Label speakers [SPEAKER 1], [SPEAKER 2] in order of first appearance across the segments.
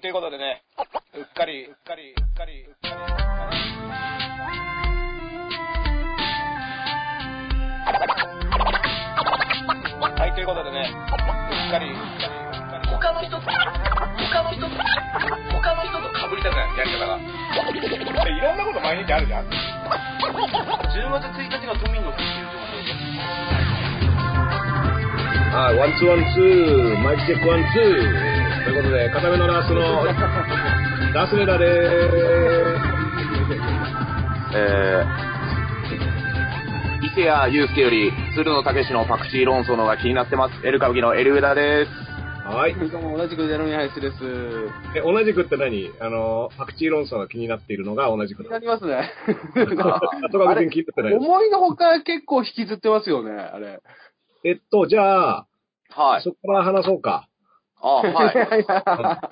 [SPEAKER 1] ということでね、うっかり、うっかり、うっかり、うっかり。はい、ということでね、うっかり、うっかり、うっ
[SPEAKER 2] 他
[SPEAKER 1] かり。
[SPEAKER 2] の人と、他の人と、他の人と被りたくない、やり方が。
[SPEAKER 1] いろんなこと毎日あるじゃん。
[SPEAKER 2] 10月1日が都民の日っていう情報です。
[SPEAKER 3] はい、ワンツーワンツー、マイクチェックワンツー。ということで、片目のラースの、ダースレーダーで
[SPEAKER 4] えー、伊勢谷友介より、鶴野武のパクチー論争のが気になってます。エル歌舞伎のエルウダです。
[SPEAKER 3] ーす。はい。
[SPEAKER 5] どうも同じくゼロミハイスです。
[SPEAKER 3] え、同じくって何あの、パクチー論争が気になっているのが同じく
[SPEAKER 5] 気
[SPEAKER 3] だ
[SPEAKER 5] に なりますね。
[SPEAKER 3] とか別に気になってないです。
[SPEAKER 5] 思いのほか結構引きずってますよね、あれ。
[SPEAKER 3] えっと、じゃあ、
[SPEAKER 4] はい。
[SPEAKER 3] そこから話そうか。
[SPEAKER 4] あ、 は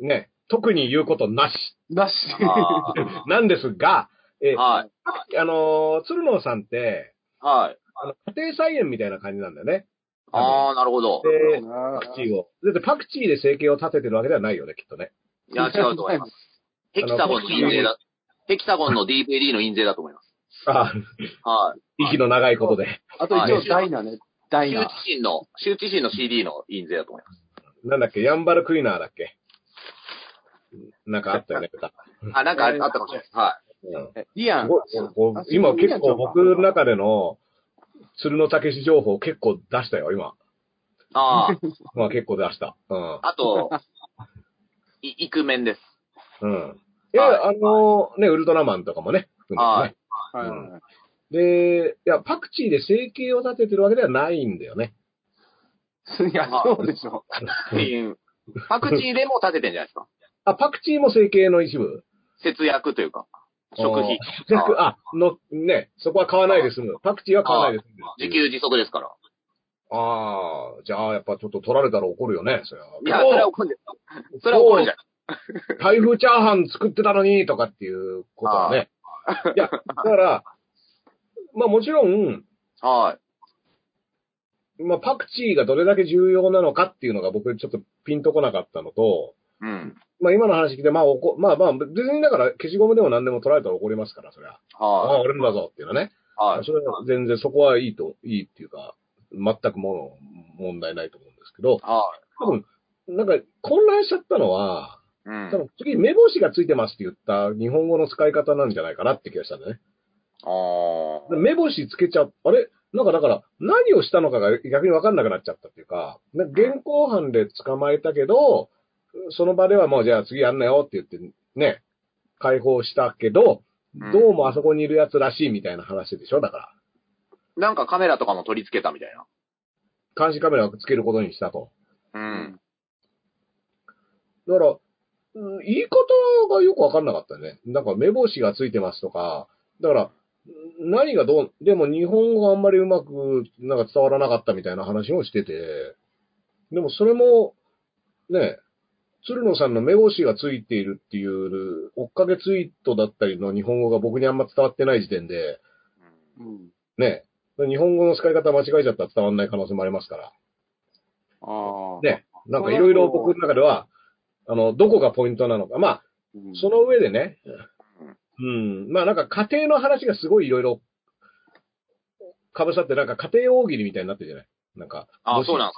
[SPEAKER 4] い。
[SPEAKER 3] ね。特に言うことなし。
[SPEAKER 5] なし。
[SPEAKER 4] あ
[SPEAKER 3] なんですが、え
[SPEAKER 4] ー、はい。
[SPEAKER 3] あの、鶴野さんって、
[SPEAKER 4] はい。
[SPEAKER 3] あの家庭菜園みたいな感じなんだよね。
[SPEAKER 4] あー、なるほど。
[SPEAKER 3] で、
[SPEAKER 5] な
[SPEAKER 3] パク チーを。だってパクチーで生計を立ててるわけではないよね、きっとね。
[SPEAKER 4] いや、違うと思い ます。ヘキサゴンの印税だ。ヘキサゴンの DVD の印税だと思います。
[SPEAKER 3] ああ、
[SPEAKER 4] はい。
[SPEAKER 3] 息の長いことで。
[SPEAKER 5] あと一応ダイナね。ダイ
[SPEAKER 4] 羞恥
[SPEAKER 5] ナ。
[SPEAKER 4] 心の、羞恥心の CD の印税だと思います。
[SPEAKER 3] なんだっけ、ヤンバルクイナーだっけ。なんかあったよね、歌。
[SPEAKER 4] あ、なんかあったかもしれない。は
[SPEAKER 3] うん
[SPEAKER 5] えリアン。
[SPEAKER 3] ごご
[SPEAKER 5] あ
[SPEAKER 3] 今
[SPEAKER 5] そういう意味
[SPEAKER 3] 結
[SPEAKER 5] なんちゃ
[SPEAKER 3] 構
[SPEAKER 5] うか
[SPEAKER 3] 僕の中での鶴の武史情報結構出したよ、今。
[SPEAKER 4] い。あー、
[SPEAKER 3] まあ結構出した。うん。
[SPEAKER 4] あと、い、イクメンです。
[SPEAKER 3] うん。いや、あのね、ウルトラマンとかもね、含
[SPEAKER 4] は
[SPEAKER 3] ん
[SPEAKER 5] は
[SPEAKER 4] い
[SPEAKER 5] いはいはい
[SPEAKER 3] でね。で、いや、パクチーで生計を立ててるわけではないんだよね。
[SPEAKER 5] いや、そうでしょ。
[SPEAKER 4] うんパクチーでも立ててんじゃないですか。
[SPEAKER 3] あ、パクチーも生計の一部
[SPEAKER 4] 節約というか、食費。
[SPEAKER 3] あー あ、の、ね、そこは買わないで済む。パクチーは買わないで済む。
[SPEAKER 4] 自給自足ですから。
[SPEAKER 3] ああ、じゃあ、やっぱちょっと取られたら怒るよね、そりゃ。
[SPEAKER 4] いや、それは怒るんですよ。それは怒るじゃん。
[SPEAKER 3] 台風チャーハン作ってたのに、とかっていうことはね。いや、だから、まあもちろん、
[SPEAKER 4] はい。
[SPEAKER 3] まあパクチーがどれだけ重要なのかっていうのが僕ちょっとピンとこなかったのと、
[SPEAKER 4] うん。
[SPEAKER 3] まあ今の話聞いて、まあおこ、まあまあ、別にだから消しゴムでも何でも取られたら怒りますから、そりゃ。ああ、
[SPEAKER 4] は
[SPEAKER 3] 俺のだぞっていうのね。
[SPEAKER 4] い。はい。
[SPEAKER 3] それは全然そこはいいと、いいっていうか、全くもう問題ないと思うんですけど、
[SPEAKER 4] はい。
[SPEAKER 3] 多分、なんか混乱しちゃったのは、
[SPEAKER 4] う
[SPEAKER 3] 多
[SPEAKER 4] ん。
[SPEAKER 3] 分次目星がついてますって言った日本語の使い方なんじゃないかなって気がしたんだよね。
[SPEAKER 4] あ
[SPEAKER 3] で目星つけちゃ、あれなんかだから、何をしたのかが逆に分かんなくなっちゃったっていうか、なんか現行犯で捕まえたけど、その場ではもうじゃあ次やんなよって言って、ね、解放したけど、
[SPEAKER 4] うん
[SPEAKER 3] どうもあそこにいるやつらしいみたいな話でしょだから、
[SPEAKER 4] あ。なんかカメラとかも取り付けたみたいな。
[SPEAKER 3] 監視カメラをつけることにしたと。
[SPEAKER 4] うん。
[SPEAKER 3] だから、うん言い方がよく分かんなかったね。なんか目星がついてますとか、だから、うん何がどう、でも日本語があんまりうまく、なんか伝わらなかったみたいな話をしてて、でもそれも、ね、鶴野さんの目星がついているっていう、追っかけツイートだったりの日本語が僕にあんま伝わってない時点で、
[SPEAKER 5] うん
[SPEAKER 3] ね、日本語の使い方間違えちゃったら伝わらない可能性もありますから。
[SPEAKER 5] ああ。
[SPEAKER 3] ね、なんかいろいろ僕の中では、あの、どこがポイントなのか。まあ、
[SPEAKER 5] うん
[SPEAKER 3] その上でね、うん、まあなんか家庭の話がすごいいろいろ、かぶさって、なんか家庭大喜利みたいになってるじゃないなんか。
[SPEAKER 4] あ
[SPEAKER 3] も
[SPEAKER 4] あ、
[SPEAKER 3] し
[SPEAKER 4] そうなんで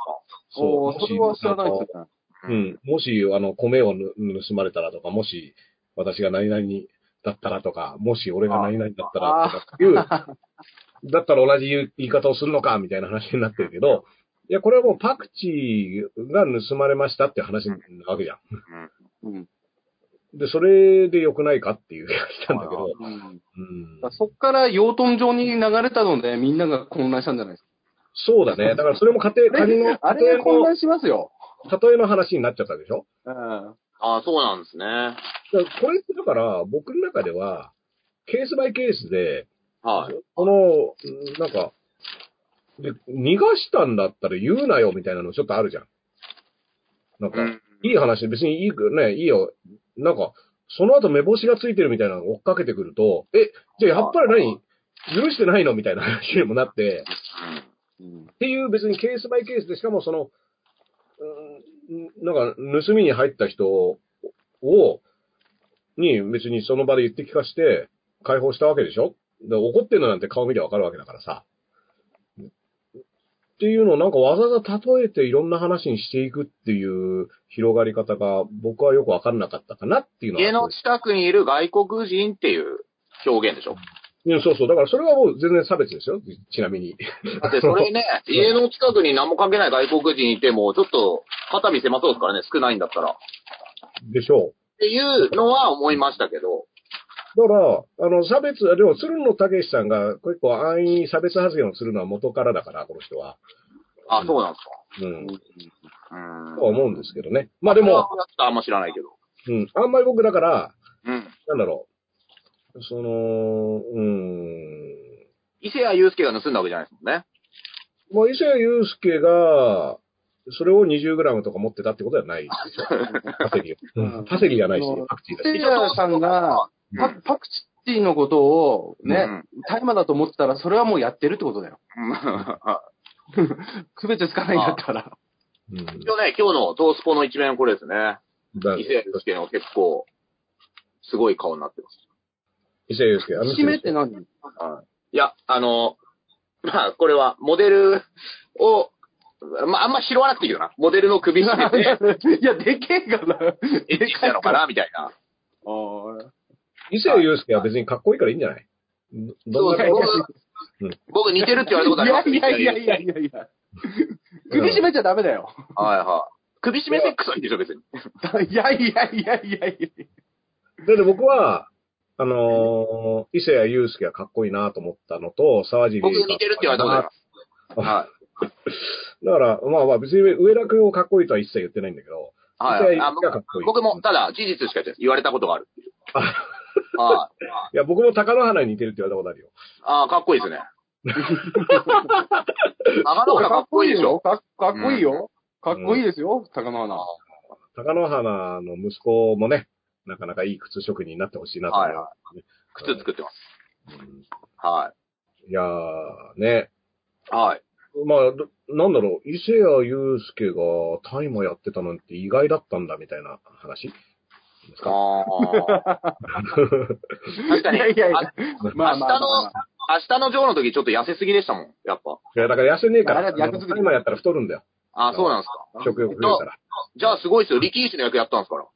[SPEAKER 4] す
[SPEAKER 5] おーそれは知らないで
[SPEAKER 3] あ
[SPEAKER 5] すね。
[SPEAKER 4] か。
[SPEAKER 3] のうん。もし、あの、米をぬ盗まれたらとか、もし、私が何々だったらとか、もし俺が何々だったらとかっていう、だったら同じ言う言い方をするのか、みたいな話になってるけど、いや、これはもうパクチーが盗まれましたって話なわけじゃん。
[SPEAKER 5] うん
[SPEAKER 3] で、それで良くないかっていう気がしたんだけど、
[SPEAKER 5] うん
[SPEAKER 3] うん
[SPEAKER 5] だからそっから養豚場に流れたので、みんなが混乱したんじゃないですか。
[SPEAKER 3] そうだね。だからそれも家庭、仮の、
[SPEAKER 5] あ
[SPEAKER 3] 家
[SPEAKER 5] れが混
[SPEAKER 3] 庭の、
[SPEAKER 5] 乱しますよ。
[SPEAKER 3] 例えの話になっちゃったでしょ
[SPEAKER 5] うん。
[SPEAKER 4] ああ、そうなんですね。
[SPEAKER 3] だからこれってだから、僕の中では、ケースバイケースで、
[SPEAKER 4] はい。
[SPEAKER 3] この、なんか、で、逃がしたんだったら言うなよみたいなのちょっとあるじゃん。なんか、
[SPEAKER 4] うん。
[SPEAKER 3] いい話、別にいいく、ね、いいよ。なんか、その後目星がついてるみたいなのを追っかけてくると、え、じゃあやっぱり何許してないのみたいな話にもなって、っていう別にケースバイケースで、しかもその、うんなんか、盗みに入った人を、に別にその場で言って聞かして、解放したわけでしょで怒ってるのなんて顔見りゃわかるわけだからさ。っていうのをなんかわざわざ例えていろんな話にしていくっていう広がり方が僕はよくわかんなかったかなっていうのは。
[SPEAKER 4] 家の近くにいる外国人っていう表現でしょ。
[SPEAKER 3] うん、そうそう。だからそれはもう全然差別ですよ。ちなみに。
[SPEAKER 4] だってそれね、家の近くに何も関係ない外国人いても、ちょっと肩身狭そうですからね、少ないんだったら。っ
[SPEAKER 3] でしょ
[SPEAKER 4] ていうのは思いましたけど、
[SPEAKER 3] う。だから、あの、差別、でも、鶴野武さんが結構安易に差別発言をするのは元からだから、この人は。
[SPEAKER 4] あ、そうなんです
[SPEAKER 3] うん。
[SPEAKER 4] か。うん。
[SPEAKER 3] とは思うんですけどね。まあでも、
[SPEAKER 4] ちょっとあんま知らないけど。
[SPEAKER 3] うん。あんまり僕だから、
[SPEAKER 4] うん。
[SPEAKER 3] なんだろう。その、うん。
[SPEAKER 4] 伊勢谷友介が盗んだわけじゃないですもんね。
[SPEAKER 3] まあ、伊勢谷友介が、それを 20g とか持ってたってことはない。 パセリを。うんパセリじゃないし
[SPEAKER 5] う、ん
[SPEAKER 3] パクチーだし。
[SPEAKER 5] せいやさんが、
[SPEAKER 4] うん
[SPEAKER 5] パパクチーのことを
[SPEAKER 4] う
[SPEAKER 5] ね、
[SPEAKER 4] ん
[SPEAKER 5] 大麻だと思ってたら、それはもうやってるってことだよ。区別つかないんだったら。
[SPEAKER 3] うん。
[SPEAKER 4] 一応ね、今日のトースポの一面はこれですね。
[SPEAKER 3] だ
[SPEAKER 4] 伊勢谷友介の結構、すごい顔になってます。
[SPEAKER 3] 伊勢谷友介。あの人
[SPEAKER 5] 締めって何
[SPEAKER 4] いや、あの、まあ、これは、モデルを、まあ、あんま拾わなくていいよな。モデルの首絞 めて、
[SPEAKER 5] いや、でけえかな。
[SPEAKER 4] エッチしたのかなみたいな。
[SPEAKER 3] 伊勢谷友介は別にかっこいいからいいんじゃないどどんな
[SPEAKER 4] そう
[SPEAKER 3] 顔
[SPEAKER 4] そう僕似てるって言われたことあります
[SPEAKER 5] いやいやいやいやいや。首絞めちゃダメだよ。
[SPEAKER 4] はいはい。首絞めセックスはいいでしょ、別に。
[SPEAKER 5] いやいやいやいやいや。
[SPEAKER 3] だって僕は、あのー、伊勢谷友介はかっこいいなと思ったのと、沢尻
[SPEAKER 4] 僕似てるって言われたことあります。は
[SPEAKER 3] だから、まあまあ別に上田君をかっこいいとは一切言ってないんだけど、
[SPEAKER 4] い。
[SPEAKER 3] 伊
[SPEAKER 4] は
[SPEAKER 3] 勢谷
[SPEAKER 4] い。あ
[SPEAKER 3] 友介はかっこいい。
[SPEAKER 4] 僕も、ただ、事実しか言ってない言われたことがあるっていう
[SPEAKER 3] あ。
[SPEAKER 4] はい。
[SPEAKER 3] いや、僕も高野花に似てるって言われたことあるよ。
[SPEAKER 4] ああ、かっこいいですね。長野花かっこいいでしょ。
[SPEAKER 5] かっかっこいいよ。かっこいいですよ、高野花。
[SPEAKER 3] 高野花の息子もね、なかなかいい靴職人になってほしいなと思う。
[SPEAKER 4] はいは靴作ってます。はい
[SPEAKER 3] やー、ね。
[SPEAKER 4] い。はい。
[SPEAKER 3] まあ、どなんだろう、伊勢谷友介が大麻やってたなんて意外だったんだみたいな話 ですか
[SPEAKER 4] ああ。確か に、
[SPEAKER 5] いやいやいや
[SPEAKER 4] あ
[SPEAKER 5] まあまあ
[SPEAKER 4] 明日
[SPEAKER 5] まあま
[SPEAKER 4] の
[SPEAKER 5] あ、
[SPEAKER 4] 明日のジョーの時ちょっと痩せすぎでしたもん、やっぱ。
[SPEAKER 3] いや、だから痩せねえから。
[SPEAKER 5] あれ役作り
[SPEAKER 3] 今やったら太るんだよ。
[SPEAKER 4] ああ、そうなんですか。
[SPEAKER 3] 食欲増えたら。
[SPEAKER 4] じゃあすごいですよ。力士の役やったんですから。
[SPEAKER 3] い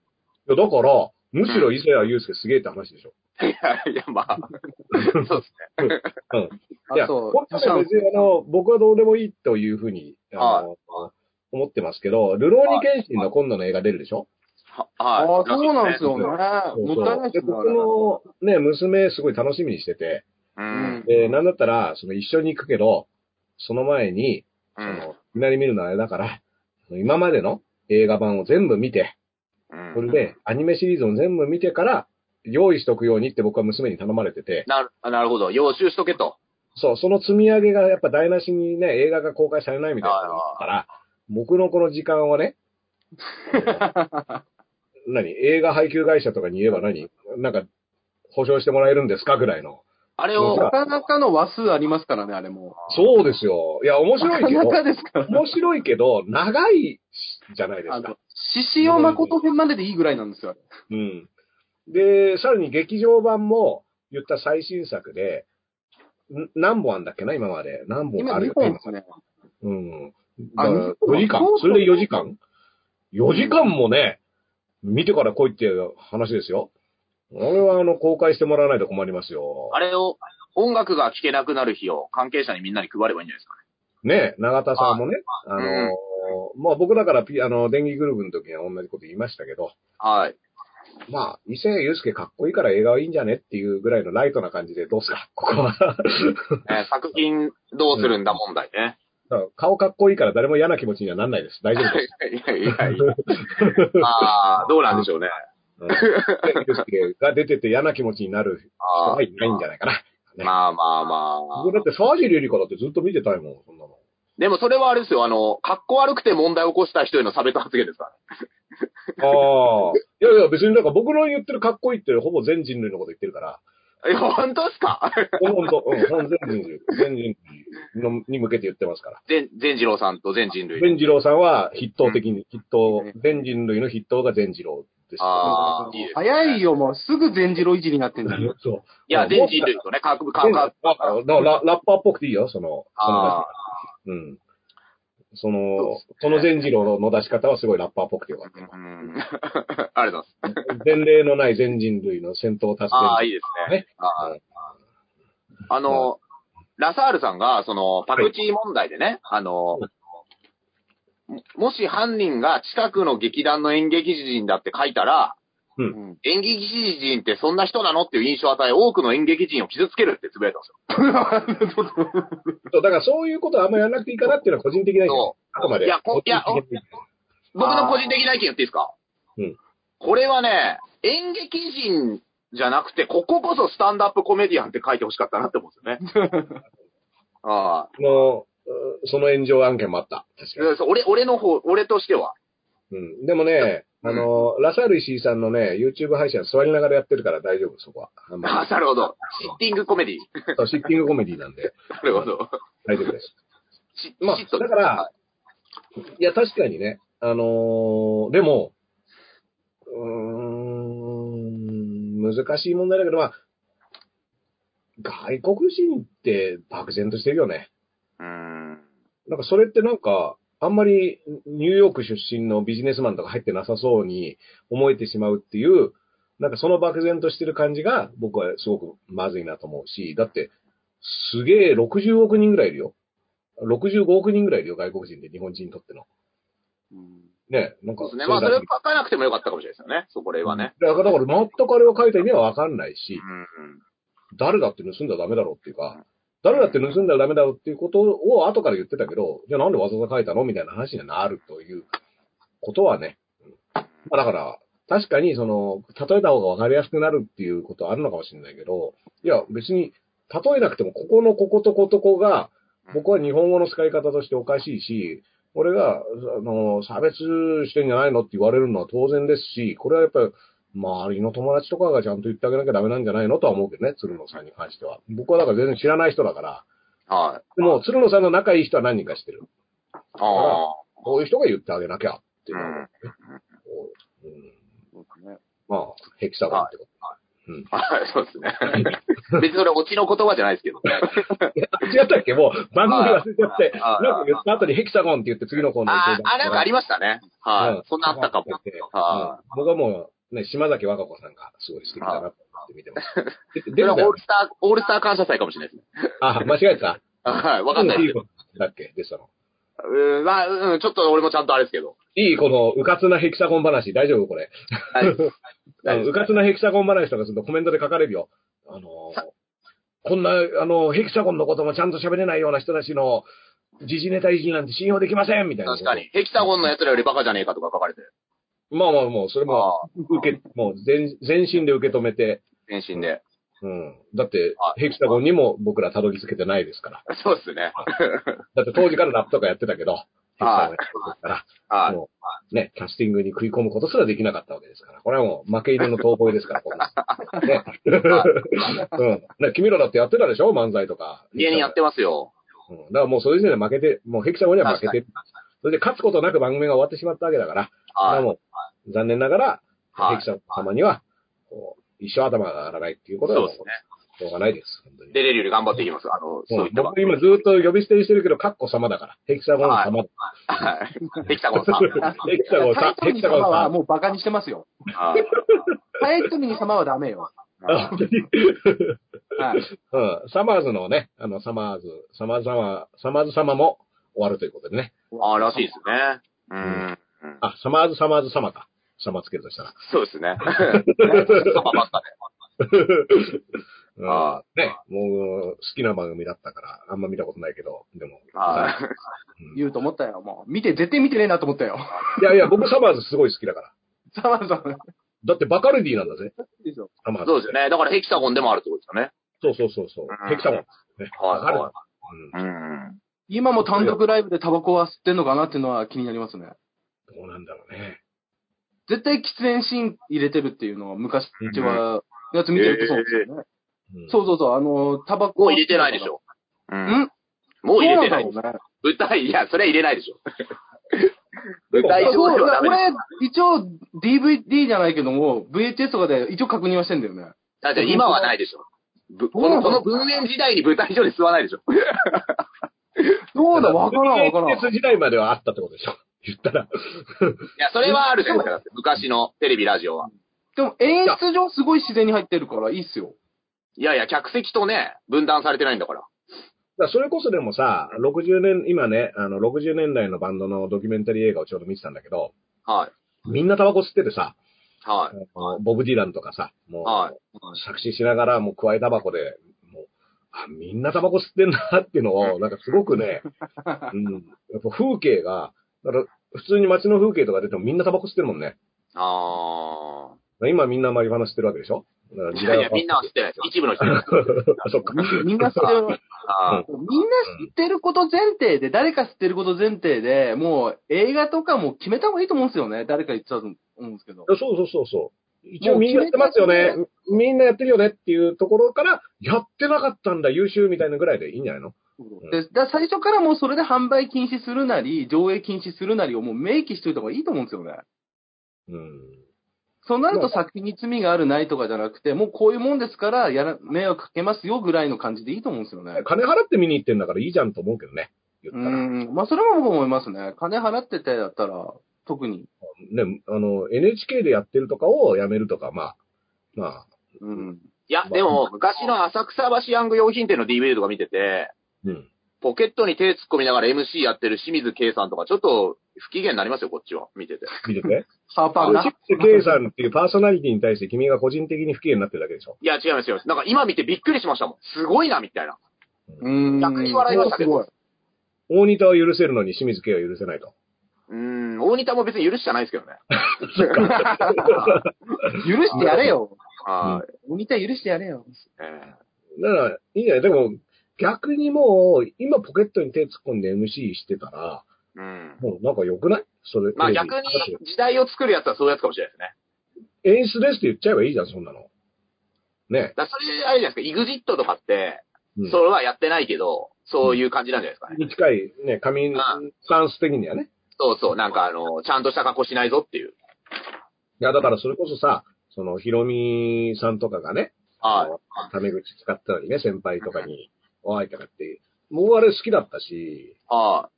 [SPEAKER 3] や、だから、むしろ伊勢谷友介すげえって話でしょ。
[SPEAKER 4] いやいや、 まあ。そうです
[SPEAKER 3] いや、
[SPEAKER 5] あと
[SPEAKER 3] 本当に別にあの、僕はどうでもいいというふうに、あの、思ってますけど、ルローニケンシンの今度の映画出るでしょ
[SPEAKER 4] ね。
[SPEAKER 5] あ
[SPEAKER 4] は
[SPEAKER 5] あ
[SPEAKER 4] い。、
[SPEAKER 5] そうなんですよね。
[SPEAKER 3] そう
[SPEAKER 5] も
[SPEAKER 3] そう
[SPEAKER 5] ったいないで
[SPEAKER 3] です
[SPEAKER 5] ね。
[SPEAKER 3] 僕のね、娘すごい楽しみにしてて、
[SPEAKER 4] うん。
[SPEAKER 3] で、なんだったら、その一緒に行くけど、その前に、
[SPEAKER 4] う
[SPEAKER 3] そ
[SPEAKER 4] ん。
[SPEAKER 3] の、いきなり見るのはあれだから、今までの映画版を全部見て、
[SPEAKER 4] うん
[SPEAKER 3] それで、アニメシリーズを全部見てから、用意しとくようにって僕は娘に頼まれてて、
[SPEAKER 4] なる、なるほど。要習しとけと。
[SPEAKER 3] そう、その積み上げがやっぱ台無しにね、映画が公開されないみたいなのがあったから、僕のこの時間はね、何映画配給会社とかに言えば何なんか、保証してもらえるんですかぐらいの。
[SPEAKER 4] あ れ
[SPEAKER 3] そう
[SPEAKER 5] な
[SPEAKER 4] を、
[SPEAKER 5] かなかの話数ありますからね、あれも。
[SPEAKER 3] そうですよ。いや、面白
[SPEAKER 5] ないか
[SPEAKER 3] けど
[SPEAKER 5] な、かですから。
[SPEAKER 3] 面白いけど、長いじゃないです
[SPEAKER 5] あの
[SPEAKER 3] か。、
[SPEAKER 5] 獅子王誠編まででいいぐらいなんですよ。
[SPEAKER 3] うん。で、さらに劇場版も言った最新作で、ん何本あんだっけな今まで。何本
[SPEAKER 5] 今
[SPEAKER 3] ある
[SPEAKER 5] 2
[SPEAKER 3] よ
[SPEAKER 5] 本ですね。
[SPEAKER 3] うん。
[SPEAKER 5] あ
[SPEAKER 3] だから4
[SPEAKER 5] 二本
[SPEAKER 3] 時間
[SPEAKER 5] そう
[SPEAKER 3] そ
[SPEAKER 5] そう
[SPEAKER 3] れで4時間 ?4 時間もね、見てから来いっていう話ですよ。俺はあの、公開してもらわないと困りますよ
[SPEAKER 4] あ。れを、音楽が聴けなくなる日を関係者にみんなに配ればいいんじゃないですかね。
[SPEAKER 3] ね永田さんもね、あのーまあ僕だからピ、あの、電気グループの時には同じこと言いましたけど、
[SPEAKER 4] はい。
[SPEAKER 3] まあ、伊勢祐介かっこいいから映画はいいんじゃねっていうぐらいのライトな感じでどうすか、 ここは。だか
[SPEAKER 4] えー作品どうするんだ問題ね。
[SPEAKER 3] ら顔かっこいいから誰も嫌な気持ちにはなんないです。大丈夫です。
[SPEAKER 4] いや いやいや。ああ、どうなんでしょうね。
[SPEAKER 3] うん伊 勢祐介が出てて嫌な気持ちになる人
[SPEAKER 4] ああ
[SPEAKER 3] はいないんじゃないかな。
[SPEAKER 4] まあまあま
[SPEAKER 3] 僕だ
[SPEAKER 4] あ。
[SPEAKER 3] って沢尻エリカだってずっと見てたいもん、そんな の。
[SPEAKER 4] でもそれはあれですよ、あの、格好悪くて問題を起こした人への差別発言ですからね。
[SPEAKER 3] ああ。いやいや、別になんか僕の言ってるかっこいいってほぼ全人類のこと言ってるから。
[SPEAKER 4] え、本当で すか
[SPEAKER 3] 本 当、うん、本全人類、全人類のに向けて言ってますから。
[SPEAKER 4] 全、全次郎さんと全人類。
[SPEAKER 3] 全次郎さんは筆頭的に、筆頭、全人類の筆頭が全次郎です。
[SPEAKER 4] ああ、いいですね。
[SPEAKER 5] 早いよ、もうすぐ全次郎維持になってんだ よ。
[SPEAKER 3] そう。
[SPEAKER 4] いや、全人類とね、かく、かく、かく、
[SPEAKER 3] だからララッパーっぽくていいよ、その、そ
[SPEAKER 4] あ
[SPEAKER 3] の
[SPEAKER 4] あ、
[SPEAKER 3] うん。その、その善次郎の出し方はすごいラッパーっぽくてよかっ
[SPEAKER 4] うん。 ありがとうございます。
[SPEAKER 3] た。前例のない全人類の戦闘を助ける。
[SPEAKER 4] ああ、いいですね。
[SPEAKER 3] ね
[SPEAKER 4] あああの、ラサールさんが、その、パクチー問題でね、あの、ももし犯人が近くの劇団の演劇人だって書いたら、
[SPEAKER 3] うん
[SPEAKER 4] 演劇人ってそんな人なのっていう印象を与え、多くの演劇人を傷つけるってつぶやいたんですよ。
[SPEAKER 3] そうだからそういうことはあんまりやらなくていいかなっていうのは個人的な意見。
[SPEAKER 4] そ
[SPEAKER 3] あくまで。
[SPEAKER 4] いや
[SPEAKER 3] 個
[SPEAKER 4] こ
[SPEAKER 3] 人的ない
[SPEAKER 4] や僕の個人的な意見言っていいですか
[SPEAKER 3] うん
[SPEAKER 4] これはね、演劇人じゃなくて、こここそスタンダップコメディアンって書いてほしかったなって思うんで すよね。ああ。
[SPEAKER 3] あのうその炎上案件もあった。確かに。
[SPEAKER 4] そう俺、俺の方、俺としては。
[SPEAKER 3] うん。でもね、
[SPEAKER 4] うん
[SPEAKER 3] あの、ラサール石井さんのね、YouTube 配信は座りながらやってるから大丈夫、そこは。あん ま
[SPEAKER 4] あ、なるほど。シッティングコメディ。
[SPEAKER 3] りそうシッティングコメディなんで、
[SPEAKER 4] なるほど。
[SPEAKER 3] 大丈夫です。
[SPEAKER 4] シ
[SPEAKER 3] まあ
[SPEAKER 4] シット
[SPEAKER 3] だから
[SPEAKER 4] はい
[SPEAKER 3] いや、確かにね。あのーでも、うーん、難しい問題だけど、まあ、外国人って漠然としてるよね。
[SPEAKER 4] うーん。
[SPEAKER 3] なんかそれってなんか、あんまりニューヨーク出身のビジネスマンとか入ってなさそうに思えてしまうっていう、なんかその漠然としてる感じが僕はすごくまずいなと思うし、だってすげえ60億人ぐらいいるよ。65億人ぐらいいるよ、外国人で日本人にとっての。ねなんか
[SPEAKER 4] そうですね。まあ、それは書かなくてもよかったかもしれないですよね。そう、これはね。
[SPEAKER 3] だから、だから全くあれを書いた意味はわかんないし、
[SPEAKER 4] うん。
[SPEAKER 3] 誰だって盗んだらダメだろうっていうか、誰だって盗んだらダメだろうっていうことを後から言ってたけど、じゃあなんでわざわざ書いたのみたいな話になるということはね。まあだから、確かにその、例えた方がわかりやすくなるっていうことはあるのかもしれないけど、いや別に、例えなくてもここのこことことこが、僕は日本語の使い方としておかしいし、俺が、あの、差別してんじゃないのって言われるのは当然ですし、これはやっぱり、周りの友達とかがちゃんと言ってあげなきゃダメなんじゃないのとは思うけどね、鶴野さんに関しては。僕はだから全然知らない人だから、
[SPEAKER 4] はい。
[SPEAKER 3] でも鶴野さんの仲いい人は何人かしてる。
[SPEAKER 4] ああ。
[SPEAKER 3] こういう人が言ってあげなきゃっていううのは
[SPEAKER 4] ん。
[SPEAKER 3] こううん、まあ、ヘキサゴンってこ
[SPEAKER 4] はい、そうです ね。別にそれ、オチの言葉じゃないですけ ど。
[SPEAKER 3] と。違ったっけもう番組忘れちゃって、
[SPEAKER 4] ああ
[SPEAKER 3] なんか言った後にヘキサゴンって言って次のコーナー
[SPEAKER 4] あ
[SPEAKER 3] 行
[SPEAKER 4] あ、なんかあり
[SPEAKER 3] ま
[SPEAKER 4] ましたね。はい。そんなあったかも。は
[SPEAKER 3] 僕はもう、ね、島崎和歌子さんがすごい素敵だなと思って見てます。で
[SPEAKER 4] い。それ
[SPEAKER 3] 出
[SPEAKER 4] は
[SPEAKER 3] てたよ
[SPEAKER 4] オールスター、オールスター感謝祭かもしれないですね。
[SPEAKER 3] あ、間違えてた。
[SPEAKER 4] はい。わかんないですけど。
[SPEAKER 3] だっけ出てたの。
[SPEAKER 4] うん、まあ、うん、ちょっと俺もちゃんとあれですけど。
[SPEAKER 3] いい、この、うかつなヘキサゴン話、大丈夫これ。
[SPEAKER 4] はい。
[SPEAKER 3] あのうかつなヘキサゴン話とかするとコメントで書かれるよ。あのーこんな、あのーヘキサゴンのこともちゃんと喋れないような人たちの、時事ネタいじりなんて信用できませんみたいな。
[SPEAKER 4] 確かに。。ヘキサゴンのやつらよりバカじゃねえかとか書かれて。
[SPEAKER 3] まあまあもう、それも、
[SPEAKER 4] ああ、
[SPEAKER 3] 受け、もう全、全身で受け止めて、
[SPEAKER 4] 全身で。
[SPEAKER 3] うん。だって
[SPEAKER 4] あ、
[SPEAKER 3] ヘキサゴンにも僕らたどり着けてないですから。
[SPEAKER 4] そうっ すね。
[SPEAKER 3] だって当時からラップとかやってたけど、ヘキサゴンやってたから。
[SPEAKER 4] はい。
[SPEAKER 3] もう、ね、キャスティングに食い込むことすらできなかったわけですから。これはもう負け入れの遠吠えですから、こんな。ね。 うん。ね君らだってやってたでしょ漫才とか。
[SPEAKER 4] 芸人やってますよ。
[SPEAKER 3] うん。だからもうそれ時点で負けて、もうヘキサゴンには負けてる。それで勝つことなく番組が終わってしまったわけだから。だか
[SPEAKER 4] は
[SPEAKER 3] ら
[SPEAKER 4] い。
[SPEAKER 3] もう、残念ながら、
[SPEAKER 4] はい
[SPEAKER 3] ヘキサゴン様には、こう、一生頭が上がらないっていうことは
[SPEAKER 4] そ
[SPEAKER 3] も
[SPEAKER 4] う
[SPEAKER 3] う
[SPEAKER 4] ですね。
[SPEAKER 3] しょうがないです。本当に。
[SPEAKER 4] 出れるより頑張っていきます。あの、そうい
[SPEAKER 3] うん
[SPEAKER 4] った番
[SPEAKER 3] 僕
[SPEAKER 4] 組
[SPEAKER 3] 今ずっと呼び捨てにしてるけど、カッコ様だから。ヘキサゴン様。
[SPEAKER 4] はい。ヘキサゴンさん。
[SPEAKER 3] ヘキサゴン
[SPEAKER 5] タ
[SPEAKER 3] さ
[SPEAKER 5] イ
[SPEAKER 3] ん。
[SPEAKER 5] ト
[SPEAKER 3] ヘ
[SPEAKER 5] に
[SPEAKER 3] キサゴン
[SPEAKER 5] 様
[SPEAKER 3] さ
[SPEAKER 5] は
[SPEAKER 3] ん。
[SPEAKER 5] もうバカにしてますよ。
[SPEAKER 4] はい
[SPEAKER 5] タイトに様はダメよ。
[SPEAKER 3] あ本当に
[SPEAKER 5] はい。
[SPEAKER 3] うん。サマーズのね、あの、サマーズ、サマーズ様、サマーズ様も終わるということでね。
[SPEAKER 4] ああ、らしいですね。うん。
[SPEAKER 3] あ、サマーズ、サマーズ様か。様つけるとしたら。
[SPEAKER 4] そうです ね。そばばっか
[SPEAKER 3] うん
[SPEAKER 4] あ
[SPEAKER 3] ね、もう、好きな番組だったから、あんま見たことないけど、でも。
[SPEAKER 4] で。はい。
[SPEAKER 3] うん
[SPEAKER 5] 言うと思ったよ、もう。見て、絶対見てねえなと思ったよ。
[SPEAKER 3] いやいや、僕サマーズすごい好きだから。
[SPEAKER 5] サマーさん。
[SPEAKER 3] だってバカルディなんだぜ、
[SPEAKER 5] でしょ。
[SPEAKER 3] サマーズ。
[SPEAKER 4] そうですよね。だからヘキサゴンでもあるってことですよね。
[SPEAKER 3] そうそうそうそうう。
[SPEAKER 4] ん
[SPEAKER 3] ヘキサゴン。ね、バカルディ
[SPEAKER 4] は
[SPEAKER 3] うん
[SPEAKER 4] い。うん。
[SPEAKER 5] 今も単独ライブでタバコは吸ってんのかなっていうのは気になりますね。
[SPEAKER 3] どうなんだろうね。
[SPEAKER 5] 絶対喫煙シーン入れてるっていうのは昔は、やつ見てるとそうですよね。そうそうそう、あの、タバコ
[SPEAKER 4] もう入れてないでし。ょ。うんもう入れてない
[SPEAKER 5] そ。うなんだろうね。
[SPEAKER 4] 舞台、いや、それは入れないでしょ。舞台上
[SPEAKER 5] そう
[SPEAKER 4] ではダメで
[SPEAKER 5] 俺、一応 DVD じゃないけども、VHS とかで一応確認はしてんだよね。
[SPEAKER 4] す。だって今はないでしょ。ぶこの、この文面時代に舞台上に座らないでしょ。
[SPEAKER 5] どうだ、わからんわからん。
[SPEAKER 3] VHS 時代まではあったってことでしょ。 言ったら。
[SPEAKER 4] いや、それはあるじゃないですか。昔のテレビ、ラジオは。
[SPEAKER 5] でも演出上すごい自然に入ってるからいいっすよ。
[SPEAKER 4] いやいや、客席とね、分断されてないんだから。
[SPEAKER 3] だからそれこそでもさ、60年、今ね、あの、60年代のバンドのドキュメンタリー映画をちょうど見てたんだけど、
[SPEAKER 4] はい。
[SPEAKER 3] みんなタバコ吸っててさ、
[SPEAKER 4] はい。
[SPEAKER 3] ボブ・ディランとかさ、もう、
[SPEAKER 4] はい。
[SPEAKER 3] 作詞しながら、もう、加えタバコで、もう、あ、みんなタバコ吸ってんなっていうのを、なんかすごくね、うん、やっぱ風景が、だから、普通に街の風景とか出てもみんなタバコ吸ってるもんね。
[SPEAKER 4] あ
[SPEAKER 3] 今みんなマリファナ吸ってるわけでしょだから
[SPEAKER 4] ー。い
[SPEAKER 3] 時
[SPEAKER 4] や
[SPEAKER 3] 代
[SPEAKER 4] い
[SPEAKER 3] は
[SPEAKER 4] や、みんなは知ってないですよ。一部の人。
[SPEAKER 3] あ、そっか。
[SPEAKER 5] みんな知ってる。
[SPEAKER 4] あー
[SPEAKER 5] みんな知ってること前提で、誰か知ってること前提で、もう映画とかも決めた方がいいと思うんですよね。誰か言ってたと思うんですけど。
[SPEAKER 3] そうそうそうそう。一応みんなやってますよね。みんなやってるよねっていうところから、やってなかったんだ、優秀みたいなぐらいでいいんじゃないのん
[SPEAKER 5] でだ最初からもうそれで販売禁止するなり、上映禁止するなりをもう明記しといた方がいいと思うんですよね。
[SPEAKER 3] うん。
[SPEAKER 5] そうなると作品に罪があるないとかじゃなくて、もうこういうもんですから、やら、迷惑かけますよぐらいの感じでいいと思うんですよね。
[SPEAKER 3] 金払って見に行ってんだからいいじゃんと思うけどね。言っ
[SPEAKER 5] う
[SPEAKER 3] たら。
[SPEAKER 5] ん。まあそれも僕思いますね。金払っててだったら、特に。
[SPEAKER 3] ね、あの、NHK でやってるとかをやめるとか、まあ、まあ、
[SPEAKER 5] うん。
[SPEAKER 4] いや、でも、昔の浅草橋ヤング用品店の DVD とか見てて、
[SPEAKER 3] うん。
[SPEAKER 4] ポケットに手突っ込みながら MC やってる清水圭さんとか、ちょっと不機嫌になりますよ、こっちは。見てて。
[SPEAKER 3] 見て て。
[SPEAKER 5] ハーパー
[SPEAKER 3] あ
[SPEAKER 5] な。
[SPEAKER 3] シップ K さんっていうパーソナリティに対して君が個人的に不機嫌になってるだけでしょ。
[SPEAKER 4] いや、違います、違います。なんか今見てびっくりしましたもん。すごいな、みたいな。
[SPEAKER 5] うん。
[SPEAKER 4] 逆に笑いましたけど
[SPEAKER 5] すごい
[SPEAKER 3] 大仁田は許せるのに清水 K は許せないと。
[SPEAKER 4] うーん、大仁田も別に許しじゃないですけどね。
[SPEAKER 5] 許してやれよ。
[SPEAKER 4] はい。
[SPEAKER 5] 鬼太許してやれよ。
[SPEAKER 4] え
[SPEAKER 3] だから、いいんじゃないでも、逆にもう、今ポケットに手突っ込んで MC してたら、
[SPEAKER 4] えうん。
[SPEAKER 3] もうなんか良くないそれ。
[SPEAKER 4] まあ
[SPEAKER 3] テレビ
[SPEAKER 4] 逆に時代を作るやつはそういうやつかもしれないですね。
[SPEAKER 3] 演出ですって言っちゃえばいいじゃん、そんなの。ね。
[SPEAKER 4] だからそれ、あれじゃないですか、EXIT とかって、
[SPEAKER 3] うん
[SPEAKER 4] それはやってないけど、そういう感じなんじゃないですかね。
[SPEAKER 3] に近い、ね、紙
[SPEAKER 4] あ
[SPEAKER 3] サンス的にはね。
[SPEAKER 4] そうそう、なんかあの、ちゃんとした格好しないぞっていう。
[SPEAKER 3] いや、だからそれこそさ、その、ヒロミさんとかがね、
[SPEAKER 4] はい。
[SPEAKER 3] タメ口使ったりね、先輩とかに、おいとかって、僕あれ好きだったし、
[SPEAKER 4] は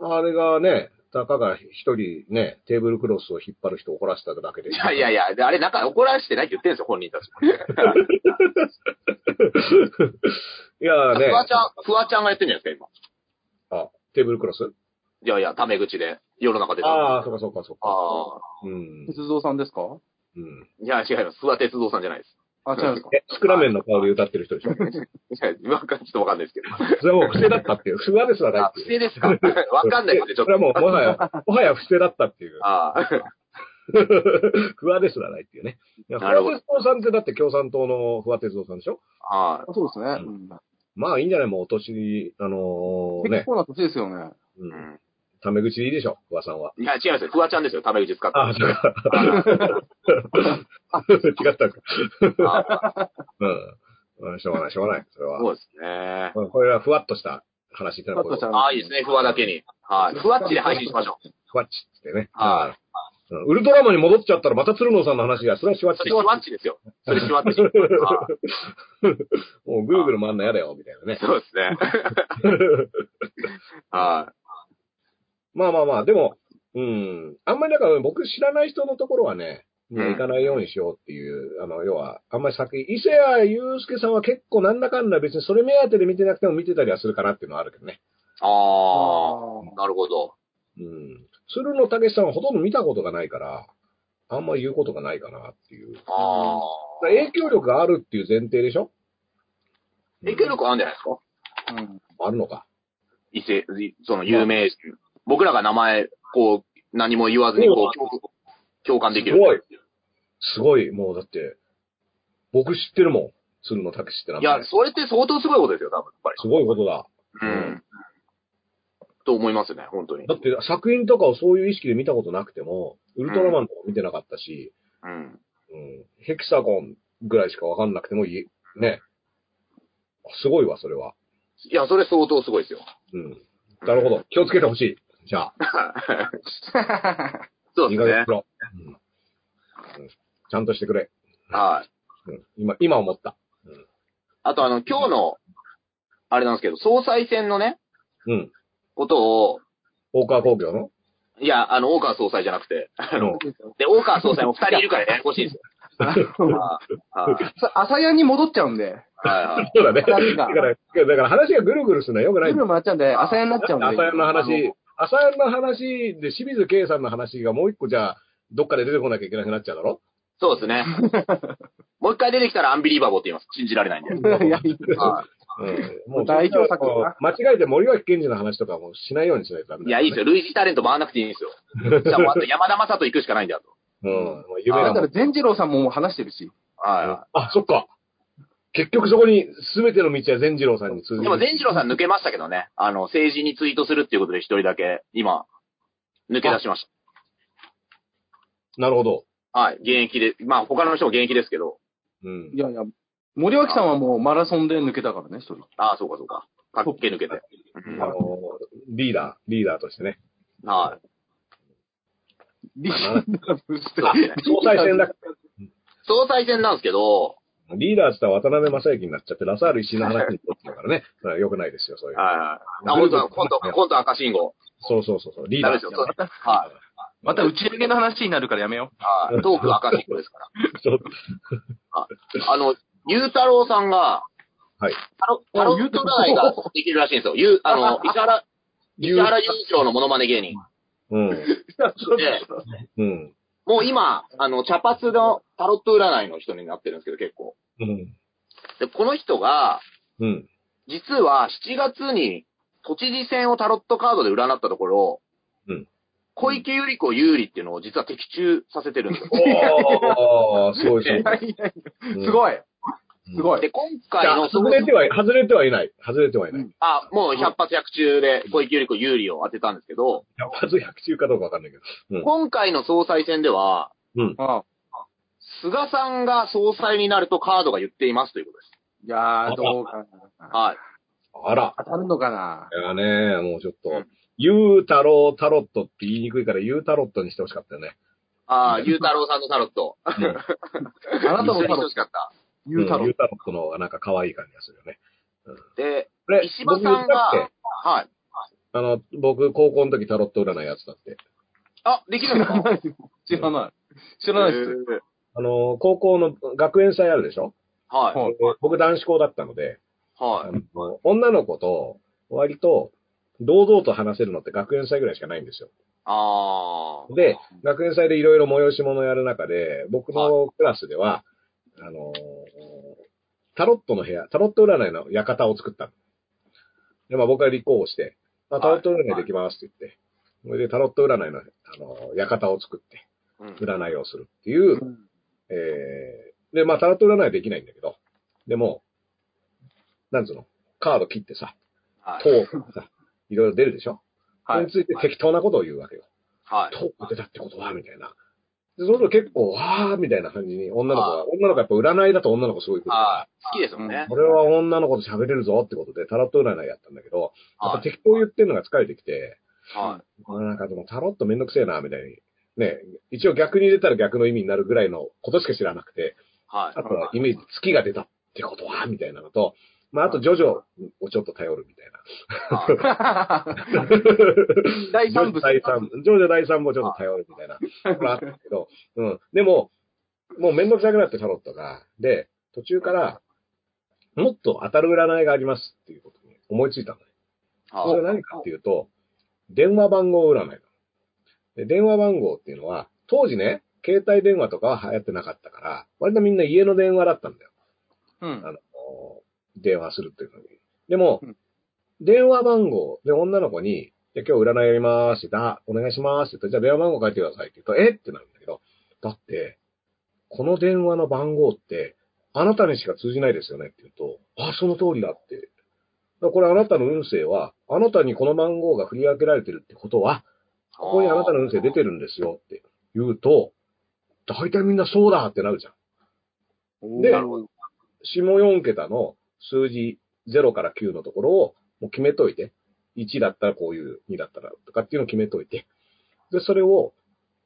[SPEAKER 4] い。
[SPEAKER 3] あれがね、たかが一人ね、テーブルクロスを引っ張る人を怒らせただけで。
[SPEAKER 4] いやいやいや、であれなんか怒らしてないって言ってるんですよ、本人たちも。
[SPEAKER 3] いやね
[SPEAKER 4] フ、ワちゃん、フワちゃんがやってるんじゃないですか、
[SPEAKER 3] あ、テーブルクロス
[SPEAKER 4] 今。いやいや、タメ口で、世の中で。
[SPEAKER 3] ああ、
[SPEAKER 4] あ
[SPEAKER 3] そうかそうかそうか。
[SPEAKER 4] あ
[SPEAKER 3] うん。
[SPEAKER 5] 鉄道さんですか
[SPEAKER 3] うん。
[SPEAKER 4] ー。いや、違います。諏訪鉄道さんじゃないです。
[SPEAKER 5] あ、違うんですか
[SPEAKER 3] え、スクラメンの顔で歌ってる人でしょ
[SPEAKER 4] いや、今かちょっとわかんないですけど。
[SPEAKER 3] それはもう不正だったっていう。不和ですはない
[SPEAKER 4] あ、
[SPEAKER 3] って
[SPEAKER 4] 不
[SPEAKER 3] いう。
[SPEAKER 4] 正ですか わかんないですね、ちょっ
[SPEAKER 3] それはも
[SPEAKER 4] と。
[SPEAKER 3] う、もはや、もはや不正だったっていう。
[SPEAKER 4] ああ。
[SPEAKER 3] 不和ですはないっていうね。いや不
[SPEAKER 4] なるほ
[SPEAKER 3] 和
[SPEAKER 4] ど
[SPEAKER 3] 鉄道さんってだって共産党の不和鉄道さんでしょ
[SPEAKER 4] は
[SPEAKER 5] そうですね。
[SPEAKER 3] まあいいんじゃないもうお年、あの
[SPEAKER 5] うん
[SPEAKER 3] ー
[SPEAKER 5] 結
[SPEAKER 3] ね、
[SPEAKER 5] 構な年ですよね。
[SPEAKER 3] う。
[SPEAKER 4] い。うんん。
[SPEAKER 3] タメ口でいいでしょ、不和さんは。
[SPEAKER 4] いや、違いますよ。フワちゃんですよ、タメ口使って。
[SPEAKER 3] ああ、そう か。違ったか。
[SPEAKER 4] あ
[SPEAKER 3] うんうん。しょうがない、しょうがない。それは。
[SPEAKER 4] そうですね。
[SPEAKER 3] うんこれはふわっとした話ってのはこういうこと、
[SPEAKER 4] ああ、いいですね、フワだけに。はい。フワっちで配信しましょう。
[SPEAKER 3] ふわっちってね。
[SPEAKER 4] は
[SPEAKER 3] うんウルトラマンに戻っちゃったらまた鶴野さんの話が、それはしわっ
[SPEAKER 4] そ
[SPEAKER 3] ち
[SPEAKER 4] れ、シ。ワっちですよ。それ、シワっち。 はい
[SPEAKER 3] もうぐるぐる回んのやだよ、みたい なね。
[SPEAKER 4] そうですね。はい。
[SPEAKER 3] まあまあまあ、でも、うん、あんまりだから僕知らない人のところはね、みんな行かないようにしようっていう、あの、要は、あんまり先、伊勢谷友介さんは結構なんだかんだ別にそれ目当てで見てなくても見てたりはするかなっていうのはあるけどね。
[SPEAKER 4] ああ、なるほど。
[SPEAKER 3] うん。鶴野武さんはほとんど見たことがないから、あんま言うことがないかなっていう。だか
[SPEAKER 4] ああ。
[SPEAKER 3] ら影響力があるっていう前提でしょ
[SPEAKER 4] 影響力あるんじゃないですか
[SPEAKER 5] うん
[SPEAKER 3] あるのか。
[SPEAKER 4] 伊勢、その有名人。僕らが名前、こう、何も言わずに、こう、共共感できる。
[SPEAKER 3] すごいすごい、もうだって、僕知ってるもん。鶴野武って名前。
[SPEAKER 4] いや、それって相当すごいことですよ、多分、やっぱり。
[SPEAKER 3] すごいことだ。
[SPEAKER 4] うん。と思いますね、本当に。
[SPEAKER 3] だって作品とかをそういう意識で見たことなくても、ウルトラマンとか見てなかったし、
[SPEAKER 4] うん。
[SPEAKER 3] うん、ヘキサゴンぐらいしかわかんなくてもいい、ね、すごいわ、それは。
[SPEAKER 4] いや、それ相当すごいですよ。
[SPEAKER 3] うん。なるほど。気をつけてほしい。じゃあ、いい加減にし。ろ。
[SPEAKER 4] そうですね
[SPEAKER 3] うんうんちゃんとしてくれ。
[SPEAKER 4] はい。
[SPEAKER 3] うん今、今思った。
[SPEAKER 4] あとあの、今日の、あれなんですけど、総裁選のね、
[SPEAKER 3] うん。
[SPEAKER 4] ことを、
[SPEAKER 3] 大川工業の
[SPEAKER 4] いや、あの、大川総裁じゃなくて、
[SPEAKER 3] あの、
[SPEAKER 4] で、大川総裁も二人いるからややこしいん ですよ。はいはい
[SPEAKER 5] さ朝やんに戻っちゃうんで、
[SPEAKER 4] はいはい
[SPEAKER 3] そうだね。だか
[SPEAKER 5] 話が
[SPEAKER 3] ら、だから話がぐるぐるするのはよくない
[SPEAKER 5] 夜
[SPEAKER 3] んだよ
[SPEAKER 5] も回っちゃうんで、朝やんになっちゃうんで。
[SPEAKER 3] 朝やんの話、朝やんの話で清水圭さんの話がもう一個じゃあ、どっかで出てこなきゃいけなくなっちゃうだろ
[SPEAKER 4] そうですね。もう一回出てきたらアンビリーバボーって言います。信じられないんで。
[SPEAKER 5] いやいい
[SPEAKER 4] は
[SPEAKER 3] うん。
[SPEAKER 5] もう代表作だな
[SPEAKER 3] 間違えて森脇健児の話とかもしないようにしないとダメ
[SPEAKER 4] いい
[SPEAKER 3] だ
[SPEAKER 4] や、
[SPEAKER 3] ね
[SPEAKER 4] いいですよ。類似タレント回らなくていいんですよ。じゃあもうあと山田正人行くしかないんだよと。
[SPEAKER 3] うん。もう夢
[SPEAKER 5] だ
[SPEAKER 3] が
[SPEAKER 5] か
[SPEAKER 3] も
[SPEAKER 5] ら
[SPEAKER 3] う。
[SPEAKER 5] 善次郎さんももう話してるし。
[SPEAKER 4] はいは
[SPEAKER 3] あ、そっか。結局そこに全ての道は善次郎さんに通
[SPEAKER 4] い。
[SPEAKER 3] じ
[SPEAKER 4] で
[SPEAKER 3] る
[SPEAKER 4] も、。善次郎さん抜けましたけどね。あの、政治にツイートするっていうことで一人だけ、今、抜け出しまし
[SPEAKER 3] なるほど。
[SPEAKER 4] た。はい。現役で、まあ他の人も現役ですけど。
[SPEAKER 3] うん
[SPEAKER 5] い。やいや、森脇さんはもうマラソンで抜けたからね、一人。
[SPEAKER 4] ああ、そうかそうか。かっけ抜けて。うん
[SPEAKER 3] あの、リーダー、リーダーとしてね。
[SPEAKER 4] はい。
[SPEAKER 5] リーダーとして
[SPEAKER 4] そ うですね
[SPEAKER 3] 総裁選だ。
[SPEAKER 4] 総裁選なんですけど、
[SPEAKER 3] リーダーって言ったら渡辺正行になっちゃって、ラサール石井の話にとってだからね。それは良くないですよ、そういう。
[SPEAKER 4] はいはい。あ、本当だ、今度、今度赤信号。
[SPEAKER 3] そうそうそうそう。リー
[SPEAKER 4] ダ
[SPEAKER 3] ダ
[SPEAKER 4] メ
[SPEAKER 3] ー
[SPEAKER 4] です。よ。そうですは
[SPEAKER 5] また打ち上げの話になるからやめよ
[SPEAKER 4] い。はい。トークは赤信号ですから。
[SPEAKER 3] そう
[SPEAKER 4] あの、ゆうたろうさんが、
[SPEAKER 3] はい。
[SPEAKER 4] タロタロット占いができるらしいんですよ。ゆう、あ の、石原、石原裕次郎のモノマネ芸人。
[SPEAKER 3] うん。
[SPEAKER 5] う。
[SPEAKER 4] で、
[SPEAKER 3] うん。
[SPEAKER 4] もう今、あの、茶髪のタロット占いの人になってるんですけど、結構。
[SPEAKER 3] うん。
[SPEAKER 4] で、この人が、
[SPEAKER 3] うん。
[SPEAKER 4] 実は7月に都知事選をタロットカードで占ったところ、
[SPEAKER 3] うん
[SPEAKER 4] 小池百合子有利っていうのを実は的中させてるんですよ。
[SPEAKER 3] おー、すごい
[SPEAKER 5] い
[SPEAKER 3] すご
[SPEAKER 5] や
[SPEAKER 3] い
[SPEAKER 5] いやいや
[SPEAKER 3] うん
[SPEAKER 5] すごい、
[SPEAKER 3] うん
[SPEAKER 5] すごい。
[SPEAKER 4] で、今
[SPEAKER 3] じ
[SPEAKER 4] 回
[SPEAKER 3] ゃ
[SPEAKER 4] の
[SPEAKER 3] あ、外れては、外れてはいない。外れてはいな
[SPEAKER 5] う
[SPEAKER 3] い
[SPEAKER 5] ん。
[SPEAKER 4] あ、もう百発百中で小池百合子有利を当てたんですけど、
[SPEAKER 3] 百発百中かどうかわかんないけど。うん
[SPEAKER 4] 今回の総裁選では、
[SPEAKER 5] ああ
[SPEAKER 4] 菅さんが総裁になるとカードが言っていますということです。
[SPEAKER 5] いやー、どうかな。
[SPEAKER 4] はい。
[SPEAKER 3] あら。
[SPEAKER 5] 当たるのかな。
[SPEAKER 3] いやね、もうちょっと
[SPEAKER 4] うん、
[SPEAKER 3] ゆうたろうタロットって言いにくいから、ゆうたろットにしてほしかったよね。
[SPEAKER 4] ああ、ゆうたろうさんのタロット。
[SPEAKER 3] うん
[SPEAKER 5] あなたの
[SPEAKER 4] 一緒にして
[SPEAKER 5] 太
[SPEAKER 4] ほ
[SPEAKER 5] 郎
[SPEAKER 4] し、かった。
[SPEAKER 5] 言う太
[SPEAKER 3] ゆ
[SPEAKER 5] 郎
[SPEAKER 3] う。たろットの方がなんか可愛い感じがするよね。
[SPEAKER 4] で、
[SPEAKER 3] これ
[SPEAKER 4] 石破さんが、はい。
[SPEAKER 3] あの、僕、高校の時タロット占いやってたって。
[SPEAKER 4] あ、できるんですか
[SPEAKER 5] 知らない。知らないです。
[SPEAKER 4] へー
[SPEAKER 3] あの、高校の学園祭あるでしょ
[SPEAKER 4] はい。
[SPEAKER 5] はい
[SPEAKER 3] 僕男子校だったので、
[SPEAKER 4] は
[SPEAKER 3] あの女の子と割と堂々と話せるのって学園祭ぐらいしかないんですよ。
[SPEAKER 4] ああ。
[SPEAKER 3] で、学園祭でいろいろ催し物をやる中で、僕のクラスでは、あのータロットの部屋、タロット占いの館を作ったの。で、まあ僕は立候補して、まあ、タロット占いできますって言って、それでタロット占いの、あのー館を作って、
[SPEAKER 4] うん
[SPEAKER 3] 占いをするっていう、
[SPEAKER 5] うん
[SPEAKER 3] えー、で、まあタロット占いできないんだけど、でも、なんつうの、カード切ってさ、
[SPEAKER 4] はい
[SPEAKER 3] トークがさ、いろいろ出るでしょそ
[SPEAKER 5] は
[SPEAKER 3] れ
[SPEAKER 5] い
[SPEAKER 3] に。ついて適当なことを言うわけよ。
[SPEAKER 4] はい。
[SPEAKER 3] トーク出たってことはみたいな。で、その時結構、わーみたいな感じに、女の子が、女の子やっぱ占いだと女の子すごい来るか
[SPEAKER 4] はい。好きですもんね
[SPEAKER 3] ら、。これは女の子と喋れるぞってことで、タロット占いやったんだけど、やっぱ
[SPEAKER 4] はい。
[SPEAKER 3] 適当言ってんのが疲れてきて、
[SPEAKER 4] はい。
[SPEAKER 3] これなんかでもタロットめんどくせえな、みたいに。ね、一応逆に出たら逆の意味になるぐらいのことしか知らなくて、
[SPEAKER 4] はい。
[SPEAKER 3] あとはイメージ、月が出たってことはみたいなのと、まあ、あと、ジョジョをちょっと頼るみたいな。
[SPEAKER 4] はい
[SPEAKER 5] 第3部。
[SPEAKER 3] 第三部。ジョジョ第三部をちょっと頼るみたいな。これあったけど。うん。でも、もうめんどくさくなってタロットが。で、途中から、もっと当たる占いがありますっていうことに思いついたのね。そ
[SPEAKER 4] は
[SPEAKER 3] れ
[SPEAKER 4] い。
[SPEAKER 3] は何かっていうと、電話番号占いなので。電話番号っていうのは、当時ね、携帯電話とかは流行ってなかったから、割とみんな家の電話だったんだよ。
[SPEAKER 5] うん
[SPEAKER 3] あの、電話するっていうのに。でも、
[SPEAKER 5] うん
[SPEAKER 3] 電話番号で女の子に、じゃあ今日占いやりますって、あ、お願いしますって言って、じゃあ電話番号書いてくださいって言うと、えってなるんだけど、だって、この電話の番号って、あなたにしか通じないですよねって言うと、あ、その通りだって。だからこれあなたの運勢は、あなたにこの番号が振り分けられてるってことは、ここにあなたの運勢出てるんですよって言うと、大体みんなそうだってなるじゃん。
[SPEAKER 5] おー
[SPEAKER 3] で
[SPEAKER 5] なるほど
[SPEAKER 3] 下4桁の数字0から9のところをもう決めといて、1だったらこういう、2だったらとかっていうのを決めといて、で、それを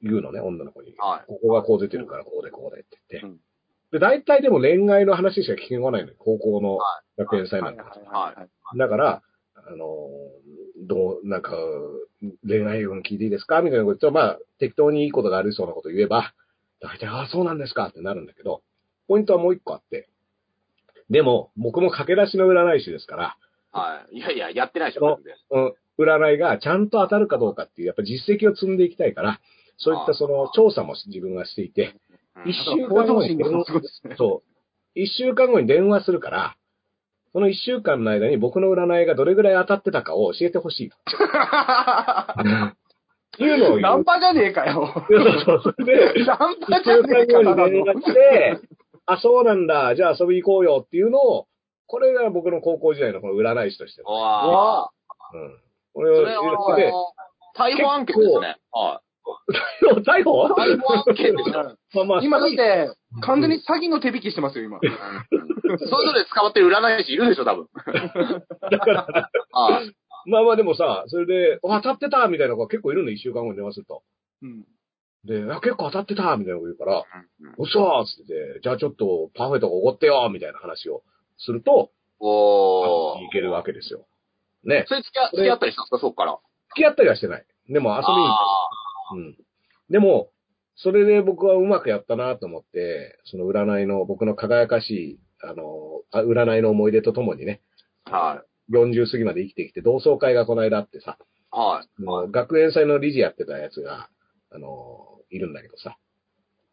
[SPEAKER 3] 言うのね、女の子に。
[SPEAKER 4] はい。
[SPEAKER 3] ここがこう出てるから、こうでこうでって言って。
[SPEAKER 5] うん
[SPEAKER 3] で、大体でも恋愛の話しか聞けこないのよ、高校の学園祭なんか。
[SPEAKER 5] はい。
[SPEAKER 3] だから、あのー、どう、なんか、恋愛運聞いていいですかみたいなこと言ったら、まあ、適当にいいことがありそうなこと言えば、大体、ああ、そうなんですかってなるんだけど、ポイントはもう一個あって。でも、僕も駆け出しの占い師ですから、
[SPEAKER 4] はい。いやいや、やってないでし
[SPEAKER 3] そ
[SPEAKER 4] ょ
[SPEAKER 3] う、うん、占いがちゃんと当たるかどうかっていう、やっぱ実績を積んでいきたいから、そういったその調査も自分がしていて、
[SPEAKER 4] うん
[SPEAKER 3] 一週
[SPEAKER 5] 向
[SPEAKER 3] 間
[SPEAKER 5] 上
[SPEAKER 3] 後に
[SPEAKER 5] 心が
[SPEAKER 3] 電話
[SPEAKER 5] すごいですね。
[SPEAKER 3] そう。一週間後に電話するから、その一週間の間に僕の占いがどれぐらい当たってたかを教えてほしいと。 いうのを
[SPEAKER 5] ナ
[SPEAKER 3] 言
[SPEAKER 5] ン
[SPEAKER 3] う。
[SPEAKER 5] パじゃねえ かよ。
[SPEAKER 3] そうそうそう。それで、
[SPEAKER 5] ナン
[SPEAKER 3] 一
[SPEAKER 5] パじゃ
[SPEAKER 3] 週
[SPEAKER 5] ねえ
[SPEAKER 3] 間後
[SPEAKER 5] かた
[SPEAKER 3] に連
[SPEAKER 5] だの
[SPEAKER 3] 絡して、 あ、そうなんだ、じゃあ遊び行こうよっていうのを、これが僕の高校時代のこの占い師としての。
[SPEAKER 4] うわ
[SPEAKER 5] わ
[SPEAKER 3] うん。これを
[SPEAKER 4] そ
[SPEAKER 3] 言
[SPEAKER 4] れは、
[SPEAKER 3] って
[SPEAKER 4] あの逮捕案件ですね。は
[SPEAKER 3] で、逮捕
[SPEAKER 4] い。逮捕案件ですよ。
[SPEAKER 5] あ
[SPEAKER 3] まあまあ、
[SPEAKER 5] 今だって、完全に詐欺の手引きしてますよ、今。
[SPEAKER 4] そういうので捕まってる占い師いるでしょ、多分。
[SPEAKER 3] だから、
[SPEAKER 4] ああ
[SPEAKER 3] まあまあでもさ、それで、あ当たってたみたいな子が結構いるの、一週間後に電話すると。
[SPEAKER 5] うん。
[SPEAKER 3] で、あ結構当たってたみたいなこと言うから、嘘っつってて、じゃあちょっとパフェとかおごってよみたいな話をすると、
[SPEAKER 4] おー
[SPEAKER 3] い。けるわけですよ。ね。
[SPEAKER 4] それ付き合付き合ったりしたんですか、そっから。
[SPEAKER 3] 付き合ったりはしてない。でも遊びに
[SPEAKER 4] あ
[SPEAKER 3] うん。でも、それで僕はうまくやったなと思って、その占いの、僕の輝かしい、あの、あ占いの思い出とともにね、
[SPEAKER 4] ーはい。
[SPEAKER 3] 40過ぎまで生きてきて、同窓会がこの間あってさ、
[SPEAKER 4] は
[SPEAKER 3] あ
[SPEAKER 4] い。
[SPEAKER 3] の学園祭の理事やってたやつが、あの、いるんだけどさ、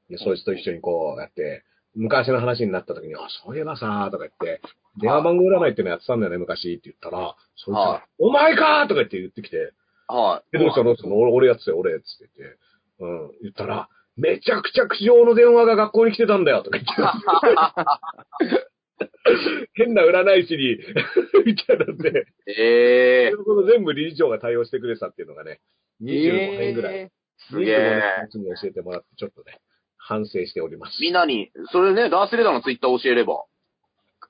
[SPEAKER 3] でそいつと一緒にこうやって、昔の話になった時に、あ、そういえばさ、とか言って、電話番号占いってのやってたんだよね、昔って言ったら、そいつ
[SPEAKER 4] は
[SPEAKER 3] が、お前かーとか言って言ってきて、
[SPEAKER 4] はい。
[SPEAKER 3] で、どうしたのどうしたの俺俺やってたよ、俺、つって言って。うん。言ったら、めちゃくちゃ苦情の電話が学校に来てたんだよ、とか言って。変な占い師に、 みたいなんで、
[SPEAKER 4] ええ
[SPEAKER 3] そういうこと全部理事長が対応してくれてたっていうのがね、25年ぐらい、
[SPEAKER 5] え
[SPEAKER 4] すげ
[SPEAKER 3] 25
[SPEAKER 4] え。
[SPEAKER 3] 年のうちに教えてもらって、ちょっとね、反省しております。
[SPEAKER 4] みんなに、それね、ダースレーダーのツイッター教えれば、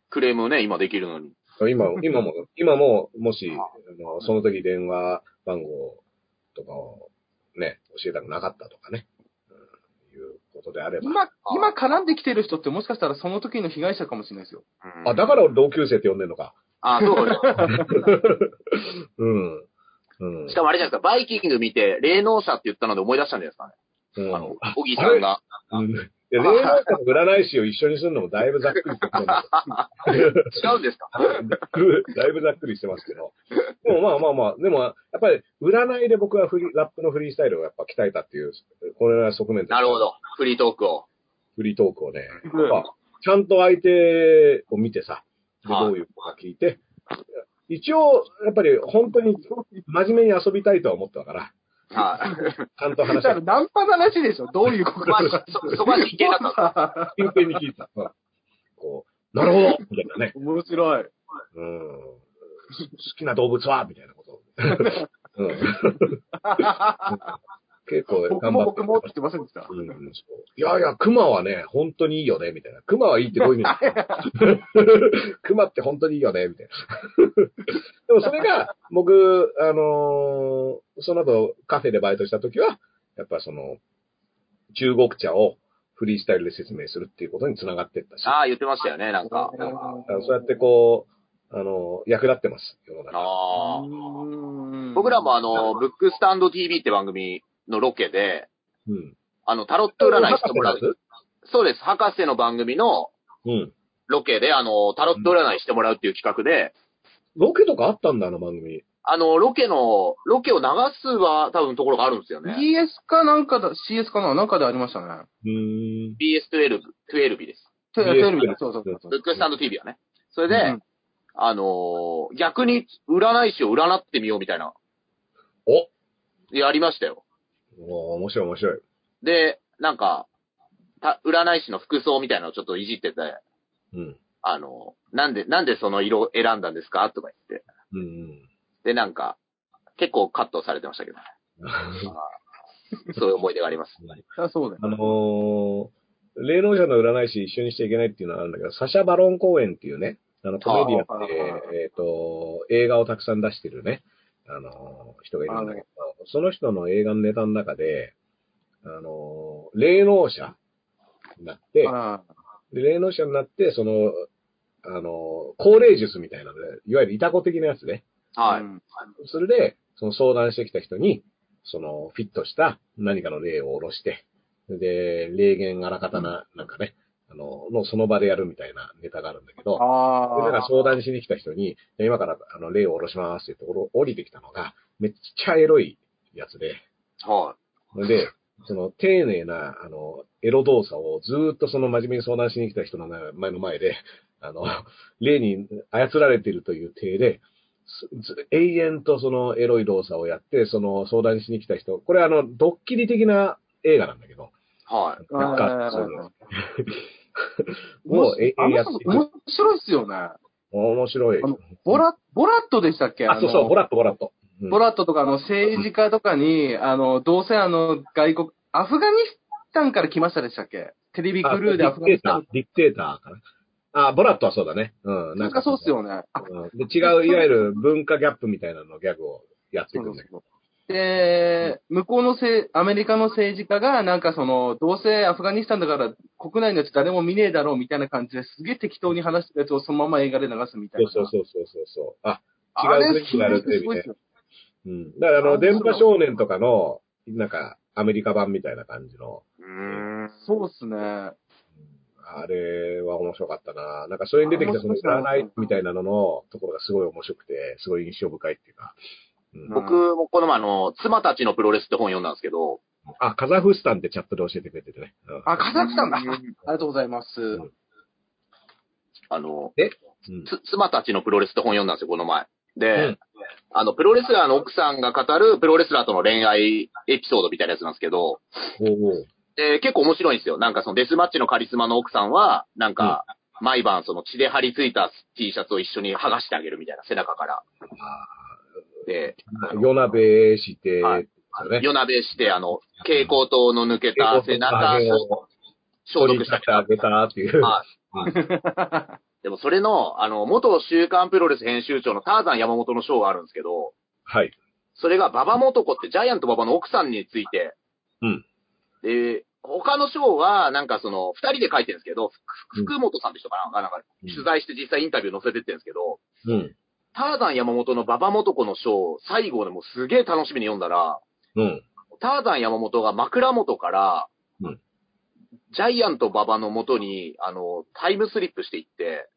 [SPEAKER 4] クレームね、今できるのに。
[SPEAKER 3] 今、今も、今も、もし、あのその時電話番号とかをね、教えたくなかったとかね、うん、いうことであれ
[SPEAKER 5] ー
[SPEAKER 3] ば。
[SPEAKER 5] 今、今絡んできてる人ってもしかしたらその時の被害者かもしれないですよ。
[SPEAKER 4] うん
[SPEAKER 3] あ、だから俺同級生って呼んでんのか。
[SPEAKER 4] あ、そうかね。
[SPEAKER 3] うん。うん。
[SPEAKER 4] しかもあれじゃないですか、バイキング見て、霊能者って言ったので思い出したんじゃないですかね。
[SPEAKER 3] うん、
[SPEAKER 4] あの、小木さんが。
[SPEAKER 3] うん。いや、霊能者と占い師を一緒にするのもだいぶざっくりしてます
[SPEAKER 4] 違うんですか
[SPEAKER 3] けど だいぶざっくりしてますけど。でもまあまあまあ、でも、やっぱり占いで僕はフリーラップのフリースタイルをやっぱ鍛えたっていう、これは側面と
[SPEAKER 4] なるほ。ど。フリートークを。
[SPEAKER 3] フリートークをね、
[SPEAKER 5] うん
[SPEAKER 3] やっぱちゃんと相手を見てさ、で
[SPEAKER 4] はい
[SPEAKER 3] どういう子か聞いて、一応、やっぱり本当に真面目に遊びたいとは思ったから、
[SPEAKER 4] はい。
[SPEAKER 3] ちゃんと
[SPEAKER 5] だ
[SPEAKER 3] 話して
[SPEAKER 5] から、ナンパの話でしょどういうこと
[SPEAKER 4] ま
[SPEAKER 5] か。
[SPEAKER 4] あ、そ、そこは真剣だったんですか
[SPEAKER 3] 真剣に聞いた。うんこう、なるほどみたいなね。
[SPEAKER 5] 面白い。
[SPEAKER 3] うん。好きな動物はみたいなこと。うん、結構
[SPEAKER 5] 僕
[SPEAKER 3] 頑張
[SPEAKER 5] も
[SPEAKER 3] って
[SPEAKER 5] 僕もって言ってませんでした。
[SPEAKER 3] うんうんそういやいや、熊はね、本当にいいよね、みたいな。熊はいいってどういう意味だ熊って本当にいいよね、みたいな。でもそれが、僕、あのーその後カフェでバイトした時は、やっぱその、中国茶をフリースタイルで説明するっていうことにつながってったし。
[SPEAKER 4] ああ、言ってましたよね、なんか。
[SPEAKER 3] だからそうやってこう、あの、役立ってます、世の中。
[SPEAKER 4] ああ。
[SPEAKER 5] うん
[SPEAKER 4] 僕らもあの、ブックスタンド TV って番組のロケで、
[SPEAKER 3] うん。
[SPEAKER 4] あの、タロット占いしてもらう。
[SPEAKER 3] う。
[SPEAKER 4] そうです。博士の番組の
[SPEAKER 3] うん。
[SPEAKER 4] ロケで、あの、タロット占いしてもらうっていう企画で、
[SPEAKER 3] ロケとかあったんだ、あの番組。
[SPEAKER 4] あの、ロケの、ロケを流すは多分ところがあるんですよね。
[SPEAKER 5] BS かなんかだ、CS かななんかでありましたね。
[SPEAKER 3] うーん。
[SPEAKER 4] BS12、12です。
[SPEAKER 5] テ
[SPEAKER 3] BS
[SPEAKER 5] テレビで。そうそうそう
[SPEAKER 4] ブックスタンド TV はね。それで、
[SPEAKER 5] うん
[SPEAKER 4] あのー逆に占い師を占ってみようみたいな。
[SPEAKER 3] お
[SPEAKER 4] やりましたよ。
[SPEAKER 3] おー面白い面白い。
[SPEAKER 4] で、なんか、た占い師の服装みたいなのをちょっといじってて、
[SPEAKER 3] うん。
[SPEAKER 4] あの、なんで、なんでその色を選んだんですかとか言って。
[SPEAKER 3] うんうん。
[SPEAKER 4] で、なんか、結構カットされてましたけ どね。そういう思い出があります。
[SPEAKER 5] そりゃそうだよ。
[SPEAKER 3] あのー、霊能者の占い師一緒にしちゃいけないっていうのはあるんだけど、サシャ・バロン公演っていうね、あの、コメディアンって
[SPEAKER 5] あーはいはい、
[SPEAKER 3] えっ、と、映画をたくさん出してるね、あの、人がいるんだけど、その人の映画のネタの中で、あの、霊能者になって、
[SPEAKER 5] あ
[SPEAKER 3] で霊能者になって、その、あの、高齢術みたいなので、いわゆるイタコ的なやつね。
[SPEAKER 5] あ
[SPEAKER 4] はい。
[SPEAKER 5] うん
[SPEAKER 3] それで、その相談してきた人に、そのフィットした何かの霊を下ろして、で、霊言あらかたな、なんかね、あの、のその場でやるみたいなネタがあるんだけど、
[SPEAKER 5] あ
[SPEAKER 3] でだから相談しに来た人に、じゃあ今からあの霊を下ろしますって言っておろ降りてきたのが、めっちゃエロいやつで、
[SPEAKER 4] は
[SPEAKER 3] で、その丁寧な、あの、エロ動作をずーっとその真面目に相談しに来た人の前の前で、あの、 例に操られているという体で、すず永遠とそのエロい動作をやって、その相談しに来た人、これあの、ドッキリ的な映画なんだけど、
[SPEAKER 4] い。は
[SPEAKER 3] なんか、そ
[SPEAKER 5] は
[SPEAKER 3] う
[SPEAKER 5] も
[SPEAKER 3] もう
[SPEAKER 5] う、
[SPEAKER 3] 永
[SPEAKER 5] あ
[SPEAKER 3] 遠や
[SPEAKER 5] の
[SPEAKER 3] って
[SPEAKER 5] 人
[SPEAKER 3] る
[SPEAKER 5] 面白いっすよね。
[SPEAKER 3] 面白い
[SPEAKER 5] あ。のボラ、ボラットでしたっけ
[SPEAKER 3] あ、そうそう、ボ
[SPEAKER 5] ラ
[SPEAKER 3] ラッとボラッと。うん
[SPEAKER 5] ボラットとか、あの、政治家とかに、あの、どうせあの、外国、アフガニスタンから来ましたでしたっけテレビク
[SPEAKER 3] あ
[SPEAKER 5] ルーで
[SPEAKER 3] デ
[SPEAKER 5] ア
[SPEAKER 3] ィ
[SPEAKER 5] フ
[SPEAKER 3] ク
[SPEAKER 5] ガニ
[SPEAKER 3] テー
[SPEAKER 5] スタ
[SPEAKER 3] タ
[SPEAKER 5] ン。
[SPEAKER 3] ー、ディクテーターかな。あ、ボラットはそうだね。うん、
[SPEAKER 5] なんかそうっすよね。あ
[SPEAKER 3] うんで、違う、いわゆる文化ギャップみたいなのギャグをやっていくんだけど。
[SPEAKER 5] で、向こうのせい、アメリカの政治家が、なんかその、どうせアフガニスタンだから国内のやつ誰も見ねえだろうみたいな感じですげえ適当に話してるやつをそのまま映画で流すみたい
[SPEAKER 3] そう
[SPEAKER 5] な。
[SPEAKER 3] そうそうそうそうそう。あ、
[SPEAKER 5] あれ
[SPEAKER 3] 違う国がやるって
[SPEAKER 5] すごいっすよ
[SPEAKER 3] うん。だからあ
[SPEAKER 5] あ
[SPEAKER 3] の、電波
[SPEAKER 5] そう
[SPEAKER 3] 少年とかの、なんか、アメリカ版みたいな感じの、
[SPEAKER 4] い。うーん。
[SPEAKER 5] そうっすね。
[SPEAKER 3] あれは面白かったな。なんか、それに出てきたその、
[SPEAKER 5] あ面
[SPEAKER 3] 知
[SPEAKER 5] 白い
[SPEAKER 3] らないみたいなののところがすごい面白くて、すごい印象深いっていうか。うん、
[SPEAKER 4] 僕もこの前、あの、妻たちのプロレスって本読んだんですけど、
[SPEAKER 3] あ、カザフスタンってチャットで教えてくれててね。うん、
[SPEAKER 5] あ、カザフスタンだ。あ
[SPEAKER 4] う
[SPEAKER 5] り
[SPEAKER 4] ん
[SPEAKER 5] がとうございます。
[SPEAKER 4] あの、
[SPEAKER 3] うん
[SPEAKER 4] つ妻たちのプロレスって本読んだんですよ、この前。で、
[SPEAKER 3] うん
[SPEAKER 4] あの、プロレスラーの奥さんが語るプロレスラーとの恋愛エピソードみたいなやつなんですけど、
[SPEAKER 3] おうおう
[SPEAKER 4] で、結構面白いんですよ。なんかそのデスマッチのカリスマの奥さんは、なんか、毎晩その血で張り付いた T シャツを一緒に剥がしてあげるみたいな、背中から。で、
[SPEAKER 3] 夜なべして、
[SPEAKER 4] はい
[SPEAKER 3] ね、
[SPEAKER 4] 夜鍋して、あの、蛍光灯の抜けた背中を消
[SPEAKER 3] 取り立
[SPEAKER 4] 毒した
[SPEAKER 3] ててあげたっていう。
[SPEAKER 4] はいでもそれの、あの、元週刊プロレス編集長のターザン山本の章があるんですけど、
[SPEAKER 3] はい。
[SPEAKER 4] それがババモトコってジャイアントババの奥さんについて、
[SPEAKER 3] うん。
[SPEAKER 4] で、他の章は、なんかその、二人で書いてるんですけど、ふ
[SPEAKER 3] うん
[SPEAKER 4] 福本さんって人かな、なんか
[SPEAKER 3] うん
[SPEAKER 4] 取材して実際インタビュー載せてってるんですけど、
[SPEAKER 3] うん。
[SPEAKER 4] ターザン山本のババモトコの章、最後でもうすげえ楽しみに読んだら、
[SPEAKER 3] うん。
[SPEAKER 4] ターザン山本が枕元から、
[SPEAKER 3] うん
[SPEAKER 4] ジャイアント馬場の元に、あの、タイムスリップしていって、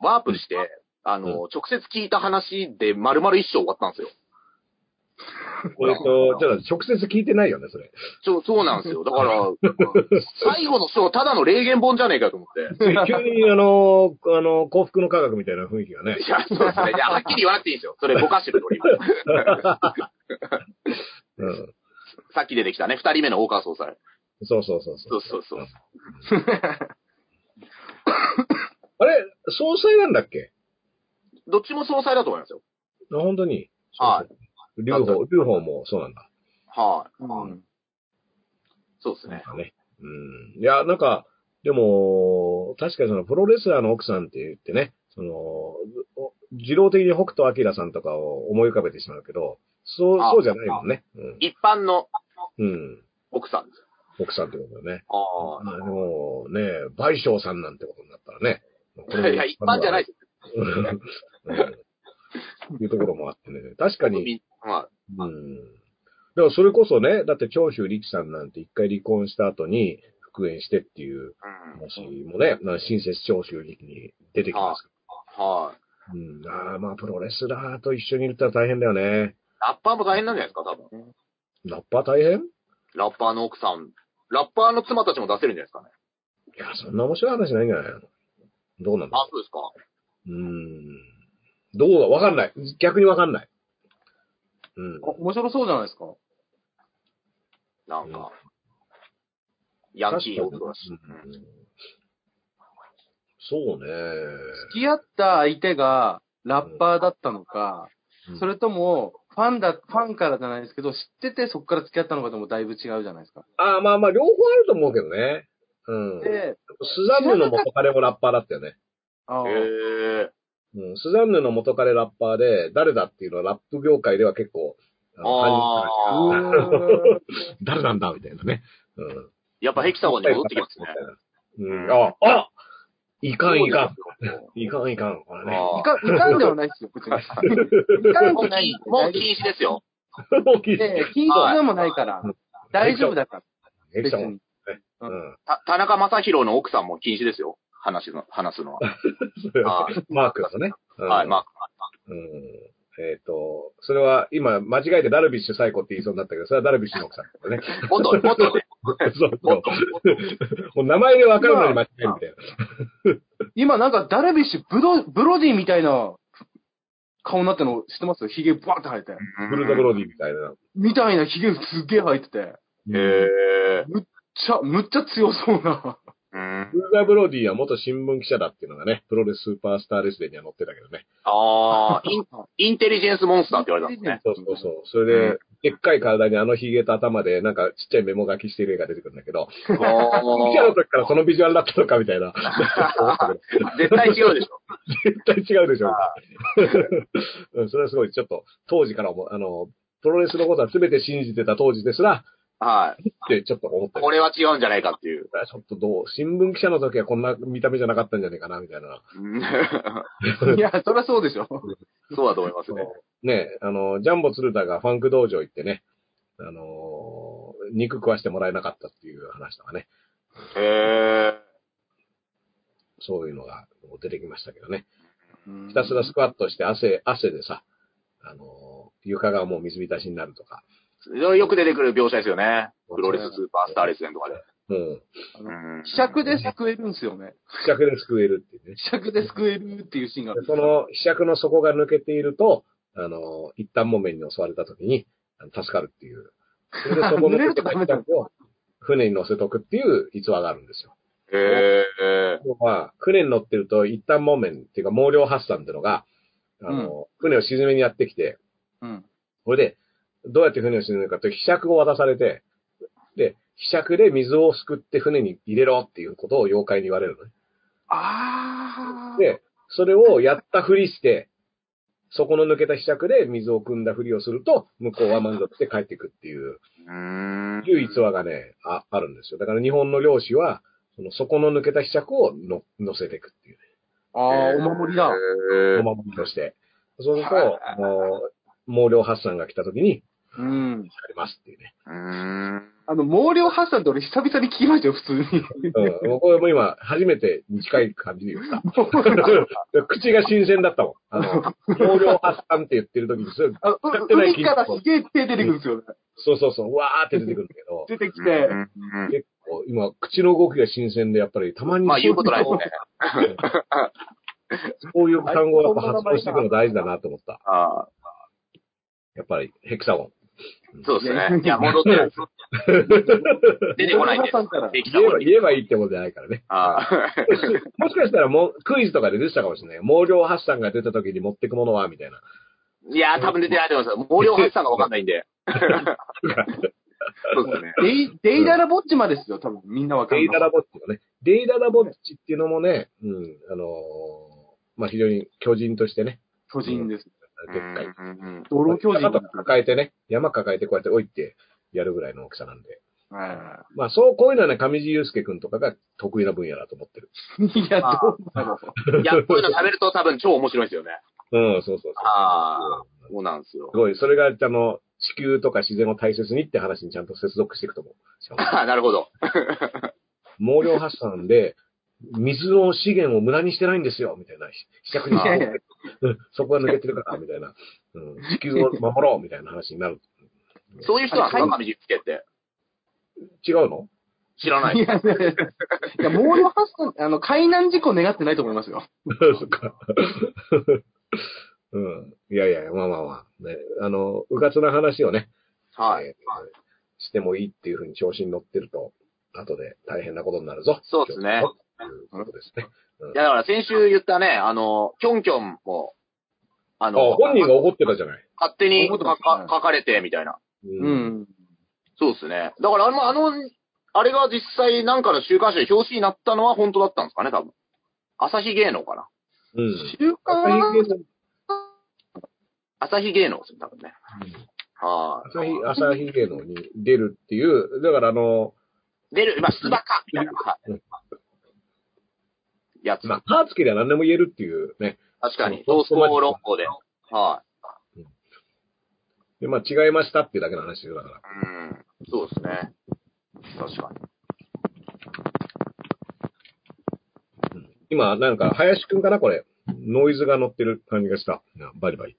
[SPEAKER 4] ワープして、あの、
[SPEAKER 3] うん
[SPEAKER 4] 直接聞いた話で丸々一生終わったんですよ。
[SPEAKER 3] これと、ちょっと直接聞いてないよね、そ れ。
[SPEAKER 4] ちょそうなんですよ。だから、最後の章、ただの霊言本じゃねえかと思って。
[SPEAKER 3] 急に、あの、あの、幸福の科学みたいな雰囲気がね。
[SPEAKER 4] いや、そうですね。いや、はっきり言わなくていいんですよ。それぼかしてるとります。
[SPEAKER 3] うん。
[SPEAKER 4] さっき出てきたね、二人目の大川総裁。
[SPEAKER 3] そうそうそうそ
[SPEAKER 4] そうう。そうそう。
[SPEAKER 3] あれ、総裁なんだっけ
[SPEAKER 4] どっちも総裁だと思いますよ。
[SPEAKER 3] あ本当に。。
[SPEAKER 4] はい
[SPEAKER 3] 両方、両方もそうなんだ。
[SPEAKER 4] はい、
[SPEAKER 5] うん
[SPEAKER 4] そうですね。
[SPEAKER 3] ね。うん。いや、なんか、でも、確かにそのプロレスラーの奥さんって言ってね、その、お自動的に北斗晶さんとかを思い浮かべてしまうけど、そう、
[SPEAKER 4] あ
[SPEAKER 3] そうじゃないもんね。うん。
[SPEAKER 4] 一般の
[SPEAKER 3] うん。
[SPEAKER 4] 奥さんです。
[SPEAKER 3] 奥さんってことだよね。
[SPEAKER 4] ああ。
[SPEAKER 3] まあでも、ね、賠償さんなんてことになったらね。
[SPEAKER 4] いや、一般じゃないです。
[SPEAKER 3] うんいうところもあってね。確かに、
[SPEAKER 4] は
[SPEAKER 3] うん。だからそれこそね、だって長州力士さんなんて一回離婚した後に復縁してっていう
[SPEAKER 4] い。うん
[SPEAKER 3] 話もね、なんか親切長州力に出てきますけ
[SPEAKER 4] は
[SPEAKER 3] ど。
[SPEAKER 4] い。
[SPEAKER 3] うん。ああ、まあプロレスラーと一緒にいるったら大変だよね。
[SPEAKER 4] ラッパーも大変なんじゃないですか、多分。
[SPEAKER 3] ラッパー大変
[SPEAKER 4] ラッパーの奥さん。ラッパーの妻たちも出せるんじゃないですかね。
[SPEAKER 3] いや、そんな面白い話ないんじゃないのどうなんだ
[SPEAKER 4] あ、そうですか。
[SPEAKER 3] うん。どうだわかんない。逆にわかんない。うん。
[SPEAKER 5] あ面白そうじゃないですか。
[SPEAKER 4] なんか。ヤンキー男だし。
[SPEAKER 3] うんそうね。
[SPEAKER 5] 付き合った相手がラッパーだったのか、
[SPEAKER 3] うん
[SPEAKER 5] それとも、ファンだ、ファンからじゃないですけど、知っててそこから付き合ったのかともだいぶ違うじゃないですか。
[SPEAKER 3] ああ、まあまあ、両方あると思うけどね。うん。
[SPEAKER 5] で、
[SPEAKER 3] スザンヌの元彼もラッパーだったよね。
[SPEAKER 5] あー
[SPEAKER 4] へえ。
[SPEAKER 3] うん、スザンヌの元彼ラッパーで、誰だっていうのはラップ業界では結構、あの
[SPEAKER 4] あ
[SPEAKER 5] う
[SPEAKER 4] ー
[SPEAKER 3] 感じたらしい
[SPEAKER 5] ーん
[SPEAKER 3] 誰なんだみたいなね。うん。
[SPEAKER 4] やっぱヘキサゴンに戻ってきますね。
[SPEAKER 3] うん。あ、あいかんいかん。
[SPEAKER 4] そう
[SPEAKER 3] いかんいかん。これね。
[SPEAKER 4] あ
[SPEAKER 5] いかいかんではないですよ、 別に。いかん
[SPEAKER 4] も
[SPEAKER 5] じ
[SPEAKER 4] う
[SPEAKER 5] ゃないん
[SPEAKER 4] 禁
[SPEAKER 5] で
[SPEAKER 4] もう禁止ですよ。
[SPEAKER 3] 大きい
[SPEAKER 5] 大丈夫ええ禁止でもないから
[SPEAKER 3] はい、
[SPEAKER 5] 大丈夫だから、
[SPEAKER 3] エク
[SPEAKER 5] 別
[SPEAKER 3] ション。
[SPEAKER 5] に。
[SPEAKER 3] うん。
[SPEAKER 4] た田中正宏の奥さんも禁止ですよ。話すの、話すのは。
[SPEAKER 3] それは
[SPEAKER 4] はい
[SPEAKER 3] マークのね。うん
[SPEAKER 4] はい、まあ、
[SPEAKER 3] うん。えっと、それは今、間違えてダルビッシュ最高って言いそうになったけど、それはダルビッシュの奥さん だね。
[SPEAKER 4] 元、元ね、
[SPEAKER 3] そうそう。もう名前でわかるのに間違えるみたいな。
[SPEAKER 5] 今なんかダルビッシュブロ、ブロディみたいな顔になったの知ってますヒゲバーって生えて。
[SPEAKER 3] ブルードブロディみたいな。
[SPEAKER 5] みたいなヒゲすっげえ生えてて。
[SPEAKER 4] へえ。
[SPEAKER 5] ちゃ、むっちゃ強そうな。
[SPEAKER 4] うん
[SPEAKER 3] ブルーダブロディは元新聞記者だっていうのがね、プロレススーパースターレスデンには載ってたけどね。
[SPEAKER 4] ああ、インインテリジェンスモンスターって言われ たんですね。
[SPEAKER 3] そうそうそう。それで、でっかい体にあのヒゲと頭で、なんかちっちゃいメモ書きしてる絵が出てくるんだけど、記者の時からそのビジュアルだったのかみたい な。
[SPEAKER 4] 絶対違うでしょ。
[SPEAKER 3] 絶対違うでしょ。 うん、それはすごい、ちょっと、当時からも、あの、プロレスのことは全て信じてた当時ですら、
[SPEAKER 4] はい。
[SPEAKER 3] ってちょっと思ったよ
[SPEAKER 4] これは違うんじゃないかっていう。
[SPEAKER 3] ちょっとどう、新聞記者の時はこんな見た目じゃなかったんじゃないかな、みたいな。
[SPEAKER 4] うん
[SPEAKER 5] いや、そりゃそうでしょ。
[SPEAKER 4] そうだと思いますね。
[SPEAKER 3] ねえ、あの、ジャンボ鶴田がファンク道場行ってね、あのー肉食わしてもらえなかったっていう話とかね、
[SPEAKER 4] へえ。
[SPEAKER 3] そういうのが出てきましたけどね。ひたすらスクワットして汗、汗でさ、あのー床がもう水浸しになるとか。
[SPEAKER 4] よく出てくる描写ですよね。プロレススーパースターレスレンとかで。
[SPEAKER 3] うん。
[SPEAKER 4] うん
[SPEAKER 5] 希釈で救えるんすよね。
[SPEAKER 3] 希釈で救えるっていうね。
[SPEAKER 5] 希釈で救えるっていうシーンがあ
[SPEAKER 3] で
[SPEAKER 5] る。
[SPEAKER 3] その希釈の底が抜けていると、あの、一旦木綿に襲われた時に、あの助かるっていう。それでそこ
[SPEAKER 5] 濡
[SPEAKER 3] の
[SPEAKER 5] れるとダメだ
[SPEAKER 3] を船に乗せとくっていう逸話があるんですよ。
[SPEAKER 4] へえ。
[SPEAKER 3] まあ、船に乗ってると一旦木綿っていうか毛量発散っていうのが、あの、船を沈めにやってきて、
[SPEAKER 5] うん。
[SPEAKER 3] これで、どうやって船を沈めるかという希釈を渡されて、で、希釈で水をすくって船に入れろっていうことを妖怪に言われるのね。
[SPEAKER 5] あー。
[SPEAKER 3] で、それをやったふりして、そこの抜けた秘釈で水を汲んだふりをすると、向こうは満足して帰っていくっていう、
[SPEAKER 4] うん
[SPEAKER 3] いう逸話がね、ああるんですよ。だから日本の漁師は、その、そこの抜けた秘釈をの乗せていくっていう
[SPEAKER 5] あー、お守りだ。
[SPEAKER 4] へ
[SPEAKER 3] ね、
[SPEAKER 4] ー
[SPEAKER 3] お守りとして。そうする
[SPEAKER 4] はいはい
[SPEAKER 3] と、あの、毛量発散が来た時に、
[SPEAKER 5] うん。
[SPEAKER 3] ありますっていうね。
[SPEAKER 4] うん
[SPEAKER 5] あの、毛量発散って俺久々に聞きましたよ、普通に。
[SPEAKER 3] うん。僕も今、初めてに近い感じで言った。 口が新鮮だったもん。あの、毛量発散って言ってる時に、すぐ
[SPEAKER 5] あ う海からすげえ手出てくるんですよね。
[SPEAKER 3] そうそうそう、うわーって出てくるんだけど、
[SPEAKER 5] 出てきて。
[SPEAKER 4] うん
[SPEAKER 3] 結構、今、口の動きが新鮮で、やっぱり、たまに、
[SPEAKER 4] まあ言うことないですね。
[SPEAKER 3] こういう単語をやっぱ発音していくの大事だなと思った。
[SPEAKER 4] あ
[SPEAKER 3] やっぱり、ヘクサゴン。
[SPEAKER 4] ーそうですね。いや、戻ってない。出てこないん
[SPEAKER 5] 毛量発
[SPEAKER 4] で
[SPEAKER 5] 散から。
[SPEAKER 4] できた
[SPEAKER 3] 言えば、
[SPEAKER 4] こ
[SPEAKER 3] 言えばいいってことじゃないからね。
[SPEAKER 4] あー
[SPEAKER 3] もしかしたらもう、クイズとかで出てたかもしれない。毛量発散が出た時に持ってくものは、みたいな。
[SPEAKER 4] いや、多分出てないと思います。毛量発散がわかんないんで。そうですね。
[SPEAKER 5] デイ、デイダラぼっちまでですよ、多分。みんなわか
[SPEAKER 3] デイ
[SPEAKER 5] るの
[SPEAKER 3] ダラボッチのね。デイダラボッチっていうのもね、うん、あのーまあ、非常に巨人としてね、
[SPEAKER 5] 巨人です。
[SPEAKER 3] でっかい。
[SPEAKER 4] うん
[SPEAKER 5] 泥巨人
[SPEAKER 3] 山。とか抱えてね、山抱えてこうやって置いてやるぐらいの大きさなんで。
[SPEAKER 5] は
[SPEAKER 3] まあ、そう、こういうのはね、上地祐介くんとかが得意な分野だと思ってる。
[SPEAKER 5] い。いや、
[SPEAKER 4] あー
[SPEAKER 5] どうなの
[SPEAKER 4] いや、こういうの食べると多分超面白いですよね。
[SPEAKER 3] うん、そうそうそう。
[SPEAKER 4] ああ、そうなんです よ
[SPEAKER 3] す。ごい、それが、あの、地球とか自然を大切にって話にちゃんと接続していくと思う。しか
[SPEAKER 4] ああ、なるほど。
[SPEAKER 3] も毛量発散で、水の資源を無駄にしてないんですよ、みたい な。ひ逆に
[SPEAKER 4] あー
[SPEAKER 5] いやいや
[SPEAKER 3] うんそこが抜けてるから、みたいな。うん、地球を守ろう、みたいな話になる。
[SPEAKER 4] そういう人なんですか、上地つけって。
[SPEAKER 3] 違うの
[SPEAKER 4] 知らないい。
[SPEAKER 5] や、いやいや、毛量発散、あの、海難事故願ってないと思いますよ。
[SPEAKER 3] そっか。うん。いやいや、まあまあまあ。ね、あの、うかつな話をね、
[SPEAKER 4] はい。
[SPEAKER 3] えーしてもいいっていうふうに調子に乗ってると、後で大変なことになるぞ。
[SPEAKER 4] そうですね
[SPEAKER 3] ということですね。
[SPEAKER 4] いや、だから先週言ったね、あの、キョンキョンも、あ
[SPEAKER 3] あ、
[SPEAKER 4] の、
[SPEAKER 3] 本人が怒ってたじゃない。
[SPEAKER 4] 勝手
[SPEAKER 5] そ
[SPEAKER 4] に
[SPEAKER 5] ういうこと
[SPEAKER 4] か
[SPEAKER 5] ですね
[SPEAKER 4] か書かれて、みたいな。
[SPEAKER 3] う
[SPEAKER 5] う。ん。
[SPEAKER 4] そうですね。だからあの、あの、あれが実際なんかの週刊誌で表紙になったのは本当だったんですかね、多分。朝日芸能かな。
[SPEAKER 3] うん。
[SPEAKER 5] 週
[SPEAKER 3] 朝日
[SPEAKER 5] 刊
[SPEAKER 3] 芸能
[SPEAKER 4] 朝日芸能ですよ、多分ね。は
[SPEAKER 3] 朝日、朝日芸能に出るっていう、だからあの、
[SPEAKER 4] い。出る、まあ、出馬かみたいな。は
[SPEAKER 3] うん
[SPEAKER 4] い。やつ。
[SPEAKER 3] まあ、パーつけりゃ何でも言えるっていうね。
[SPEAKER 4] 確かに。
[SPEAKER 3] そ
[SPEAKER 4] ト
[SPEAKER 3] う
[SPEAKER 4] ースト
[SPEAKER 3] そう
[SPEAKER 4] 6個で。は
[SPEAKER 3] で、まあ違いましたっていうだけの話ですよだから。
[SPEAKER 4] い。うん。そうですね。確か
[SPEAKER 3] 今、なんか、林くんかなこれ。ノイズが乗ってる感じがした。なバリバリ。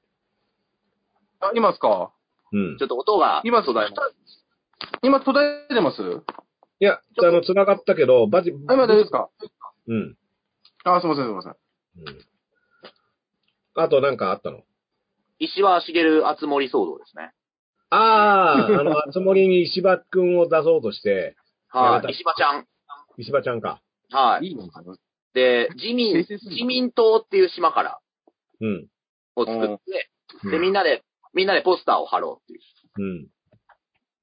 [SPEAKER 5] あ、今ですか
[SPEAKER 3] うん
[SPEAKER 4] に。ちょ。っと音が、
[SPEAKER 5] 今、
[SPEAKER 4] 途絶えま
[SPEAKER 5] 今途絶えてます
[SPEAKER 3] いや、あの、繋がったけど、バジ、
[SPEAKER 5] あ、今大丈夫ですか
[SPEAKER 3] うん。
[SPEAKER 5] あ、すいません、すいません。
[SPEAKER 3] うん。あとなんかあったの
[SPEAKER 4] 石は茂厚森騒動ですね。
[SPEAKER 3] ああ、あ の、つ森に石場くんを出そうとして、や
[SPEAKER 4] は
[SPEAKER 3] めた
[SPEAKER 4] い。石破ちゃん。
[SPEAKER 3] 石場ちゃんか。
[SPEAKER 4] はい。
[SPEAKER 5] いいのかな
[SPEAKER 4] で、自民、
[SPEAKER 5] 生成するの
[SPEAKER 4] 自民党っていう島から
[SPEAKER 3] うん。
[SPEAKER 4] を作って、
[SPEAKER 3] うん
[SPEAKER 4] で、みんなで、みんなでポスターを貼ろうってい
[SPEAKER 3] うん。
[SPEAKER 4] う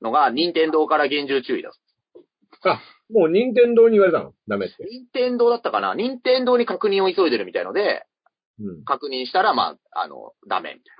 [SPEAKER 4] のが、任天堂から厳重注意だ。
[SPEAKER 3] もう、任天堂に言われたのダメって。
[SPEAKER 4] 任天堂だったかな任天堂に確認を急いでるみたいので、
[SPEAKER 3] うん。
[SPEAKER 4] 確認したら、まあ、あの、ダメみたい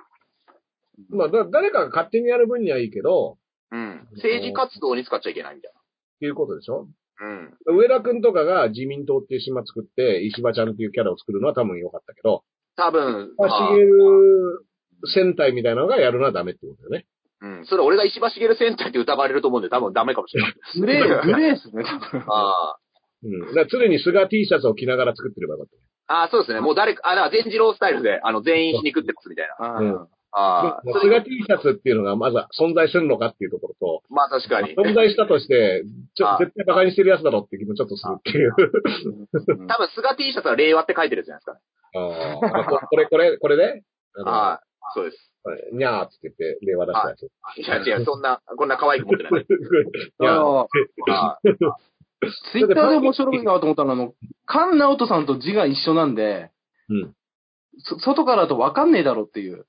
[SPEAKER 3] まあ、だ誰かが勝手にやる分にはいいけど、
[SPEAKER 4] な。うん。政治活動に使っちゃいけないみたい
[SPEAKER 3] っていうことでしょ
[SPEAKER 4] な。うん。
[SPEAKER 3] 上田くんとかが自民党っていう島作って、石破ちゃんっていうキャラを作るのは多分良かったけど、
[SPEAKER 4] 多分、
[SPEAKER 3] ま
[SPEAKER 4] ま
[SPEAKER 3] あ、
[SPEAKER 4] あ
[SPEAKER 3] しげ、る戦隊みたいなのがやるのはダメってことだよね。
[SPEAKER 4] うん。それ俺が石破茂センターって疑われると思うんで、多分ダメかもしれない。
[SPEAKER 5] グレー、グレーですね、多分。
[SPEAKER 4] あ
[SPEAKER 3] うん。だから常に菅 T シャツを着ながら作ってればよかった。
[SPEAKER 4] あ。ああ、そうですね。もう誰か、あ、だから全次郎スタイルで、あの、全員皮肉ってますみたいな。
[SPEAKER 5] あ
[SPEAKER 3] うん
[SPEAKER 5] ー
[SPEAKER 4] ああ。
[SPEAKER 3] ま
[SPEAKER 4] そ
[SPEAKER 3] あ
[SPEAKER 4] れ
[SPEAKER 3] 菅 T シャツっていうのがまずは存在するのかっていうところと、
[SPEAKER 4] まあ確かに。
[SPEAKER 3] 存在したとして、ちょ
[SPEAKER 4] あ
[SPEAKER 3] 絶対馬鹿にしてるやつだろって気もちょっとするっていう。
[SPEAKER 5] うん
[SPEAKER 4] 多分、菅 T シャツは令和って書いてるじゃないですかね。
[SPEAKER 3] あーここれ、これ、これで、あ
[SPEAKER 4] はい。そうです。
[SPEAKER 3] のにゃーって言って、令和出したやつ。
[SPEAKER 4] いや違う、そんな、こんな可愛く持ってない。
[SPEAKER 3] いや
[SPEAKER 5] あー
[SPEAKER 4] はい
[SPEAKER 5] ツイッターで面白いなと思ったのは、あの、菅直人さんと字が一緒なんで、
[SPEAKER 3] うん
[SPEAKER 5] そ外からだと分かんねえだろっていう。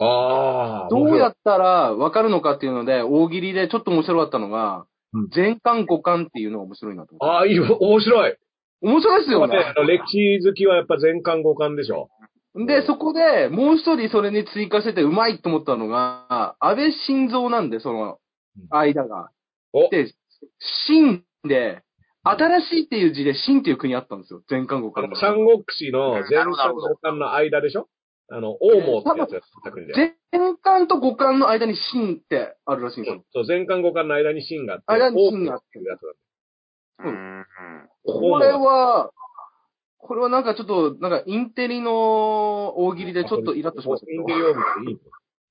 [SPEAKER 3] ああ。
[SPEAKER 5] どうや
[SPEAKER 3] っ
[SPEAKER 5] ったら分かるのかっていうので、大喜利でちょっと面白かったのが
[SPEAKER 3] うん、
[SPEAKER 5] 全巻五巻っていうのが面白いなと思って。
[SPEAKER 3] ああ、いいよ、面白い。
[SPEAKER 5] 面白いですよ
[SPEAKER 3] まあ
[SPEAKER 5] ね
[SPEAKER 3] ね。あの歴史好きはやっぱ全巻五巻でしょ。
[SPEAKER 5] で、そこで、もう一人それに追加しててうまいと思ったのが、安倍晋三なんで、その
[SPEAKER 3] うん、
[SPEAKER 5] 間が。
[SPEAKER 3] お
[SPEAKER 5] で、新で、新しいっていう字で新っていう国あったんですよ、全韓国
[SPEAKER 3] あ
[SPEAKER 5] から
[SPEAKER 3] の、三国志の全巻五巻の間でしょあの、王毛ってやつやった国で。
[SPEAKER 5] 全巻と五巻の間に新ってあるらしいんですよ。
[SPEAKER 3] そう、全巻五巻の間に秦があって、
[SPEAKER 5] 間に秦があ
[SPEAKER 3] 王
[SPEAKER 5] っ
[SPEAKER 3] ってていうやつだ
[SPEAKER 4] うんうん
[SPEAKER 5] これは、これはなんかちょっと、なんかインテリの大喜利でちょっとイラッとしましたけ
[SPEAKER 3] イン
[SPEAKER 5] ど
[SPEAKER 3] テ、リオームっていいの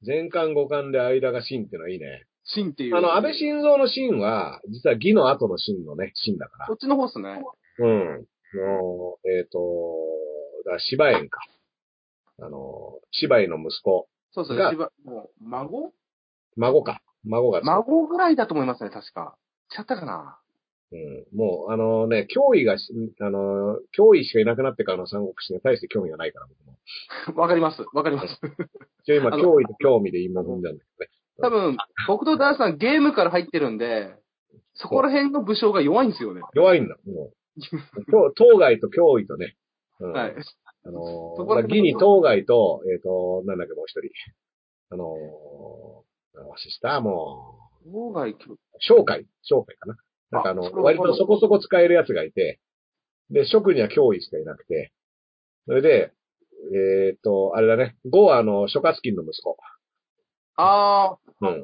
[SPEAKER 3] 全巻五巻で間が秦ってのはいいね。
[SPEAKER 5] 新っていう。
[SPEAKER 3] あの、安倍晋三の秦は、実は義の後の秦のね、秦だか
[SPEAKER 5] こっちの方っすね。
[SPEAKER 3] ら。うん。の、えっ、と、だから芝園か。あの、芝園の息子、
[SPEAKER 5] そうですね
[SPEAKER 3] が。
[SPEAKER 5] しばもう孫
[SPEAKER 3] 孫か。孫が、
[SPEAKER 5] 孫ぐらいだと思いますね、確か。ちゃったかな
[SPEAKER 3] うん。もう、あのね、脅威がし、あの、脅威しかいなくなってからの三国志には大して興味がないから、僕も。
[SPEAKER 5] わかります。わかります。
[SPEAKER 3] 一応今、
[SPEAKER 5] あの
[SPEAKER 3] 脅威と興味で今踏んだんだけ
[SPEAKER 5] 多分、僕とダースさんゲームから入ってるんで、そこら辺の武将が弱いんですよね。
[SPEAKER 3] どね。弱いんだ、もう。当当該と脅威とね。うん、
[SPEAKER 5] はい。
[SPEAKER 3] あの
[SPEAKER 5] そ
[SPEAKER 3] ー、
[SPEAKER 5] こ
[SPEAKER 3] ま
[SPEAKER 5] ら
[SPEAKER 3] あ、
[SPEAKER 5] 辺
[SPEAKER 3] ギニ当該と、えっ、と、なんだっけ、もう一人。あのー、わしした、も
[SPEAKER 5] 王外教
[SPEAKER 3] う、紹介、紹介かな。なんかあの、
[SPEAKER 5] あそれ
[SPEAKER 3] 割とそこそこ使えるやつがいて、で、職には脅威しかいなくて、それで、えっ、と、あれだね、ゴはあの、諸葛金の息子。
[SPEAKER 5] あ
[SPEAKER 3] うん。
[SPEAKER 5] ー、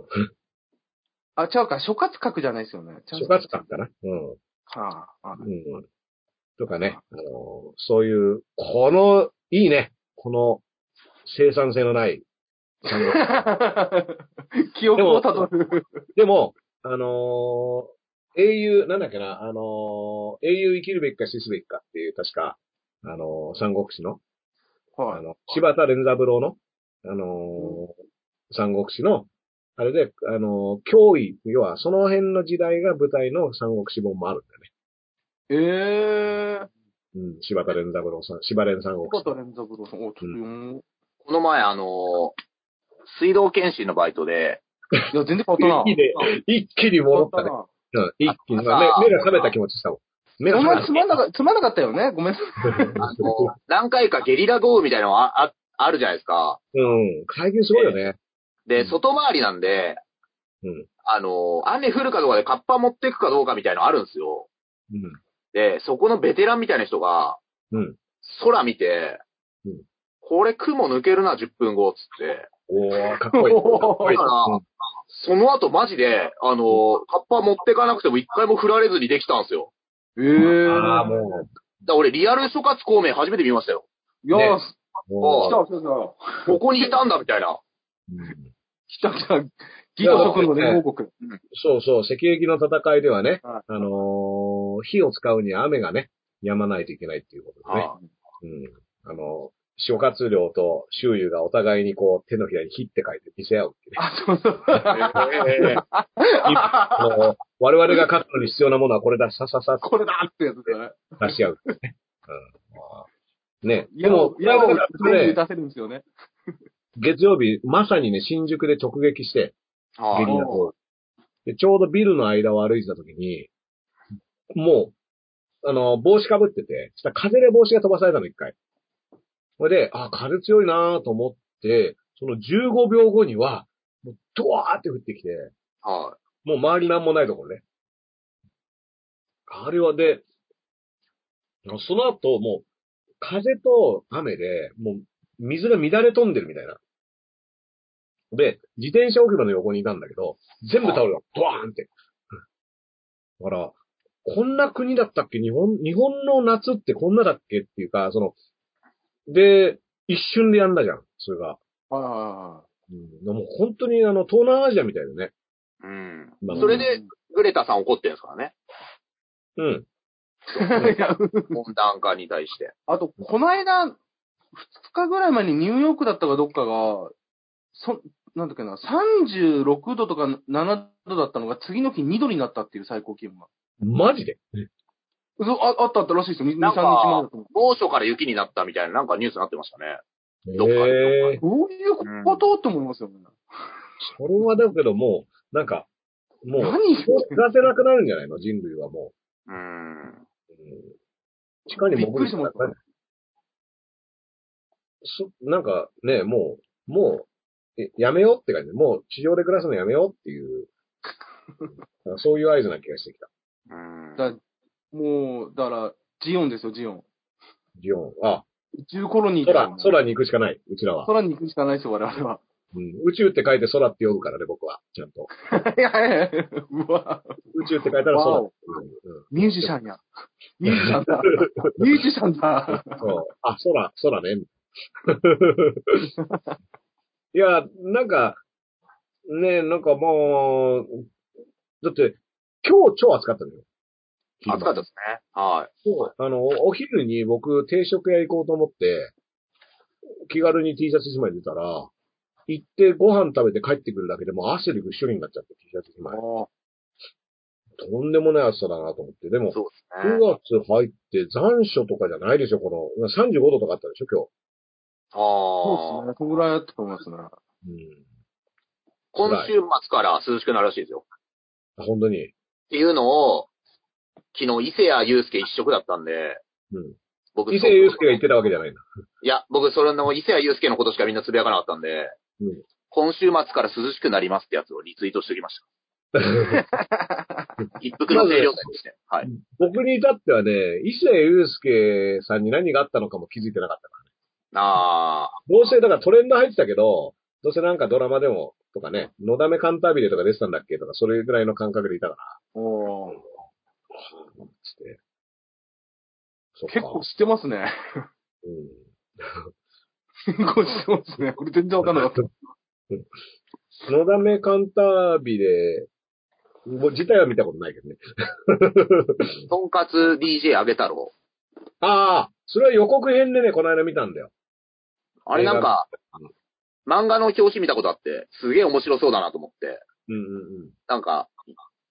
[SPEAKER 5] あ、違うか、諸葛閣じゃないですよね。
[SPEAKER 3] 諸葛官かな。うん。
[SPEAKER 5] か。
[SPEAKER 3] う
[SPEAKER 5] あ
[SPEAKER 3] ん。とかね、あのー、そういう、この、いいね。この、生産性のない、 三国
[SPEAKER 5] あ 記憶をたどる。
[SPEAKER 3] でも、あのー英雄、なんだっけな、あのー英雄生きるべきか死すべきかっていう、確か、あのー三国志の、あ
[SPEAKER 5] はい。
[SPEAKER 3] の、柴田連三郎の、あのー三国志の、あれで、あのー脅威、要はその辺の時代が舞台の三国志本もあるんだよね。
[SPEAKER 5] えー。
[SPEAKER 3] うん、柴田連三郎さん、柴連三国
[SPEAKER 5] こ
[SPEAKER 3] 志。
[SPEAKER 5] と連続さん。お、ちょっと読む。
[SPEAKER 4] この前、あのー水道検診のバイトで、
[SPEAKER 5] いや、全然変わったな。
[SPEAKER 3] 一気で、一気に
[SPEAKER 5] 変わ
[SPEAKER 3] 戻
[SPEAKER 5] っ
[SPEAKER 3] ったたね。
[SPEAKER 5] な。
[SPEAKER 3] うん、一気に、
[SPEAKER 4] あ
[SPEAKER 3] まあ目目が覚めた気持ちしたもん。目が
[SPEAKER 5] お
[SPEAKER 3] 覚め
[SPEAKER 5] 前
[SPEAKER 3] た
[SPEAKER 5] つまんなかつまんなかったよね。ごめんなさい。
[SPEAKER 4] あの、何回かゲリラ豪雨みたいなのはああるじゃないですか。
[SPEAKER 3] うん。最近すごいよね。
[SPEAKER 4] で、外回りなんで、
[SPEAKER 3] うん
[SPEAKER 4] あの、雨降るかどうかでカッパ持っていくかどうかみたいなのあるんですよ。
[SPEAKER 3] うん。
[SPEAKER 4] で、そこのベテランみたいな人が、
[SPEAKER 3] うん
[SPEAKER 4] 空見て、
[SPEAKER 3] うん
[SPEAKER 4] これ雲抜けるな、10分後、つって。
[SPEAKER 3] おー、かっこいい。かっこいい
[SPEAKER 4] だから
[SPEAKER 3] うん
[SPEAKER 4] その後マジで、あの、カッパ持ってかなくても一回も振られずにできたんですよ。
[SPEAKER 5] ええ
[SPEAKER 3] ああ、も
[SPEAKER 4] だから俺、リアル諸葛孔明初めて見ましたよ。
[SPEAKER 5] よーし、
[SPEAKER 3] う、も
[SPEAKER 5] 来た、来た、来
[SPEAKER 4] ここにいたんだ、みたいな。
[SPEAKER 3] う、うん
[SPEAKER 5] た。来た、来た。ギガ諸君の連合国。
[SPEAKER 3] そうそう、石壁の戦いではね、
[SPEAKER 5] は
[SPEAKER 3] あのー火を使うには雨がね、止まないといけないっていうことでね。
[SPEAKER 4] は
[SPEAKER 3] うん。あの、諸葛亮と周瑜がお互いにこう、手のひらに火って書いて見せ合うっていうね。
[SPEAKER 5] あ、そうそう。
[SPEAKER 3] ええあの我々が勝つのに必要なものはこれだ、さささっ
[SPEAKER 5] これだってやつだね。
[SPEAKER 3] と出し合うってね。うん。ね。
[SPEAKER 5] いや、
[SPEAKER 3] でも
[SPEAKER 5] も、う、いや、もう、全
[SPEAKER 3] ね
[SPEAKER 5] 部打たせるんですよね。
[SPEAKER 3] 月曜日、まさにね、新宿で直撃して、
[SPEAKER 4] い。は
[SPEAKER 3] ゲリ
[SPEAKER 4] い。
[SPEAKER 3] ラ豪雨。で、ちょうどビルの間を歩いてた時に、もう、あの、帽子かぶってて、そしたら風で帽子が飛ばされたの、一回。それで、あ、風強いなぁと思って、その15秒後には、もう、ドワーって降ってきて、
[SPEAKER 4] は
[SPEAKER 3] もう周りなんもないところね。あれはで、その後、もう、風と雨で、もう、水が乱れ飛んでるみたいな。で、自転車置き場の横にいたんだけど、全部倒れた。ドワーンって。だから、こんな国だったっけ日本、日本の夏ってこんなだっけっていうか、その、で、一瞬でやんだじゃん、それが。
[SPEAKER 5] はいはいは
[SPEAKER 3] うん、でも本当にあの、東南アジアみたいだね。
[SPEAKER 4] い。うん。
[SPEAKER 3] 今の
[SPEAKER 4] それで、グレタさん怒ってるんですからね。
[SPEAKER 3] うん。
[SPEAKER 5] い。いや、
[SPEAKER 4] 温暖化に対して。
[SPEAKER 5] あと、この間、2日ぐらい前にニューヨークだったかどっかが、そ、なんだっけな、36度とか7度だったのが次の日2度になったっていう最高気温が。
[SPEAKER 3] マジで
[SPEAKER 5] そうああったあったらしいですよ。2、3日
[SPEAKER 4] な
[SPEAKER 5] 前
[SPEAKER 4] んか
[SPEAKER 5] だと思う。
[SPEAKER 4] 猛暑から雪になったみたいな、なんかニュースになってましたね。
[SPEAKER 3] え
[SPEAKER 4] どっかで
[SPEAKER 3] えー、
[SPEAKER 5] どういうことって思いますよね。
[SPEAKER 3] それはだけどもう、なんか、もう、
[SPEAKER 5] 何
[SPEAKER 3] もう暮らせなくなるんじゃないの人類はも
[SPEAKER 4] うん。
[SPEAKER 3] う。うん、地下に
[SPEAKER 5] びっく
[SPEAKER 3] 潜
[SPEAKER 5] りしま
[SPEAKER 3] な
[SPEAKER 5] し
[SPEAKER 3] くなるそなんかね、もう、もう、えやめようって感じ。もう地上で暮らすのやめようって いう、なんかそういう合図な気がしてきた。
[SPEAKER 4] うん。
[SPEAKER 5] だもう、だから、ジオンですよ、ジオン。
[SPEAKER 3] ジオン。あ、
[SPEAKER 5] 宇宙コロニーですよ
[SPEAKER 3] 空、空に行くしかない、うちらは。
[SPEAKER 5] 空に行くしかないですよ、我々は。
[SPEAKER 3] うん、宇宙って書いて空って呼ぶからね、僕は。ちゃんと。
[SPEAKER 5] いやいやいや、うわ
[SPEAKER 3] 宇宙って書いたら空。
[SPEAKER 5] わ
[SPEAKER 3] うん
[SPEAKER 5] おミュージシャンや。ミュージシャンだ。ミュージシャンだ。
[SPEAKER 3] そう。あ、空、空ね。 いや、なんか、ねえ、なんかもう、だって、今日超暑かったのよ。
[SPEAKER 4] 暑かったですね。は
[SPEAKER 3] そうあの、おお昼に僕、定食屋行こうと思って、気軽に T シャツ一枚出たら、行ってご飯食べて帰ってくるだけでもう汗でぐっしょりになっちゃって T シャツ一枚。とんでもない暑さだなと思って。で
[SPEAKER 4] い。
[SPEAKER 3] も、
[SPEAKER 4] そうですね
[SPEAKER 3] 9。月入って残暑とかじゃないでしょ、この、35度とかあったでしょ、今日。
[SPEAKER 5] そうです
[SPEAKER 4] ああ。
[SPEAKER 5] ね。そんぐらいだったと思いますね。
[SPEAKER 3] うん。
[SPEAKER 4] 今週末から涼しくなるらしいですよ。
[SPEAKER 3] あ本当に。
[SPEAKER 4] っていうのを、昨日伊勢谷祐介一色だったんで、
[SPEAKER 3] うん。
[SPEAKER 4] 僕、
[SPEAKER 3] 伊勢祐介が言ってたわけじゃないな。
[SPEAKER 4] いや、僕、それの伊勢谷祐介のことしかみんなつぶやかなかったんで、
[SPEAKER 3] うん
[SPEAKER 4] 今週末から涼しくなりますってやつをリツイートしておき ました。一服の清涼感にして。はい。
[SPEAKER 3] 僕に至ってはね、伊勢祐介さんに何があったのかも気づいてなかったから。
[SPEAKER 4] あ
[SPEAKER 3] どうせ、だからトレンド入ってたけど、どうせなんかドラマでも、とかね、のだめカンタービレとか出てたんだっけとか、それぐらいの感覚でいたか
[SPEAKER 5] おー
[SPEAKER 3] ら。つって。そっか
[SPEAKER 5] 結構知ってますね。
[SPEAKER 3] うん。
[SPEAKER 5] 結構知ってますね。俺全然わかんなか った。
[SPEAKER 3] うんのだめカンタービレ、もう自体は見たことないけどね。
[SPEAKER 4] ー、とんかつ DJ あげ太郎。
[SPEAKER 3] ああ、それは予告編でね、この間見たんだよ。
[SPEAKER 4] あれなんか、漫画の表紙見たことあって、すげえ面白そうだなと思って、
[SPEAKER 3] うんうんうん。
[SPEAKER 4] なんか、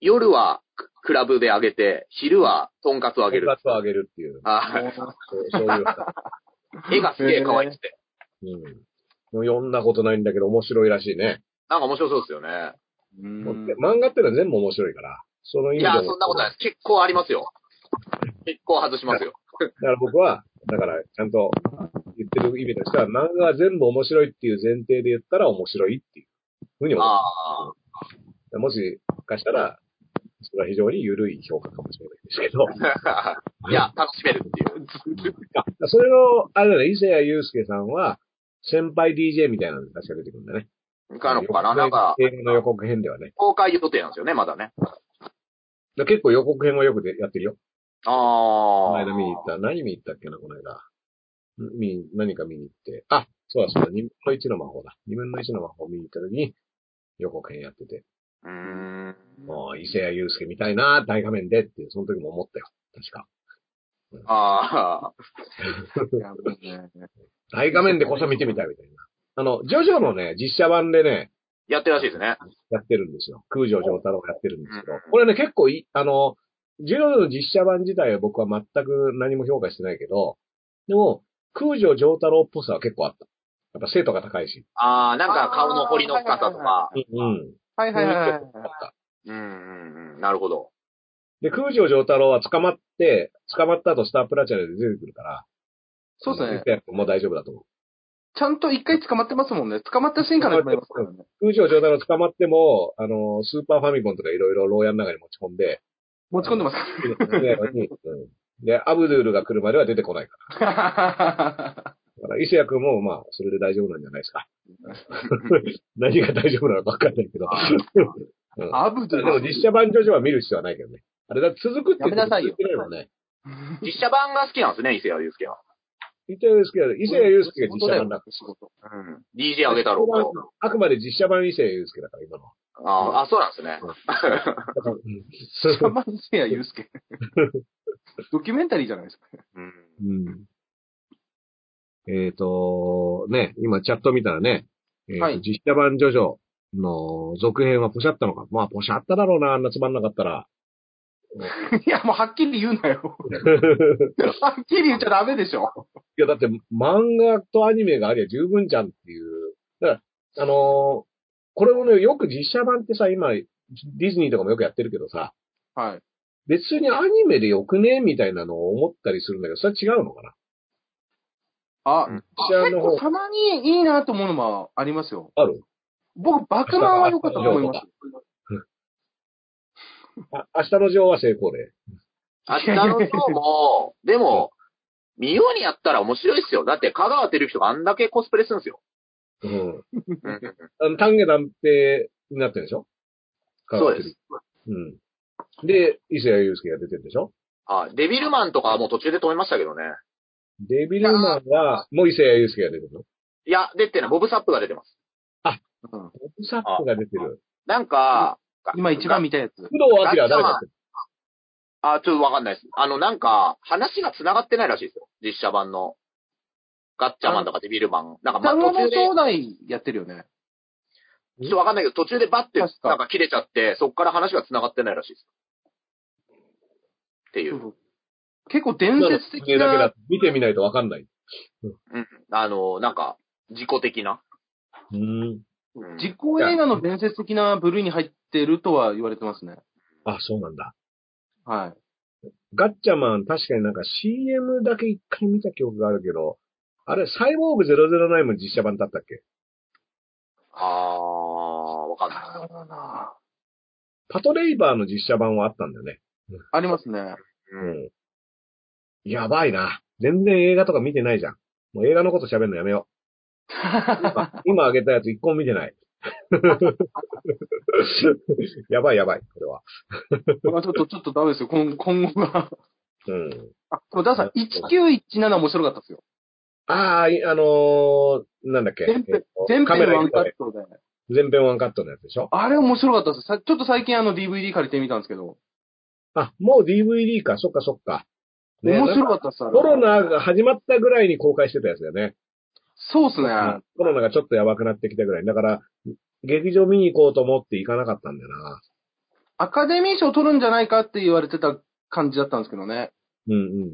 [SPEAKER 4] 夜はククラブであげて、昼はとんかつをあげる
[SPEAKER 3] 復。活を上げるっていう。
[SPEAKER 4] あ
[SPEAKER 3] そうそういうやつ。
[SPEAKER 4] ー絵がすげえ可愛くて。
[SPEAKER 3] うん。もう読んだことないんだけど面白いらしいね。
[SPEAKER 4] なんか面白そうですよね。
[SPEAKER 5] う
[SPEAKER 3] もうん漫画ってのは全部面白いから。その意味
[SPEAKER 4] い
[SPEAKER 3] で
[SPEAKER 4] や、
[SPEAKER 3] も
[SPEAKER 4] そんなことないです。結構ありますよ。結構外しますよ。
[SPEAKER 3] だから僕は、だから、ちゃんと言ってる意味としては、漫画は全部面白いっていう前提で言ったら面白いっていうふうに思う。
[SPEAKER 4] ああ。
[SPEAKER 3] もしかしたら、それは非常に緩い評価かもしれないです けど、
[SPEAKER 4] いや、楽しめるっていう。
[SPEAKER 3] あそれを、あれだね、伊勢谷友介さんは、先輩 DJ みたいなのが確か出てくるんだね。
[SPEAKER 4] かのかななんか、
[SPEAKER 3] 映画の予告編ではね。
[SPEAKER 4] 公開予定なんですよね、まだね。
[SPEAKER 3] だ結構予告編はよくでやってるよ。こ
[SPEAKER 4] あ
[SPEAKER 3] の
[SPEAKER 4] あ。
[SPEAKER 3] 間見に行った。何見に行ったっけな、この間。ん見に、何か見に行って。あ、そうだそうだ、2分の1の魔法だ。2分の1の魔法見に行った時に、予告編やってて、
[SPEAKER 4] うーん。
[SPEAKER 3] もう伊勢谷友介見たいな、大画面でっていう、その時も思ったよ。確か。
[SPEAKER 4] ああ。
[SPEAKER 5] やばいね
[SPEAKER 3] 大画面でこそ見てみたいみたいな。あの、ジョジョのね、実写版でね、
[SPEAKER 4] やってるらしいですね。
[SPEAKER 3] やってるんですよ。空城城太郎がやってるんですけど
[SPEAKER 4] うん。
[SPEAKER 3] これね、結構いい、あの、ジョジョの実写版自体は僕は全く何も評価してないけど、でも、空城城太郎っぽさは結構あった。やっぱ精度が高いし。
[SPEAKER 4] ああ、なんか顔の彫りの深さとか。
[SPEAKER 3] うん。
[SPEAKER 5] はいはいはいはい。
[SPEAKER 4] うんうんうん。なるほど。
[SPEAKER 3] で、空城城太郎は捕まって、捕まった後スタープラチャルで出てくるから、
[SPEAKER 5] そうですね。
[SPEAKER 3] ね。もう大丈夫だと思う。
[SPEAKER 5] ちゃんと一回捕まってますもんね。捕まったシーンから始まりますからね。
[SPEAKER 3] 空城城太郎捕まっても、あの、スーパーファミコンとかいろいろ牢屋の中に持ち込んで、
[SPEAKER 5] 持ち込んでます。
[SPEAKER 3] うんで、アブドゥールが来るまでは出てこないから。だから、伊勢谷君も、まあ、それで大丈夫なんじゃないです か。何が大丈夫なのか分かんないけど。うん
[SPEAKER 5] アブド
[SPEAKER 3] でも、
[SPEAKER 5] ゥ
[SPEAKER 3] 実写版ジョジョは見る必要はないけどね。あれだ、続くって言って
[SPEAKER 5] やめなさいよ
[SPEAKER 3] 続ければね。
[SPEAKER 4] 実写版が好きなんですね、伊勢谷友介は。
[SPEAKER 3] 言ってるんですけど、伊勢谷友介が実写版だから。
[SPEAKER 5] 仕事。
[SPEAKER 4] うん。DJ あげたろう
[SPEAKER 3] あくまで実写版伊勢谷友介だから、今のは。
[SPEAKER 4] と。あーあ、そうなんですね。
[SPEAKER 3] だからうん
[SPEAKER 5] たまにせや、ゆうすけ。ドキュメンタリーじゃないですか。
[SPEAKER 4] うん。
[SPEAKER 3] うん えっ、と、ね、今チャット見たらね、えーと
[SPEAKER 5] はい
[SPEAKER 3] 実写版ジョジョの続編はポシャったのか。まあ、ポシャっただろうな、あんなつまんなかったら。
[SPEAKER 5] いや、もうはっきり言うなよ。
[SPEAKER 3] い
[SPEAKER 5] はっきり言っちゃダメでしょ。
[SPEAKER 3] や、だって漫画とアニメがありゃ十分じゃんっていう。だから、あのーこれもね、よく実写版ってさ、今、ディズニーとかもよくやってるけどさ、
[SPEAKER 5] はい。
[SPEAKER 3] 別にアニメでよくねみたいなのを思ったりするんだけど、それは違うのかな
[SPEAKER 5] あ、
[SPEAKER 4] うん
[SPEAKER 5] 結
[SPEAKER 3] 実写の方
[SPEAKER 5] 構、たまにいいなと思うのもありますよ。
[SPEAKER 3] ある
[SPEAKER 5] 僕、バカマンは良かったと思います。
[SPEAKER 3] あ明日の女王は成功例。
[SPEAKER 4] 明日の今日も、でも、見ようにやったら面白いっすよ。だって、香川照之とかあんだけコスプレするんですよ。
[SPEAKER 3] うん。
[SPEAKER 4] うん
[SPEAKER 3] あの、丹下断平になってるでしょ
[SPEAKER 4] そうです。。
[SPEAKER 3] うん。で、伊勢谷友介が出てるでしょ
[SPEAKER 4] はい。デビルマンとかはもう途中で止めましたけどね。
[SPEAKER 3] デビルマンは、もう伊勢谷友介が出てるの
[SPEAKER 4] いや、出てない。ボブサップが出てます。
[SPEAKER 5] うん
[SPEAKER 3] ボブサップが出てる。
[SPEAKER 4] なんか、
[SPEAKER 5] 今一番見たやつ。
[SPEAKER 3] 工藤明は誰だってる
[SPEAKER 4] あ、ちょっとわかんないです。あの、なんか、話が繋がってないらしいですよ。実写版の。ガッチャマンとかデビルマン。なんか、ま
[SPEAKER 5] 双子
[SPEAKER 4] あ、途
[SPEAKER 5] の
[SPEAKER 4] 中で、
[SPEAKER 5] 兄弟やってるよね。
[SPEAKER 4] ちょっとわかんないけど、途中でバッて、
[SPEAKER 5] 確か
[SPEAKER 4] なんか切れちゃって、そっから話が繋がってないらしいです。っていう。
[SPEAKER 5] 結構伝
[SPEAKER 3] 今の
[SPEAKER 5] 説
[SPEAKER 3] 説
[SPEAKER 5] 的
[SPEAKER 3] 明だけだ
[SPEAKER 5] な
[SPEAKER 3] と見てみないとわかんない。
[SPEAKER 4] うん。あの、なんか、自己的な。
[SPEAKER 3] うん。
[SPEAKER 4] うん
[SPEAKER 5] 実行映画の伝説的な部類に入ってるとは言われてますね。
[SPEAKER 3] あ、そうなんだ。
[SPEAKER 5] は
[SPEAKER 3] ガッチャマン、確かになんか CM だけ一回見た記憶があるけど、あれ、サイボーグ009も実写版だったっけ
[SPEAKER 4] あー、わかん
[SPEAKER 5] い。
[SPEAKER 4] ない。
[SPEAKER 5] あ
[SPEAKER 3] パトレイバーの実写版はあったんだよね。
[SPEAKER 5] ありますね。
[SPEAKER 4] う。
[SPEAKER 3] うんん。やばいな。全然映画とか見てないじゃん。もう映画のこと喋るのやめよう。今 今あげたやつ一個も見てない。 やばいやばい、これは。
[SPEAKER 5] これはちょっと、ちょっとダメですよ。今今後が。
[SPEAKER 3] うん。
[SPEAKER 5] あ、でもダンさん、1917面白かったですよ。
[SPEAKER 3] ああ、いあのー、なんだっけ。
[SPEAKER 5] 全編
[SPEAKER 3] えっと
[SPEAKER 5] 全
[SPEAKER 3] カメ
[SPEAKER 5] 編
[SPEAKER 3] ラ
[SPEAKER 5] ワン
[SPEAKER 3] 一
[SPEAKER 5] カ
[SPEAKER 3] 個
[SPEAKER 5] ッ
[SPEAKER 3] で
[SPEAKER 5] トで。
[SPEAKER 3] 全編ワンカットのやつでしょ
[SPEAKER 5] あれ面白かったです。さちょっと最近あの DVD 借りてみたんですけど。
[SPEAKER 3] あ、もう DVD か、そっかそっか。ね
[SPEAKER 5] 面
[SPEAKER 3] なん
[SPEAKER 5] 白
[SPEAKER 3] か
[SPEAKER 5] かったっす、あれ
[SPEAKER 3] コロナが始まったぐらいに公開してたやつだよね。
[SPEAKER 5] そうっすね。
[SPEAKER 3] コロナがちょっとやばくなってきたぐらい。だから、劇場見に行こうと思って行かなかったんだよな。
[SPEAKER 5] アカデミー賞取るんじゃないかって言われてた感じだったんですけどね。
[SPEAKER 3] うんうん。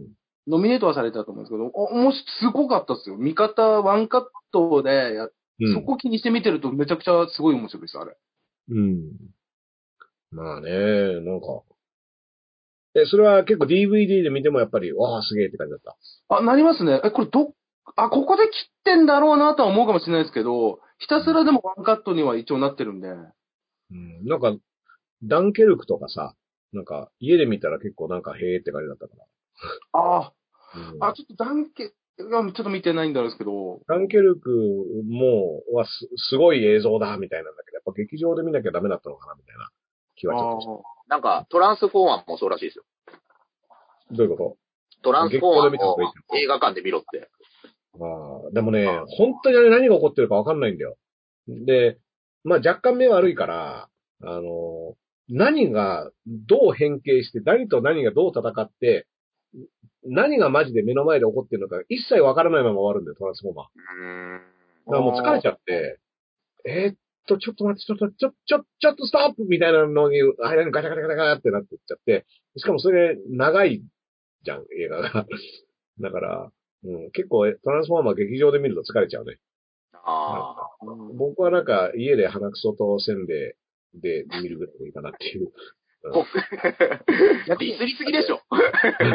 [SPEAKER 5] ノミネートはされてたと思うんですけど、お、もし、すごかったっすよ。味方ワンカットでや、
[SPEAKER 3] うん、
[SPEAKER 5] そこ気にして見てるとめちゃくちゃすごい面白いです、あれ。
[SPEAKER 3] うん。まあね、なんか、え、それは結構 DVD で見てもやっぱり、わあ、すげえって感じだった。
[SPEAKER 5] あ、なりますね。え、これどっ、あ、ここで切ってんだろうなとは思うかもしれないですけど、ひたすらでもワンカットには一応なってるんで。
[SPEAKER 3] うん。なんか、ダンケルクとかさ、なんか、家で見たら結構なんか、へえって感じだったか
[SPEAKER 5] あ
[SPEAKER 3] ら。うん
[SPEAKER 5] あ、あ、ちょっと断ケがちょっと見てないんであれですけど、
[SPEAKER 3] ダンケルクも、はす、すごい映像だ、みたいなんだけど、やっぱ劇場で見なきゃダメだったのかな、みたいな気はちょっとし
[SPEAKER 5] あ
[SPEAKER 4] なんか、トランスフォーマーもそうらしいですよ。
[SPEAKER 3] た。どういうこ
[SPEAKER 4] トランスフォーマ
[SPEAKER 3] 劇場
[SPEAKER 4] ー
[SPEAKER 3] で
[SPEAKER 4] を
[SPEAKER 3] 見た方がいい
[SPEAKER 4] 映画館で見ろって。
[SPEAKER 3] とああ、でもね、本当にあれ何が起こってるかわかんないんだよ。で、まあ若干目悪いから、あの、何がどう変形して、何と何がどう戦って、何がマジで目の前で起こってるのか一切わからないまま終わるんだよ、トランスフォーマー。
[SPEAKER 4] うーん。
[SPEAKER 3] だからもう疲れちゃって、えーっと、ちょっと待って、ちょっと、ちょ、ちょ、ちょっとストップみたいなのに、間にガチャガチャガチャガチャってなってっちゃって、しかもそれ長いじゃん、映画が。だから、うん、結構トランスフォーマー劇場で見ると疲れちゃうね。
[SPEAKER 4] ああ。
[SPEAKER 3] 僕はなんか家で鼻くそとせんべいで見るぐらいがいいかなっていう。
[SPEAKER 5] 逆
[SPEAKER 4] ディ
[SPEAKER 5] に
[SPEAKER 4] スりすぎでしょ。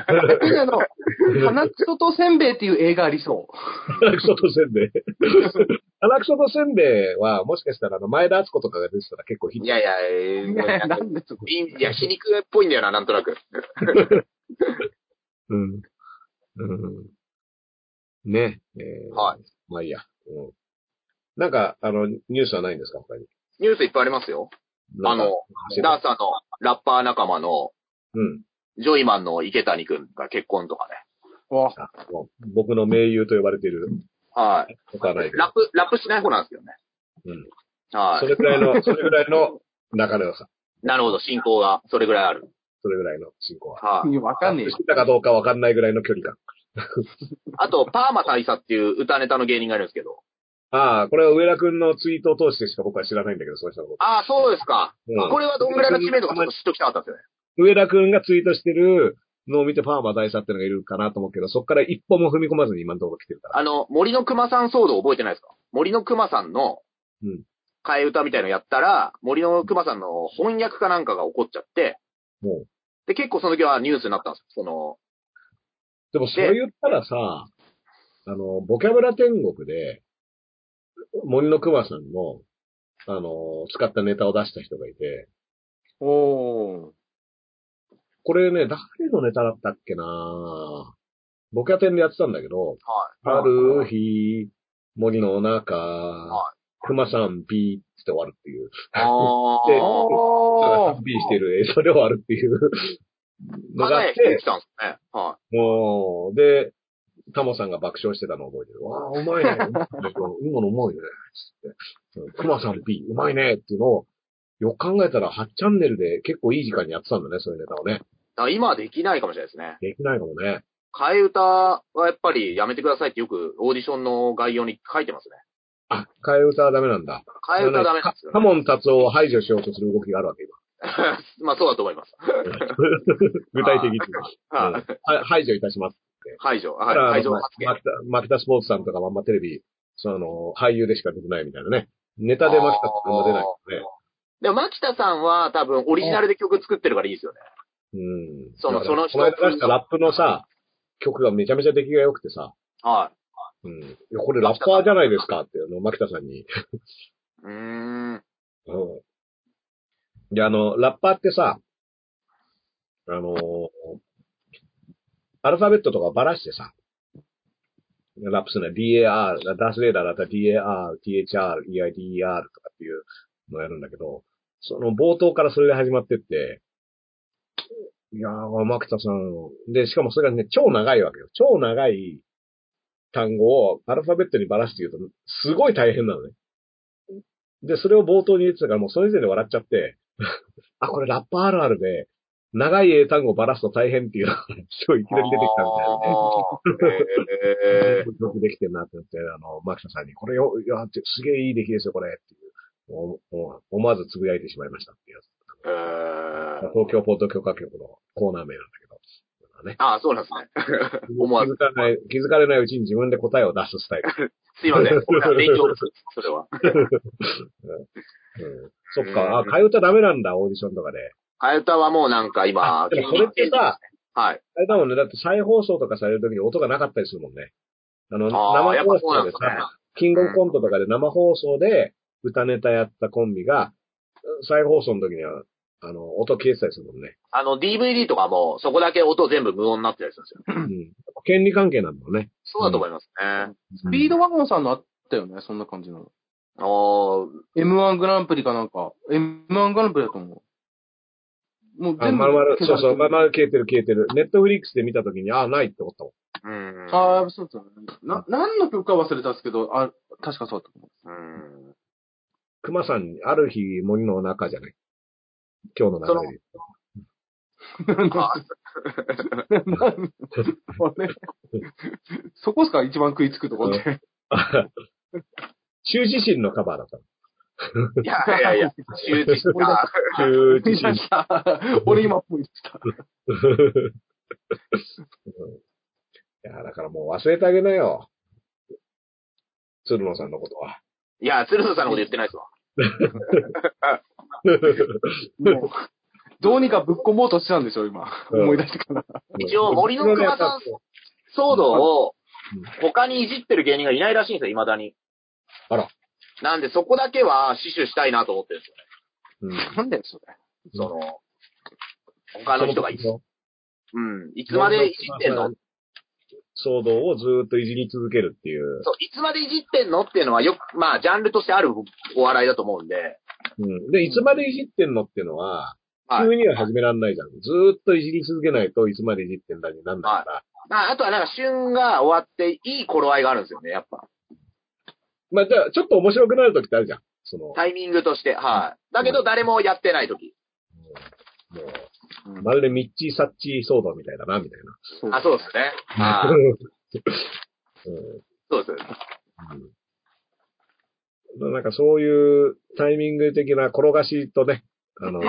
[SPEAKER 5] 逆にあの、鼻くそとせんべいっていう映画ありそう。
[SPEAKER 3] 鼻くそとせんべい。 鼻くそとせんべいはもしかしたらあの前田敦子とかが出てたら結構ヒッ
[SPEAKER 4] い
[SPEAKER 3] ト。
[SPEAKER 4] やい や、えー
[SPEAKER 5] いやいやなんでそこ
[SPEAKER 4] いや、皮肉っぽいんだよな、なんとなく。
[SPEAKER 3] うん。うん。ね。えー
[SPEAKER 4] はい。
[SPEAKER 3] まあいいや。うん。なんか、あの、ニュースはないんですか他に。
[SPEAKER 4] ニュースいっぱいありますよ。
[SPEAKER 3] な
[SPEAKER 4] あ
[SPEAKER 3] んか
[SPEAKER 4] の、
[SPEAKER 3] 走
[SPEAKER 4] ダ
[SPEAKER 3] ら
[SPEAKER 4] ーサのラッパー仲間の
[SPEAKER 3] うん。
[SPEAKER 4] ジョイマンの池谷くんが結婚とかね。
[SPEAKER 5] わ
[SPEAKER 3] あもう僕の盟友と呼ばれている
[SPEAKER 4] はい。
[SPEAKER 3] ことはないけど
[SPEAKER 4] ラップ、ラップしない方なんですけどね。は
[SPEAKER 3] そ
[SPEAKER 4] い。
[SPEAKER 3] れぐらいの、それぐらいの仲の良さ。
[SPEAKER 4] なるほど、進行がそれぐらいある。
[SPEAKER 3] それぐらいの進行は。
[SPEAKER 4] はい
[SPEAKER 5] い。やわかんねえ
[SPEAKER 3] 知
[SPEAKER 5] よ
[SPEAKER 3] っ。たかどうかわかんないぐらいの距離感。
[SPEAKER 4] あと、パーマ大佐っていう歌ネタの芸人がいるんですけど。
[SPEAKER 3] ああ、これは上田くんのツイートを通してしか僕は知らないんだけど、その人のこと。
[SPEAKER 4] ああ、そうですか。
[SPEAKER 3] うん
[SPEAKER 4] これはどんぐらいの知名度かちょっと知っときたかったんですよね。
[SPEAKER 3] 上田くんがツイートしてるのを見てパーマ大佐ってのがいるかなと思うけど、そこから一歩も踏み込まずに今のところ来てるから。
[SPEAKER 4] あの、森の熊さん騒動覚えてないですか森の熊さんの
[SPEAKER 3] うん、
[SPEAKER 4] 替え歌みたいのやったら、森の熊さんの翻訳かなんかが起こっちゃって、
[SPEAKER 3] もう。
[SPEAKER 4] で、結構その時はニュースになったんですよ。その、
[SPEAKER 3] でもそう言ったらさ、あの、ボキャブラ天国で、森の熊さんの、あの、使ったネタを出した人がいて、
[SPEAKER 5] おー。
[SPEAKER 3] これね、誰のネタだったっけなボキャテンでやってたんだけど、ある日、森の中、熊さんピーって終わるっていう。
[SPEAKER 4] は い。
[SPEAKER 3] で
[SPEAKER 4] ああ。
[SPEAKER 3] 熊
[SPEAKER 5] お
[SPEAKER 3] さんピーしてる映像で終わるっていうのが
[SPEAKER 4] 花
[SPEAKER 3] あっ
[SPEAKER 4] 屋
[SPEAKER 3] て
[SPEAKER 4] 来、たんですね。は
[SPEAKER 3] もう、で、タモさんが爆笑してたのを覚えてる。わあ、うまい ね。今のうまいね。つって。熊さん P、うまいね。っていうのを、よく考えたら8チャンネルで結構いい時間にやってたんだね、そういうネタをね。
[SPEAKER 4] い。だから今はできないかもしれないですね。
[SPEAKER 3] できないかもね。
[SPEAKER 4] 替え歌はやっぱりやめてくださいってよくオーディションの概要に書いてますね。
[SPEAKER 3] あ、替え歌はダメなんだ。
[SPEAKER 4] 替え歌ダメなんですよ、
[SPEAKER 3] カ
[SPEAKER 4] ね。
[SPEAKER 3] モン達夫を排除しようとする動きがあるわけ、今。
[SPEAKER 4] まあそうだと思います。
[SPEAKER 3] 具体的に。うん
[SPEAKER 4] はい
[SPEAKER 3] は排除いたします。
[SPEAKER 4] 排除。は
[SPEAKER 3] だ
[SPEAKER 4] い
[SPEAKER 3] から、あ
[SPEAKER 4] 排除
[SPEAKER 3] の
[SPEAKER 4] 発言
[SPEAKER 3] マ。キタマキタスポーツさんとかまんまテレビ、その、俳優でしか出てないみたいなね。ネタでマキタさんが出ないからね。
[SPEAKER 4] でも、牧田さんは多分オリジナルで曲作ってるからいいですよね。
[SPEAKER 3] うん。
[SPEAKER 4] その
[SPEAKER 3] だから
[SPEAKER 4] その人
[SPEAKER 3] この間出したラップのさ、曲がめちゃめちゃ出来が良くてさ、
[SPEAKER 4] は
[SPEAKER 3] うん。いや、これラッパーじゃないですかって、あの、牧田さんに。
[SPEAKER 4] い。うーん。
[SPEAKER 3] うん。で、あの、ラッパーってさ、あのーアルファベットとかばらしてさ、ラップするの DAR、ダースレーダーだったら DAR、THR、EIDER とかっていうのをやるんだけど、その冒頭からそれで始まってって、いやー、マクタさん。で、しかもそれがね、超長いわけよ。超長い単語をアルファベットにばらして言うと、すごい大変なのね。で、それを冒頭に言ってたから、もうその時点で笑っちゃって、 あ、これラッパーあるあるで、長い英単語ばらすと大変っていうのが、今日いきなり出てきたみたいなね。
[SPEAKER 4] たい
[SPEAKER 3] よくできてるなって思って、あの、マキタさんに、これよ、いや、てすげえいい出来ですよ、これ、っていうおお。思わずつぶやいてしまいましたっていうやつ。
[SPEAKER 4] えー、えー。
[SPEAKER 3] 東京ポート許可局のコーナー名なんだけど。ね、
[SPEAKER 4] ああ、そうなんですね。思わ
[SPEAKER 3] 気
[SPEAKER 4] ず。
[SPEAKER 3] づかない、気づかれないうちに自分で答えを出すスタイル。
[SPEAKER 4] すいません。勉強です。それは。
[SPEAKER 3] うん、そっか、あ、替え歌ダメなんだ、オーディションとかで。
[SPEAKER 4] 替え歌はもうなんか今、
[SPEAKER 3] でもそれってさ、
[SPEAKER 4] はい。
[SPEAKER 3] あれだもんね、だって再放送とかされるときに音がなかったりするもんね。あの、
[SPEAKER 4] ああ、
[SPEAKER 3] 生
[SPEAKER 4] やっぱ
[SPEAKER 3] 放
[SPEAKER 4] そうな
[SPEAKER 3] 送
[SPEAKER 4] んで
[SPEAKER 3] です
[SPEAKER 4] かね
[SPEAKER 3] さ、。キングオブコントとかで生放送で歌ネタやったコンビが、再放送の時には、あの、音消えてたりするもんね。
[SPEAKER 4] あの、DVD とかも、そこだけ音全部無音になってたりするんですよ。
[SPEAKER 3] うん。権利関係なんだろうね。
[SPEAKER 4] そうだと思いますね。
[SPEAKER 5] スピードワゴンさんのあったよね、そんな感じの。
[SPEAKER 4] あー
[SPEAKER 5] M1 グランプリかなんか。M1 グランプリだと思う。もう
[SPEAKER 3] あ、
[SPEAKER 5] 全部。
[SPEAKER 3] まるまる、そうそう、まる
[SPEAKER 5] あ
[SPEAKER 3] まる消えてる消えてる。ネットフリックスで見た時に、ああ、ないって思ったもん。
[SPEAKER 4] うん。
[SPEAKER 5] あー、そうだね。な、何の曲か忘れたんですけど、あ、確かそうだったと思う。
[SPEAKER 4] うん。
[SPEAKER 3] 熊さんに、ある日森の中じゃない。今日の中で。
[SPEAKER 4] あ
[SPEAKER 5] なんあれそこっすか一番食いつくとこって。
[SPEAKER 3] 羞恥心のカバーだったの。
[SPEAKER 4] いやいやいや、周 知した。
[SPEAKER 3] 羞
[SPEAKER 5] 見
[SPEAKER 3] 恥
[SPEAKER 5] ま
[SPEAKER 3] 心。
[SPEAKER 5] した。 俺今思いつい た。
[SPEAKER 3] うんいや、だからもう忘れてあげなよ。鶴野さんのことは。
[SPEAKER 4] いや、鶴野さんのこと言ってないですわ。
[SPEAKER 5] もう、どうにかぶっ込もうとしてたんでしょ、今。
[SPEAKER 3] うん
[SPEAKER 5] 思い出してから。
[SPEAKER 4] 一応森の熊さん騒動を、他にいじってる芸人がいないらしいんですよ、未だに。
[SPEAKER 3] あら。
[SPEAKER 4] なんで、そこだけは死守したいなと思ってるんですよね。
[SPEAKER 3] うん。
[SPEAKER 5] なんだよ、それ。
[SPEAKER 4] その、他の人がいつ、うん、いつまでいじってんの
[SPEAKER 3] 騒動をずーっといじり続けるっていう。
[SPEAKER 4] そう、いつまでいじってんのっていうのはよく、まあ、ジャンルとしてあるお笑いだと思うんで、
[SPEAKER 3] うん。で、いつまでいじってんのっていうのは、
[SPEAKER 4] はい
[SPEAKER 3] 急には始めらんないじゃん。ずーっといじり続けないといつまでいじってんだになんないから。
[SPEAKER 4] まあ、あとはなんか、旬が終わっていい頃合いがあるんですよね、やっぱ。
[SPEAKER 3] まあ、じゃあ、ちょっと面白くなる時ってあるじゃん。その、
[SPEAKER 4] タイミングとして、はい。だけど、誰もやってない時。
[SPEAKER 3] もう、まるでミッチー・サッチー騒動みたいだな、みたいな。
[SPEAKER 5] そう
[SPEAKER 4] あ、そうですね。はい。
[SPEAKER 3] うん
[SPEAKER 4] そうです。
[SPEAKER 3] うん、なんかそういうタイミング的な転がしとね、あの、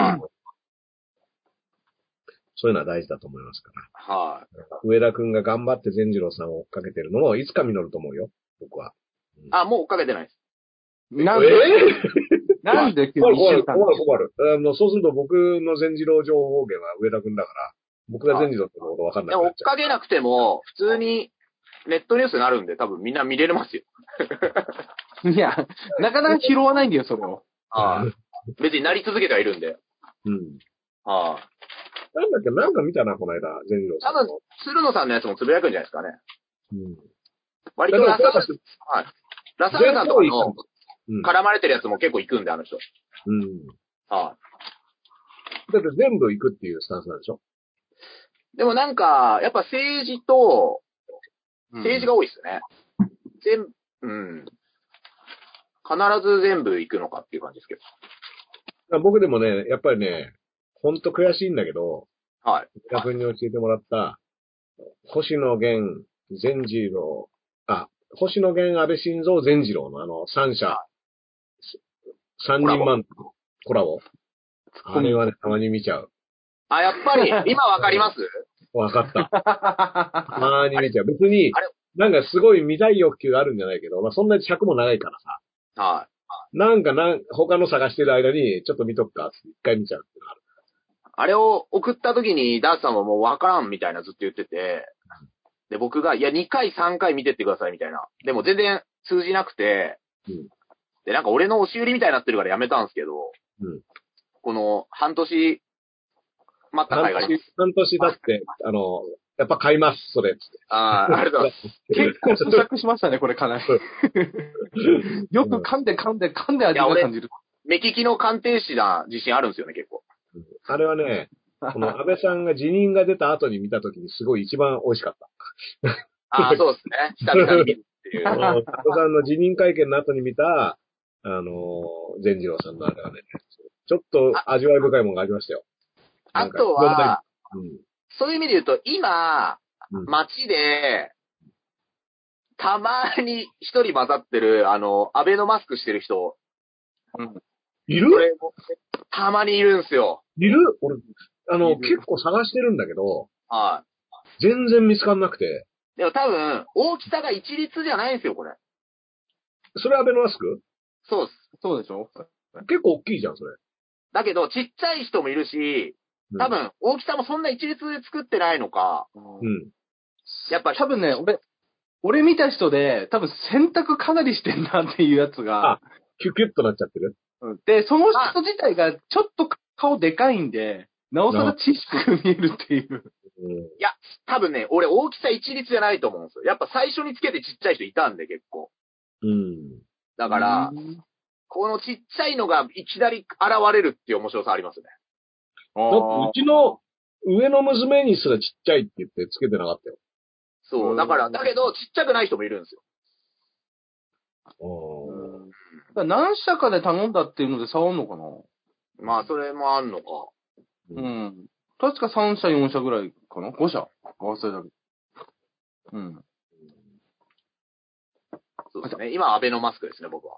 [SPEAKER 3] そういうのは大事だと思いますから。
[SPEAKER 4] はい。
[SPEAKER 3] 上田くんが頑張って善次郎さんを追っかけてるのも、いつか実ると思うよ、僕は。
[SPEAKER 4] あ、もう追っかけてないです。
[SPEAKER 5] なん
[SPEAKER 3] え
[SPEAKER 5] で、
[SPEAKER 3] え
[SPEAKER 5] なんで急
[SPEAKER 3] 困
[SPEAKER 5] に
[SPEAKER 3] る困る
[SPEAKER 5] 一週間
[SPEAKER 3] 困る困る。あの、そうすると僕の善次郎情報源は上田くんだから、僕が善次郎ってことわかんな
[SPEAKER 4] で
[SPEAKER 3] く
[SPEAKER 4] も、追
[SPEAKER 3] な
[SPEAKER 4] っ
[SPEAKER 3] っちゃ
[SPEAKER 4] かけなくても、普通に、ネットニュースになるんで、多分みんな見れれますよ。
[SPEAKER 5] いや、なかなか拾わないんだよ、それを。
[SPEAKER 4] はい。別になり続けてはいるんで。
[SPEAKER 3] う。うん。
[SPEAKER 4] はい。
[SPEAKER 3] なんだっけ、なんか見たな、この間、善次郎さんの。
[SPEAKER 4] 多鶴野さんのやつもつぶやくんじゃないですかね。
[SPEAKER 3] うん。
[SPEAKER 4] 割とラサール、はい。ラサールさんとかの
[SPEAKER 3] うん
[SPEAKER 4] 絡まれてるやつも結構行くんで、あの人。
[SPEAKER 3] うん。
[SPEAKER 4] は
[SPEAKER 3] だって全部行くっていうスタンスなんでしょ
[SPEAKER 4] い。でもなんか、やっぱ政治と、政治が多いですね。全、うん。必ず全部行くのかっていう感じですけど。
[SPEAKER 3] 僕でもね、やっぱりね、ほんと悔しいんだけど、
[SPEAKER 4] はい。
[SPEAKER 3] 田君に教えてもらった、星野源、善次郎、あ、星野源、安倍晋三、善次郎のあの、三者、三人マンコラボ。あれはね、たまに見ちゃう。
[SPEAKER 4] あ、やっ ぱり、今わかります
[SPEAKER 3] わか った。たまに見ちゃう。別に
[SPEAKER 4] あれ、
[SPEAKER 3] なんかすごい見たい欲求があるんじゃないけど、まあそんなに尺も長いからさ、
[SPEAKER 4] は
[SPEAKER 3] なんかなん、他の探してる間に、ちょっと見とくかって、一回見ちゃうっていうのがある。
[SPEAKER 4] い。あれを送った時に、ダースさんはもうわからんみたいなずっと言ってて、で、僕が、いや、2回、3回見てってくださいみたいな。でも全然通じなくて
[SPEAKER 3] うん、
[SPEAKER 4] で、なんか俺の押し売りみたいになってるからやめたんですけど、
[SPEAKER 3] うん
[SPEAKER 4] この半年待った回があ
[SPEAKER 3] 半
[SPEAKER 4] りま
[SPEAKER 3] 年
[SPEAKER 4] す。、
[SPEAKER 3] 半年だって、あの、やっぱ買います、それ。
[SPEAKER 4] あーありがとうございます。
[SPEAKER 5] 結構咀嚼しましたね、これ、かなり。よく噛んで噛んで噛んで味が感じる。
[SPEAKER 4] 目利きの鑑定士な自信あるんですよね、結構。
[SPEAKER 3] あれはね、この安倍さんが辞任が出た後に見たときにすごい一番美味しか った。
[SPEAKER 4] ああ、そうですね。久々に見るってい
[SPEAKER 3] あ
[SPEAKER 4] う。
[SPEAKER 3] の、安倍さんの辞任会見の後に見た、あの、善次郎さんのあれはね、ちょっと味わい深いものがありましたよ。
[SPEAKER 4] あとは、
[SPEAKER 3] うん。
[SPEAKER 4] そういう意味で言うと、今、
[SPEAKER 3] うん
[SPEAKER 4] 街で、たまに一人混ざってる、あの、アベノマスクしてる人、
[SPEAKER 3] い
[SPEAKER 4] こ
[SPEAKER 3] る
[SPEAKER 4] れ、たまにいるんですよ。
[SPEAKER 3] いる俺、あの、
[SPEAKER 5] いる
[SPEAKER 3] 結構探してるんだけど、
[SPEAKER 4] は
[SPEAKER 3] 全然見つかんなくて。
[SPEAKER 4] い。でも多分、大きさが一律じゃないんですよ、これ。
[SPEAKER 3] それ安倍のマスク
[SPEAKER 4] そうです。
[SPEAKER 5] そうでしょ
[SPEAKER 3] 結構大きいじゃん、それ。
[SPEAKER 4] だけど、ちっちゃい人もいるし、多分、大きさもそんな一律で作ってないのか、
[SPEAKER 3] うん。
[SPEAKER 4] やっぱり
[SPEAKER 5] 多分ね、俺、俺見た人で、多分選択かなりしてんなっていうやつが、
[SPEAKER 3] キュキュッとなっちゃってる。
[SPEAKER 5] うんで、その人自体がちょっと顔でかいんで、なおさら小さく見えるっていう。
[SPEAKER 3] うん。
[SPEAKER 4] いや、多分ね、俺大きさ一律じゃないと思うんですよ。やっぱ最初につけてちっちゃい人いたんで結構。
[SPEAKER 3] うん。
[SPEAKER 4] だから、
[SPEAKER 5] うん
[SPEAKER 4] このちっちゃいのがいきなり現れるっていう面白さありますね。
[SPEAKER 3] だってうちの上の娘にすらちっちゃいって言ってつけてなかったよ。
[SPEAKER 4] そうう。
[SPEAKER 5] ん
[SPEAKER 4] だから、だけどちっちゃくない人もいるんですよ。
[SPEAKER 3] うん。
[SPEAKER 5] だから何社かで頼んだっていうので差あんのか
[SPEAKER 4] まあ、それもあんのか。
[SPEAKER 5] なうん。確か3社、4社ぐらいかな ?5 社合わせだけど。うん。
[SPEAKER 4] そうですね。今、アベノマスクですね、僕は。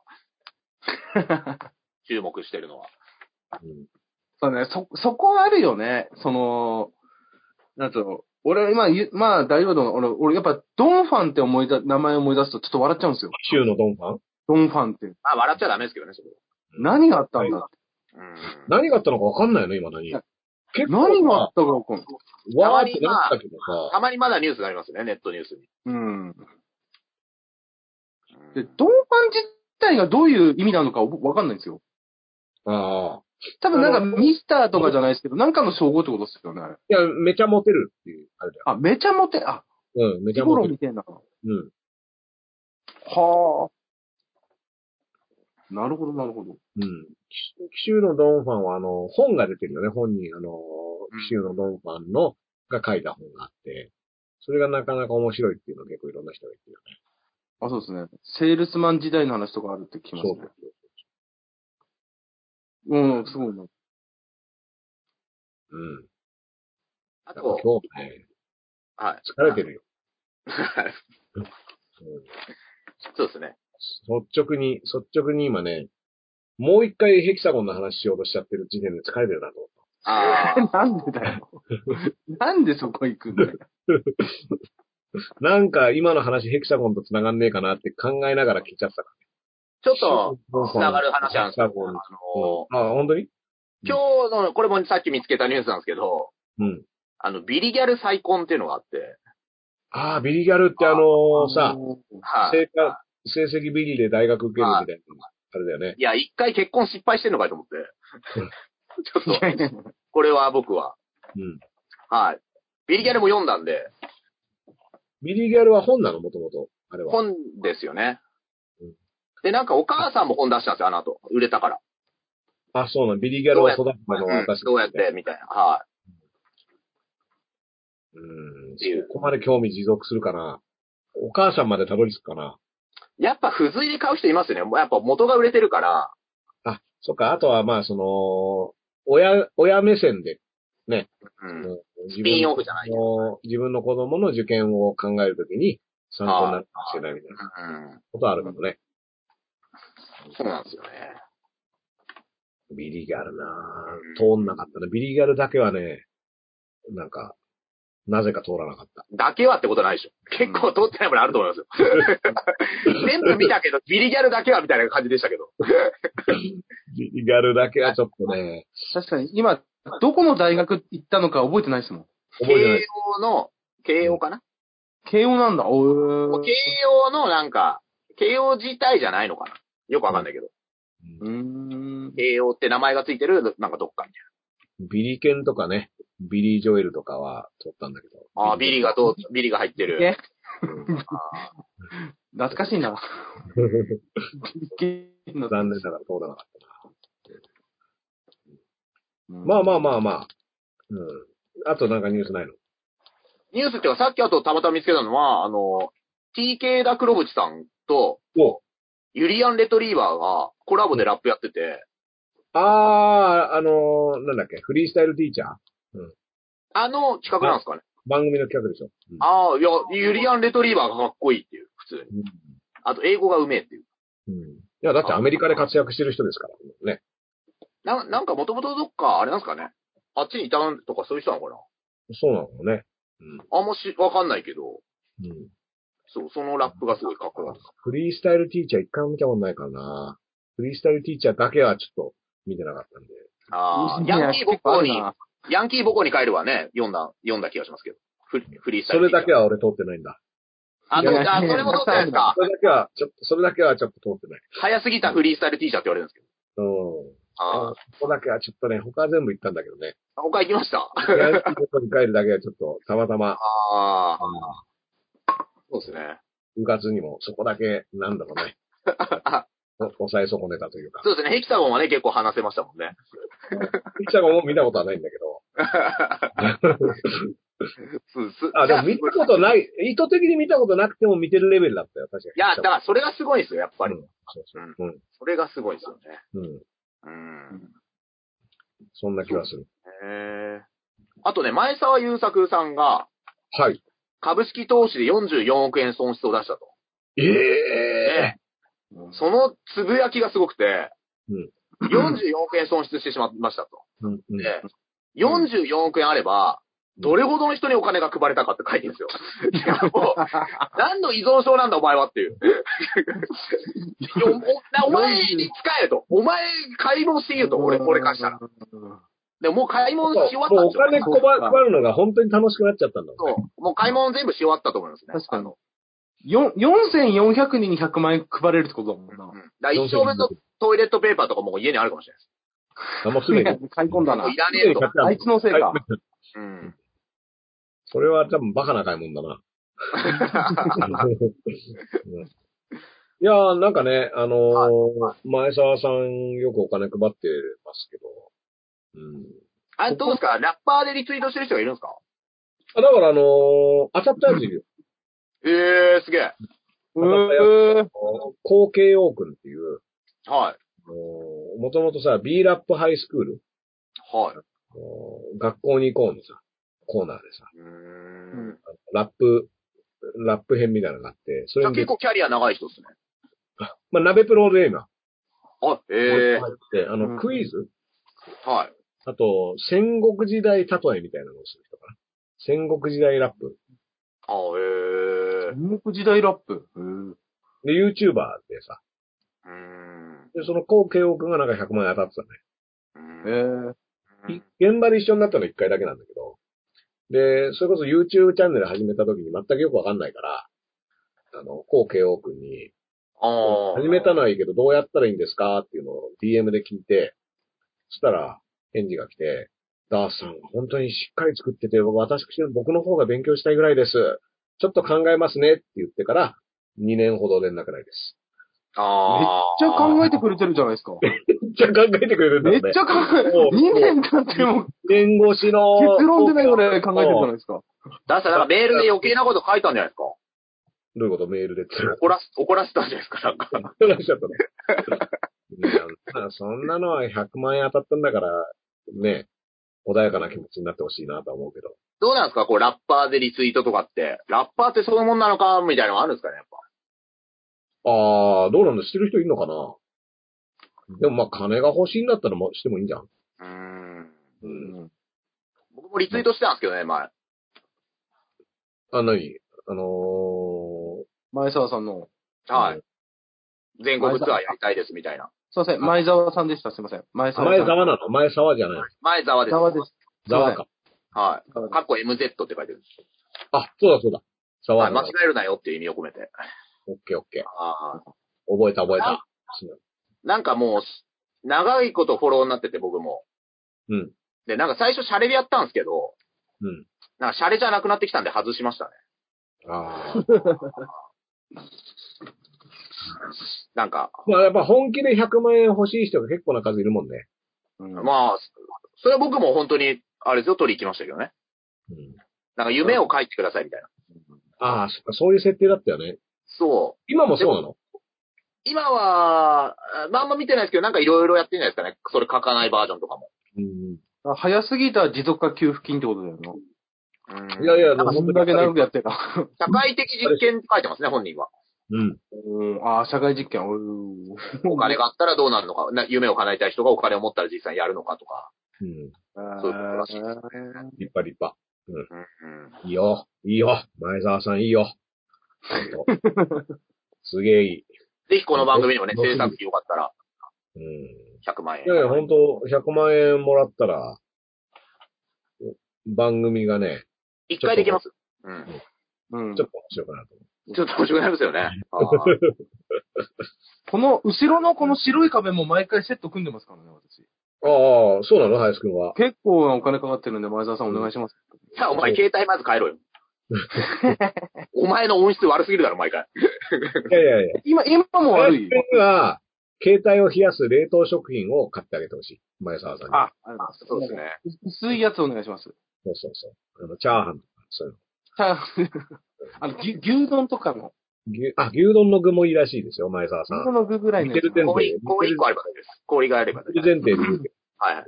[SPEAKER 4] 注目してるのは。
[SPEAKER 5] そうね、そ、そこはあるよね。その、なんつうの、俺今言う、まあ大丈夫だと思う俺、俺やっぱドンファンって思いだ、名前思い出すとちょっと笑っちゃうんですよ。
[SPEAKER 3] 州のドンファン
[SPEAKER 5] ドンファンって。
[SPEAKER 4] まあ、笑っちゃダメですけどね、そこ。
[SPEAKER 5] 何があったんだ
[SPEAKER 4] うん。
[SPEAKER 3] 何があったのかわかんないの今何
[SPEAKER 5] や。
[SPEAKER 3] 結構、
[SPEAKER 5] 何があったかわかんない。
[SPEAKER 3] わーってなったけど
[SPEAKER 4] た
[SPEAKER 3] さ。
[SPEAKER 4] まにまだニュースになりますね、ネットニュースに。
[SPEAKER 5] うん。
[SPEAKER 4] うん
[SPEAKER 5] で、ドンファン自体がどういう意味なのか僕わかんないんですよ。
[SPEAKER 3] ああ。
[SPEAKER 5] 多分なんかミスターとかじゃないですけど、なんかの称号ってことですよね、あれ。
[SPEAKER 3] いや、めちゃモテるっていう、あれだよ。
[SPEAKER 5] あ、めちゃモテ、あ、
[SPEAKER 3] うん、めち
[SPEAKER 5] リ
[SPEAKER 3] ゃ
[SPEAKER 5] ボ
[SPEAKER 3] モ
[SPEAKER 5] ロ
[SPEAKER 3] テる。
[SPEAKER 5] みたいな。は
[SPEAKER 3] うん。
[SPEAKER 5] あ。なるほど、なるほど。
[SPEAKER 3] うん。き紀州のドンファンは、あの、本が出てるよね。本に、あの、紀州のドンファンの、が書いた本があって、それがなかなか面白いっていうのを結構いろんな人が言ってるよね。
[SPEAKER 5] あ、そうですね。セールスマン時代の話とかあるって聞きます
[SPEAKER 3] そう
[SPEAKER 5] ね
[SPEAKER 3] そ。う
[SPEAKER 5] うん、すご いな。
[SPEAKER 3] そう。うん。
[SPEAKER 4] あ
[SPEAKER 3] だから
[SPEAKER 4] と、
[SPEAKER 3] 今日ね、
[SPEAKER 4] はい。
[SPEAKER 3] 疲れてるよ。
[SPEAKER 4] そうですね。
[SPEAKER 3] うん率直に、率直に今ね、もう一回ヘキサゴンの話しようとしちゃってる時点で疲れてるなと思っ
[SPEAKER 4] あ
[SPEAKER 5] な
[SPEAKER 4] あ。
[SPEAKER 5] んでだ よ。なんでそこ行くんだよ。
[SPEAKER 3] た。なんか今の話ヘキサゴンと繋がんねえかなって考えながら聞いちゃってたか
[SPEAKER 4] ちょっ
[SPEAKER 3] ら。
[SPEAKER 4] と、つながる話なんですけ
[SPEAKER 3] ヘキサ
[SPEAKER 4] ど、
[SPEAKER 3] ゴ
[SPEAKER 4] あ
[SPEAKER 3] ン
[SPEAKER 4] の
[SPEAKER 3] あ、本当に
[SPEAKER 4] 今日の、これもさっき見つけたニュースなんですけど、
[SPEAKER 3] うん。
[SPEAKER 4] あの、ビリギャル再婚っていうのがあって、
[SPEAKER 3] ああ、ビリギャルってあのーさ、
[SPEAKER 4] はい。
[SPEAKER 3] 成果、成績ビリで大学受けるみたいな、あれだよね。
[SPEAKER 4] いや、一回結婚失敗してんのかと思って
[SPEAKER 3] うん。
[SPEAKER 4] ちょっと、これは僕は。
[SPEAKER 3] うん。
[SPEAKER 4] はい。ビリギャルも読んだんで、
[SPEAKER 3] ビリギャルは本なの、もともと。あれは。
[SPEAKER 4] 本ですよね
[SPEAKER 3] うん。
[SPEAKER 4] で、なんかお母さんも本出したんですよ、あの後。売れたから。
[SPEAKER 3] あ、そうなの。ビリギャルを育てたのは私、
[SPEAKER 4] どうやって、みたいな。は
[SPEAKER 3] うん。
[SPEAKER 4] ていう
[SPEAKER 3] そこまで興味持続するかな。お母さんまでたどり着くかな。
[SPEAKER 4] い。やっぱ、付随で買う人いますよね。もうやっぱ元が売れてるから、
[SPEAKER 3] あ、そっか。あとは、まあ、その、親、親目線で、
[SPEAKER 4] うん。
[SPEAKER 3] 自
[SPEAKER 4] スピンオ
[SPEAKER 3] 分
[SPEAKER 4] フじゃないけど。
[SPEAKER 3] の、自分の子供の受験を考えるときに参考になるかもしれないみたいな
[SPEAKER 4] うん。
[SPEAKER 3] ことはあるかもね。
[SPEAKER 4] そうなんですよね。
[SPEAKER 3] ビリギャルなぁ。通んなかったな。ビリギャルだけはね、なんか、なぜか通らなかった。
[SPEAKER 4] だけはってことないでしょ。結構通ってないものあると思いますよ。全部見たけど、ビリギャルだけはみたいな感じでしたけど。
[SPEAKER 3] ビリギャルだけはちょっとね、
[SPEAKER 5] 確かに、今、どこの大学行ったのか覚えてないですもん。
[SPEAKER 3] 覚えてない
[SPEAKER 4] 慶。応の、慶応かな、
[SPEAKER 5] 慶応なんだ。おー
[SPEAKER 4] 慶応のなんか、慶応自体じゃないのかなよくわかんないけど。
[SPEAKER 5] うーん。
[SPEAKER 4] 慶応って名前がついてる、なんかどっかみたい
[SPEAKER 3] ビリケンとかね、ビリー・ジョエルとかは通ったんだけど。
[SPEAKER 4] な。ああー、ビリがどう、ビリが入ってる。
[SPEAKER 5] え
[SPEAKER 4] うんあ
[SPEAKER 5] 懐かしい な。
[SPEAKER 3] 残念ながら通らなかったな。まあ
[SPEAKER 5] ま
[SPEAKER 3] まあ
[SPEAKER 5] あ。
[SPEAKER 3] まあまあ。うん。あとなんかニュースないの
[SPEAKER 4] ーニュースっていうか、さっきあとたまたま見つけたのは、あの、TK ダクロブチさんと、
[SPEAKER 3] お
[SPEAKER 4] ユリアン・レトリーバーがコラボでラップやってて、
[SPEAKER 3] あー、あのーなんだっけ、フリースタイルティーチャー
[SPEAKER 4] あの企画なんですかね。
[SPEAKER 3] 番組の企画でしょ。うん
[SPEAKER 4] ああ、いや、ユリアン・レトリーバーがかっこいいっていう、普通に。あと、英語がうめえっていう。
[SPEAKER 3] うん。いや、だってアメリカで活躍してる人ですからね。
[SPEAKER 4] ななんか、もともとどっか、あれなんですかね。あっちにいたんとかそういう人なのかな
[SPEAKER 3] そうなのね。
[SPEAKER 4] あんまし、わかんないけど、
[SPEAKER 3] うん。
[SPEAKER 4] そう、そのラップがすごいかっこよかった。
[SPEAKER 3] フリースタイルティーチャー一回も見たことないからな。フリースタイルティーチャーだけはちょっと見てなかったんで。
[SPEAKER 4] ああ、ヤンキーごっこに、ヤンキー母校に帰るはね、読んだ、読んだ気がしますけど。フリフリースタイ
[SPEAKER 3] そ
[SPEAKER 4] ル。
[SPEAKER 3] れだけは俺通ってないんだ。
[SPEAKER 4] あ、どうあ、それもどうしたんですか
[SPEAKER 3] それだけは、ちょっと、それだけはちょっと通ってない。
[SPEAKER 4] 早すぎたフリースタイルティーチャーって言われるんですけど。
[SPEAKER 3] うん。
[SPEAKER 4] ああ。
[SPEAKER 3] そこだけはちょっとね、他は全部行ったんだけどね。
[SPEAKER 4] 他行きました。
[SPEAKER 3] やることに帰るだけはちょっと、たまたま、
[SPEAKER 4] ああ。そうですね。
[SPEAKER 3] 部活にも、そこだけ、なんだろう ね。お抑え損ねたというか。
[SPEAKER 4] そうですね。ヘキサゴンはね、結構話せましたもんね。
[SPEAKER 3] ピッチャーも見たことはないんだけど。
[SPEAKER 4] そうす
[SPEAKER 3] あ、でも見たこと
[SPEAKER 4] い
[SPEAKER 3] ない、意図的に見たことなくても見てるレベルだったよ、確かに。
[SPEAKER 4] や。いや、だ
[SPEAKER 3] っ
[SPEAKER 4] からそれがすごいですよ、やっぱり。
[SPEAKER 3] そうそう。うん。
[SPEAKER 4] それがすごいですよね。
[SPEAKER 3] うん。
[SPEAKER 4] うん。
[SPEAKER 3] そんな気がする。
[SPEAKER 4] へえ。あとね、前澤友作さんが、
[SPEAKER 3] はい。
[SPEAKER 4] 株式投資で44億円損失を出したと。
[SPEAKER 3] ええ
[SPEAKER 5] うん
[SPEAKER 4] そのつぶやきがすごくて、
[SPEAKER 3] うん
[SPEAKER 4] 44億円損失してしまいましたと。
[SPEAKER 3] うんうん
[SPEAKER 4] で44億円あれば、どれほどの人にお金が配れたかって書いてるんで すよ。いやもう何の依存症なんだお前はっていう。いや おおお前に使えと。お前買い物していいよと。俺、俺貸したら。でももう買い物し終わった
[SPEAKER 3] もうんお
[SPEAKER 4] ですよ
[SPEAKER 3] 金配配るのが本当に楽しくなっちゃったんだろうね。
[SPEAKER 4] そう。もう買い物全部し終わったと思いますね。
[SPEAKER 5] 確かに。よん4400人に100万円配れるってことだもん
[SPEAKER 4] うん
[SPEAKER 5] な。
[SPEAKER 4] だから一生分のトイレットペーパーとかもう家にあるかもしれない
[SPEAKER 3] あんま船に。
[SPEAKER 5] 買い込んだな
[SPEAKER 4] もう。いらねえ
[SPEAKER 3] 船に
[SPEAKER 4] と
[SPEAKER 3] 買。っちゃう
[SPEAKER 5] あいつのせいか。
[SPEAKER 4] うん。
[SPEAKER 3] それは多分バカな買い物だな。うんいやー、なんかね、あのー
[SPEAKER 4] は
[SPEAKER 3] 前澤さんよくお金配ってますけど、うん。
[SPEAKER 4] あれどうですかラッパーでリツイートしてる人がいるんですか
[SPEAKER 3] あだからあのー当たったやついるよ。
[SPEAKER 4] ええー、すげえ。
[SPEAKER 5] うーん。
[SPEAKER 3] 高慶王君っていう、
[SPEAKER 4] はい。
[SPEAKER 3] もともとさ、B ラップハイスクール、
[SPEAKER 4] はい。
[SPEAKER 3] あのー学校に行こうのさ、コーナーでさ、
[SPEAKER 4] うーん。
[SPEAKER 3] ラップ、ラップ編みたいなのがあって、そ
[SPEAKER 4] じ
[SPEAKER 3] れ
[SPEAKER 4] ゃあ
[SPEAKER 3] に
[SPEAKER 4] 結
[SPEAKER 3] 出て、
[SPEAKER 4] 構キャリア長い人ですね。
[SPEAKER 3] まあ、鍋プロで今、
[SPEAKER 4] あ、ええ
[SPEAKER 3] 入って、あ
[SPEAKER 5] うん
[SPEAKER 3] の、クイズ、
[SPEAKER 4] はい。
[SPEAKER 3] あと、戦国時代例えみたいなのをする人かな。戦国時代ラップ。
[SPEAKER 4] あ、ええ
[SPEAKER 5] 戦国時代ラップ。うん
[SPEAKER 3] で、YouTuber でさ、
[SPEAKER 4] うーん。
[SPEAKER 3] で、その高慶王君がなんか100万円当たってたね。
[SPEAKER 5] え
[SPEAKER 4] う
[SPEAKER 5] ー
[SPEAKER 4] ーん。
[SPEAKER 3] 現場で一緒になったの1回だけなんだけど、で、それこそ YouTube チャンネル始めた時に全くよくわかんないから、あの、高慶王君に、
[SPEAKER 4] ああ。
[SPEAKER 3] 始めたのはいいけど、どうやったらいいんですかっていうのを DM で聞いて、そしたら、返事が来て、ダースさん、本当にしっかり作ってて、私、僕の方が勉強したいぐらいです。ちょっと考えますねって言ってから、2年ほど連絡ないです。
[SPEAKER 4] ああ。
[SPEAKER 5] めっちゃ考えて
[SPEAKER 4] る。
[SPEAKER 5] くれてるじゃないですか。
[SPEAKER 3] めっちゃ考えてくれるんだ
[SPEAKER 5] め
[SPEAKER 3] よ
[SPEAKER 5] っ
[SPEAKER 3] ね。
[SPEAKER 5] ちゃ考え、
[SPEAKER 3] もう
[SPEAKER 5] 2年経っても
[SPEAKER 3] 弁護士の。
[SPEAKER 5] 結論出ないぐらい考えてるじゃないですか。
[SPEAKER 4] だからなんかメールで余計なこと書いたんじゃないですか
[SPEAKER 3] どういうことメールでつ
[SPEAKER 4] 怒らす、怒らせたんじゃないですかなん か。
[SPEAKER 3] られちゃったの。いやそんなのは100万円当たったんだから、ね、穏やかな気持ちになってほしいなとは思うけど。
[SPEAKER 4] どうなんですかこう、ラッパーでリツイートとかって。ラッパーってそういうもんなのかみたいなのあるんですかねやっぱ。
[SPEAKER 3] ああ、どうなんだしてる人いるのかなでもまあ金が欲しいんだったらもしてもいいんじゃん。
[SPEAKER 4] うーん。
[SPEAKER 3] うん。
[SPEAKER 4] 僕もリツイートしてたんですけどね、前。
[SPEAKER 3] あ、なにあのー、
[SPEAKER 5] 前澤さんの。
[SPEAKER 4] はい。全国ツアーやりたいです、みたいな。
[SPEAKER 5] すいません、前澤さんでした。すいません。前澤
[SPEAKER 3] 前
[SPEAKER 5] さん。
[SPEAKER 3] 沢なの前沢じゃない。
[SPEAKER 4] 前澤です。
[SPEAKER 5] 澤です。
[SPEAKER 3] 沢か。
[SPEAKER 4] は
[SPEAKER 5] 沢
[SPEAKER 4] い。
[SPEAKER 5] で
[SPEAKER 4] かっこ MZ って書いてるんです。
[SPEAKER 3] あ、そうだそうだ。沢
[SPEAKER 4] はい。
[SPEAKER 3] だ
[SPEAKER 4] 間違。えるなよっていう意味を込めて。
[SPEAKER 3] オッケーオッケー。
[SPEAKER 4] ああ。
[SPEAKER 3] 覚えた覚えた。
[SPEAKER 4] なんかもう、長いことフォローになってて、僕も。
[SPEAKER 3] うん。
[SPEAKER 4] で、なんか最初シャレでやったんですけど、
[SPEAKER 3] うん。
[SPEAKER 4] なんかシャレじゃなくなってきたんで外しましたね。
[SPEAKER 3] ああ。
[SPEAKER 4] なんか、
[SPEAKER 3] まあやっぱ本気で100万円欲しい人が結構な数いるもんね。
[SPEAKER 5] す。まあ、
[SPEAKER 4] まあ、それは僕も本当に、あれですよ、取り行きましたけどね。
[SPEAKER 3] うん。
[SPEAKER 4] なんか夢を書いてくださいみたいな。
[SPEAKER 3] ああ、そっかそういう設定だったよね。
[SPEAKER 4] そう。
[SPEAKER 3] 今もそうなの
[SPEAKER 4] 今は、あまああんま見てないですけど、なんかいろいろやってんじゃないですかね。それ書かないバージョンとかも。
[SPEAKER 3] うん。
[SPEAKER 5] 早すぎた持続化給付金ってことだよな。
[SPEAKER 4] うん
[SPEAKER 3] いやいや、でも
[SPEAKER 5] そん
[SPEAKER 3] 本当
[SPEAKER 5] だけ
[SPEAKER 3] に。
[SPEAKER 5] 長くやってた。
[SPEAKER 4] 社会的実験って書いてますね、本人は。
[SPEAKER 3] うん。
[SPEAKER 5] うん、ああ、社会実験。うん
[SPEAKER 4] お金があったらどうなるのか。な夢を叶えたい人がお金を持ったら実際やるのかとか。
[SPEAKER 3] うん。
[SPEAKER 4] そういうことらしいですね。
[SPEAKER 3] 立派立派。
[SPEAKER 4] うんうん
[SPEAKER 3] いいよ。いいよ。前澤さんいいよ。 ほんとすげえいい。
[SPEAKER 4] ぜひこの番組にもね、
[SPEAKER 3] うん
[SPEAKER 4] 制作費よかったら
[SPEAKER 3] うん。
[SPEAKER 4] 100万円。
[SPEAKER 3] いやいや、本当100万円もらったら、番組がね、
[SPEAKER 4] 一回できます。うん。
[SPEAKER 5] うん
[SPEAKER 3] ちょっと面白くなると思
[SPEAKER 4] ちょっと面白くなりますよね。あー
[SPEAKER 5] この後ろのこの白い壁も毎回セット組んでますからね、私。
[SPEAKER 3] う。ああ、そうなの林くんは。
[SPEAKER 5] 結構なお金かかってるんで、前澤さんお願いします。
[SPEAKER 4] いや、お前、携帯まず変えろよ。お前の音質悪すぎるだろ、毎回。
[SPEAKER 3] いやいやいや。
[SPEAKER 5] 今、今も悪
[SPEAKER 3] 林
[SPEAKER 5] い。
[SPEAKER 3] くんが、携帯を冷やす冷凍食品を買ってあげてほしい。前澤さんに。
[SPEAKER 5] あ、ありがと
[SPEAKER 4] そう
[SPEAKER 5] うご
[SPEAKER 4] で
[SPEAKER 5] ざ
[SPEAKER 4] す
[SPEAKER 5] いま
[SPEAKER 4] ね。
[SPEAKER 5] す。薄いやつお願いします。
[SPEAKER 3] そうそうそう。あの、チャーハンとか、そういう
[SPEAKER 5] さあ あの、牛牛丼とかの、
[SPEAKER 3] の。牛、あ、牛丼の具もいいらしいですよ、前澤さ
[SPEAKER 5] 牛丼
[SPEAKER 3] ん。
[SPEAKER 5] の具ぐらいのやつ
[SPEAKER 3] 似てる
[SPEAKER 4] 氷、氷一個あればいいです。氷があればいい
[SPEAKER 3] 前提で言うけ
[SPEAKER 4] はいはい。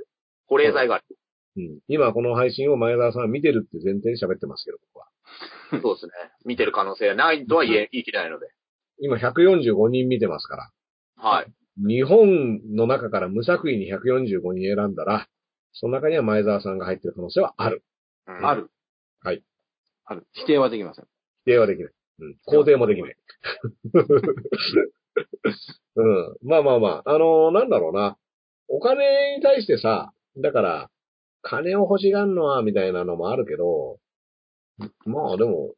[SPEAKER 4] 保冷剤がある。
[SPEAKER 3] ど、うん。今この配信を前澤さんは見てるって前提に喋ってますけど、僕は。
[SPEAKER 4] そうですね。見てる可能性はないとは言え、言い切れないので。
[SPEAKER 3] 今145人見てますから。
[SPEAKER 4] はい。
[SPEAKER 3] 日本の中から無作為に145人選んだら、その中には前澤さんが入ってる可能性はある。
[SPEAKER 4] うん
[SPEAKER 5] あ。る。
[SPEAKER 3] はい。
[SPEAKER 5] ある。否定はできません。
[SPEAKER 3] 否定はできない。うん。肯定もできない。 うん。まあまあまあ。あのーなんだろうな。お金に対してさ、だから、金を欲しがんのは、みたいなのもあるけど、まあでも、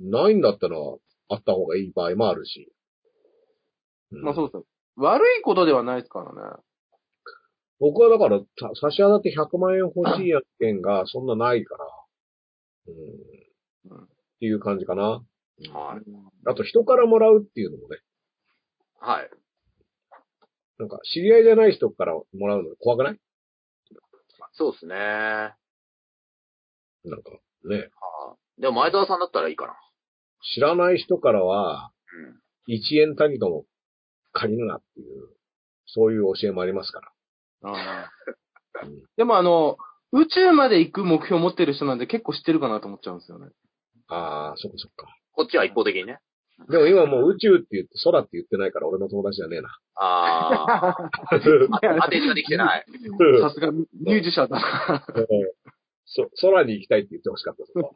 [SPEAKER 3] ないんだったら、あった方がいい場合もあるし。ん
[SPEAKER 5] まあそうですね。悪いことではないですからね。
[SPEAKER 3] 僕はだから、さ差し当たって100万円欲しい案件がそんなないから、うん。
[SPEAKER 5] うん
[SPEAKER 3] っていう感じかな。
[SPEAKER 4] はい。
[SPEAKER 3] あと人からもらうっていうのもね、
[SPEAKER 4] はい。
[SPEAKER 3] なんか知り合いじゃない人からもらうの怖くない
[SPEAKER 4] そうですね。は
[SPEAKER 3] なんかね、
[SPEAKER 4] いでも前澤さんだったらいいかな。
[SPEAKER 3] 知らない人からは、1円たりとも借りるなっていう、そういう教えもありますから。
[SPEAKER 5] ああ
[SPEAKER 3] うん
[SPEAKER 5] でもあの、宇宙まで行く目標を持ってる人なんで結構知ってるかなと思っちゃうんです よね。
[SPEAKER 3] ああ、そっかそっか。
[SPEAKER 4] こっちは一方的にね。
[SPEAKER 3] でも今もう宇宙って言って空って言ってないから俺の友達じゃねえな。
[SPEAKER 4] あ あ。当てにができてない。
[SPEAKER 5] さすがミュージシャン だな。
[SPEAKER 3] えーそ、空に行きたいって言ってほしかったそこ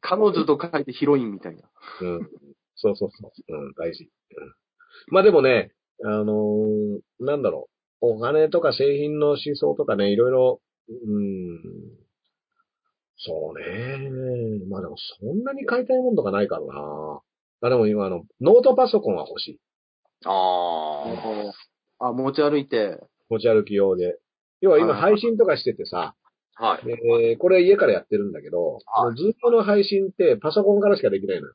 [SPEAKER 5] 彼女と書いてヒロインみたいな。
[SPEAKER 3] うん。そうそうそう。うん、大事。うんまあでもね、あのーなんだろう。お金とか製品の思想とかね、いろいろ、うん。そうね。まあでもそんなに買いたいもんとかないからな。あでも今あの、ノートパソコンは欲しい。
[SPEAKER 4] あ
[SPEAKER 5] あ、持ち歩いて。
[SPEAKER 3] 持ち歩き用で。要は今
[SPEAKER 5] はい
[SPEAKER 3] 配信とかしててさ、
[SPEAKER 4] あ。はい。
[SPEAKER 3] でえーこれ家からやってるんだけど、
[SPEAKER 4] は
[SPEAKER 3] ずっとの配信ってパソコンからしかできないのよ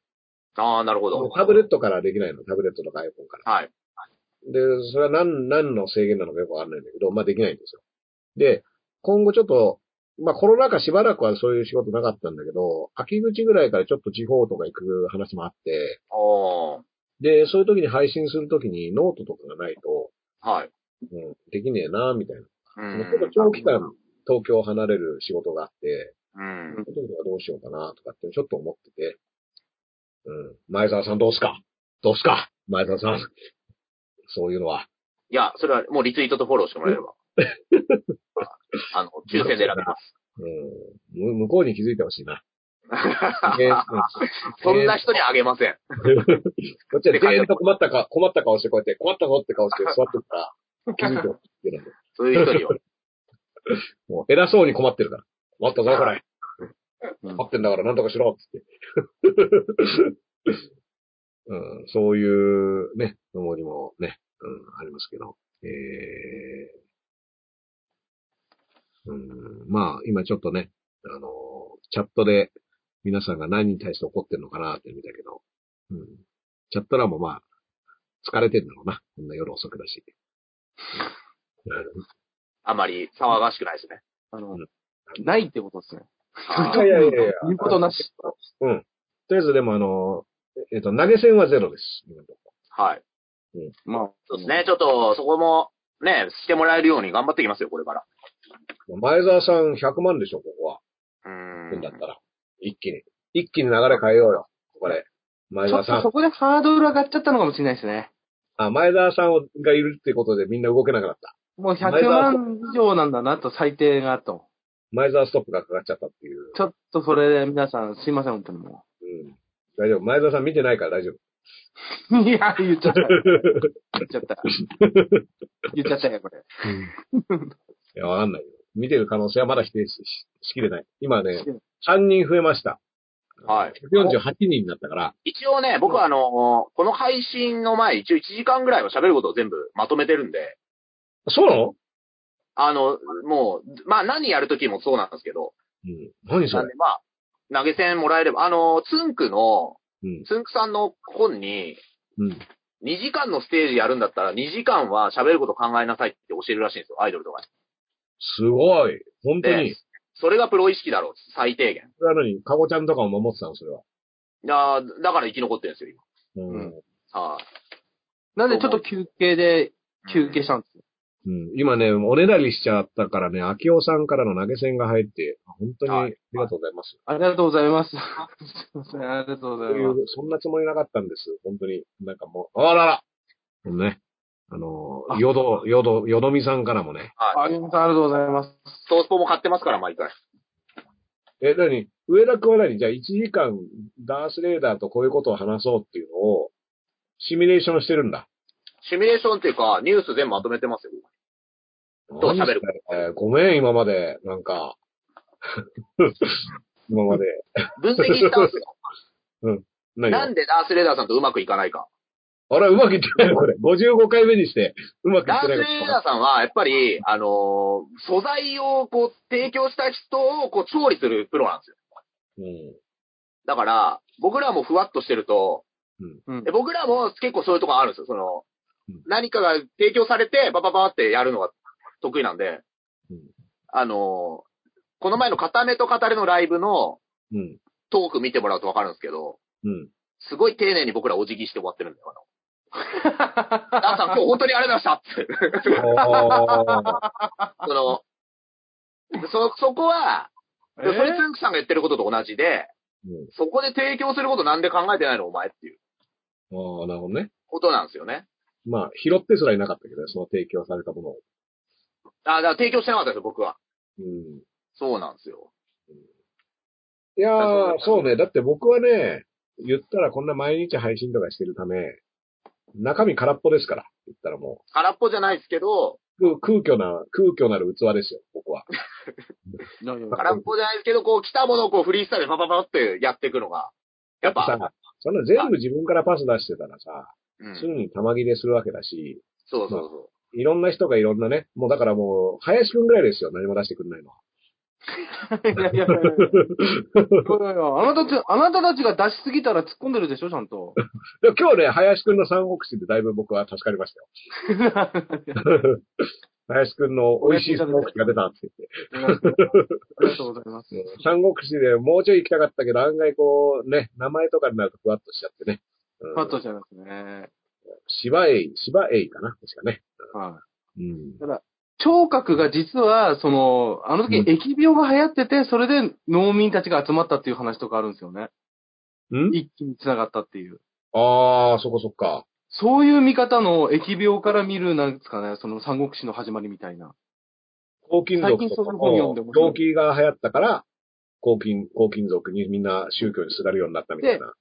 [SPEAKER 4] ああ、なるほど。
[SPEAKER 3] タブレットからできないの、タブレットとか iPhone から。
[SPEAKER 4] はい。
[SPEAKER 3] で、それは何、何の制限なのかよくわかんないんだけど、まあできないんですよ。で、今後ちょっと、まあコロナ禍しばらくはそういう仕事なかったんだけど、秋口ぐらいからちょっと地方とか行く話もあって、
[SPEAKER 4] あ
[SPEAKER 3] で、そういう時に配信する時にノートとかがないと、
[SPEAKER 4] あ。はい。
[SPEAKER 3] うん、できねえな、みたいな。
[SPEAKER 4] うん
[SPEAKER 3] ちょっと長期間東京を離れる仕事があって、
[SPEAKER 4] うん。
[SPEAKER 3] その時はどうしようかな、とかってちょっと思ってて、うん、前澤さんどうすかどうすか前澤さん。そういうのは。
[SPEAKER 4] いや、それはもうリツイートとフォローしてもらえ れば。あの、抽選で選べます。
[SPEAKER 3] うんむ向こうに気づいてほしいな。えー
[SPEAKER 4] そんな人にはあげません。
[SPEAKER 3] こっちは全員と困ったか、困った顔してこうやって、困ったぞって顔して座ってるから、気づいてほしいっていうの
[SPEAKER 4] そういう人には。
[SPEAKER 3] も。もう偉そうに困ってるから。困ったぞ、これ。
[SPEAKER 5] うん
[SPEAKER 3] 困ってんだからなんとかしろっつって。 うん、そういうね、のもりもね、うん、ありますけど。えーうん、まあ、今ちょっとね、あの、チャットで皆さんが何に対して怒ってるのかなって見たけど、うん、チャットらもまあ、疲れてんだろうな。こんな夜遅くだし。
[SPEAKER 4] あまり騒がしくないですね。
[SPEAKER 5] あの
[SPEAKER 3] うん、
[SPEAKER 5] ないってことですね。
[SPEAKER 4] あ
[SPEAKER 3] いやいやいや
[SPEAKER 5] 言うことなし。
[SPEAKER 3] とりあえずでもあの、えっ、と、投げ銭はゼロです。今のとこ
[SPEAKER 4] ーはい。
[SPEAKER 5] まあ、
[SPEAKER 4] そうですね。ちょっと、そこも、ね、してもらえるように頑張っていきますよ、これから。
[SPEAKER 3] 前澤さん100万でしょ、ここは。
[SPEAKER 4] う
[SPEAKER 3] うん
[SPEAKER 4] ん
[SPEAKER 3] だっ。たら。一気に。一気に流れ変えようよ。これ。前
[SPEAKER 5] ち
[SPEAKER 3] 澤
[SPEAKER 5] ょっ
[SPEAKER 3] さ
[SPEAKER 5] と
[SPEAKER 3] ん
[SPEAKER 5] そ。こでハードル上がっちゃったのかもしれないですね。
[SPEAKER 3] あ、前澤さんがいるってことでみんな動けなくなった。
[SPEAKER 5] もう100万以上なんだなと、最低がと。
[SPEAKER 3] 前澤ストップがかかっちゃったっていう。
[SPEAKER 5] ちょっとそれで皆さん、すいません、本当にも
[SPEAKER 3] うん。大丈夫。前澤さん見てないから大丈夫。
[SPEAKER 5] う。いや、言っちゃった。言っちゃった。言っちゃったよ、これ。
[SPEAKER 3] いや、わかんないよ。見てる可能性はまだ否定ししきれない。今ね
[SPEAKER 5] しきれな、
[SPEAKER 3] 3人増えました。
[SPEAKER 4] はい。
[SPEAKER 3] 148人になったから、
[SPEAKER 4] 一応ね、僕はあの、この配信の前、一応1時間ぐらいは喋ることを全部まとめてるんで、
[SPEAKER 3] そうなの
[SPEAKER 4] あの、もう、まあ何やるときもそうなんですけど、
[SPEAKER 3] うん。何そ
[SPEAKER 4] なん
[SPEAKER 3] れ
[SPEAKER 4] でまあ、投げ銭もらえれば、あの、つんくの、
[SPEAKER 3] うん。
[SPEAKER 4] つんくさんの本に、
[SPEAKER 3] うん。
[SPEAKER 4] 2時間のステージやるんだったら、2時間は喋ること考えなさいって教えるらしいんですよ、アイドルとかに。
[SPEAKER 3] すごい。本当に
[SPEAKER 4] で。、それがプロ意識だろう、最低限。
[SPEAKER 3] なのに、カゴちゃんとかも守ってたの、それは。
[SPEAKER 4] だだから生き残ってるんですよ、
[SPEAKER 3] う
[SPEAKER 5] うん
[SPEAKER 3] ん。
[SPEAKER 4] 今。はい
[SPEAKER 5] なんでちょっと休憩で、休憩したんですよ。
[SPEAKER 3] うん、今ね、おねだりしちゃったからね、秋夫さんからの投げ銭が入って、本当に
[SPEAKER 4] はい
[SPEAKER 3] ありがとうございます。
[SPEAKER 5] ありがとうござい ます。すいません、ありがとうござい
[SPEAKER 3] とい
[SPEAKER 5] ます。
[SPEAKER 3] う、そんなつもりなかったんです。本当に。なんかもう、あららもうね、あのー、
[SPEAKER 5] あ
[SPEAKER 3] よど、よど、よどみさんからもね。
[SPEAKER 5] あ、ゆみさん、ありがとうございます。
[SPEAKER 4] トースポも買ってますから、毎回。
[SPEAKER 3] え、なに上田くんは何じゃあ1時間、ダースレーダーとこういうことを話そうっていうのを、シミュレーションしてるんだ。
[SPEAKER 4] シミュレーションっていうか、ニュース全部まとめてますよ。どう喋る
[SPEAKER 3] 何してえーごめん、今まで。なんか。 今まで。
[SPEAKER 4] 分析したんですよ。
[SPEAKER 3] 何が
[SPEAKER 4] なんでダースレーダーさんとうまくいかないか。
[SPEAKER 3] あれ、うまくいってないのこれ。55回目にして、うまくい
[SPEAKER 4] ダ
[SPEAKER 3] って
[SPEAKER 4] ース
[SPEAKER 3] ない
[SPEAKER 4] レーダーさんは、やっぱり、あのー素材をこう、提供した人をこう、調理するプロなんですよ。
[SPEAKER 3] うん。
[SPEAKER 4] だから、僕らもふわっとしてると、
[SPEAKER 5] うん
[SPEAKER 4] で。僕らも結構そういうとこあるんですよ。その
[SPEAKER 3] うん、
[SPEAKER 4] 何かが提供されて、バババってやるのが得意なんで
[SPEAKER 3] うん、
[SPEAKER 4] あのーこの前の片目と片れのライブの
[SPEAKER 3] うん。
[SPEAKER 4] トーク見てもらうとわかるんですけど、
[SPEAKER 3] うん。
[SPEAKER 4] すごい丁寧に僕らお辞儀して終わってるんだよ。あのダースさん、今日本当にありがとうございましたって。
[SPEAKER 3] あ
[SPEAKER 4] その、そ、そこは、
[SPEAKER 5] え
[SPEAKER 4] それつんくさんが言ってることと同じで、
[SPEAKER 3] うん
[SPEAKER 4] そこで提供することなんで考えてないのお前っていう
[SPEAKER 3] ーあー、なるほどね。
[SPEAKER 4] ことなんですよね。
[SPEAKER 3] まあ、拾ってすらいなかったけどね、その提供されたものを。
[SPEAKER 4] あ、だから提供してなかったですよ、僕は。
[SPEAKER 3] うん。
[SPEAKER 4] そうなんですよ。
[SPEAKER 3] いやー
[SPEAKER 4] あ、そ
[SPEAKER 3] そうね。だって僕はね、言ったらこんな毎日配信とかしてるため、中身空っぽですから。言ったらも
[SPEAKER 4] 空っぽじゃないですけど、
[SPEAKER 3] う、空空虚な、空虚なる器ですよ、僕は。
[SPEAKER 5] 何を
[SPEAKER 4] 空っぽじゃないですけど、こう来たものをこうフリースタイルでパパパってやっていくのが、やっぱ、
[SPEAKER 3] さ、そんな全部自分からパス出してたらさ、
[SPEAKER 4] うん、
[SPEAKER 3] すぐに玉切れするわけだし、
[SPEAKER 4] そうそうそ
[SPEAKER 3] いろんな人がいろんなね、もうだからもう、林くんぐらいですよ、何も出してくんないのは。
[SPEAKER 5] いやいやいやいや いやいやあなたたち、あなたたちが出しすぎたら突っ込んでるでしょ、ちゃん と。
[SPEAKER 3] でも今日ね、林くんの三国志でだいぶ僕は助かりましたよ。 林くんの美味しい三国志が出たって言って。
[SPEAKER 5] ありがとうございます。
[SPEAKER 3] 三国志でもうちょい行きたかったけど、案外こう、ね、名前とかになるとふわっとしちゃってね。
[SPEAKER 5] パッ
[SPEAKER 3] うん
[SPEAKER 5] としちゃいますね。
[SPEAKER 3] 芝栄、芝栄かな確かね。
[SPEAKER 5] は
[SPEAKER 3] うん。
[SPEAKER 5] い。聴覚が実は、その、あの時
[SPEAKER 3] うん
[SPEAKER 5] 疫病が流行ってて、それで農民たちが集まったっていう話とかあるんですよね。
[SPEAKER 3] ん
[SPEAKER 5] 一気に繋がったっていう。
[SPEAKER 3] あー、そこそっか。
[SPEAKER 5] そういう見方の疫病から見る、なんですかね、その三国志の始まりみたいな。
[SPEAKER 3] 黄金
[SPEAKER 5] 最
[SPEAKER 3] 族
[SPEAKER 5] 近
[SPEAKER 3] と
[SPEAKER 5] そ
[SPEAKER 3] か
[SPEAKER 5] の本読ん
[SPEAKER 3] も
[SPEAKER 5] で面、白い
[SPEAKER 3] 動機が流行ったから、黄金、黄金族にみんな宗教にすがるようになったみたいな。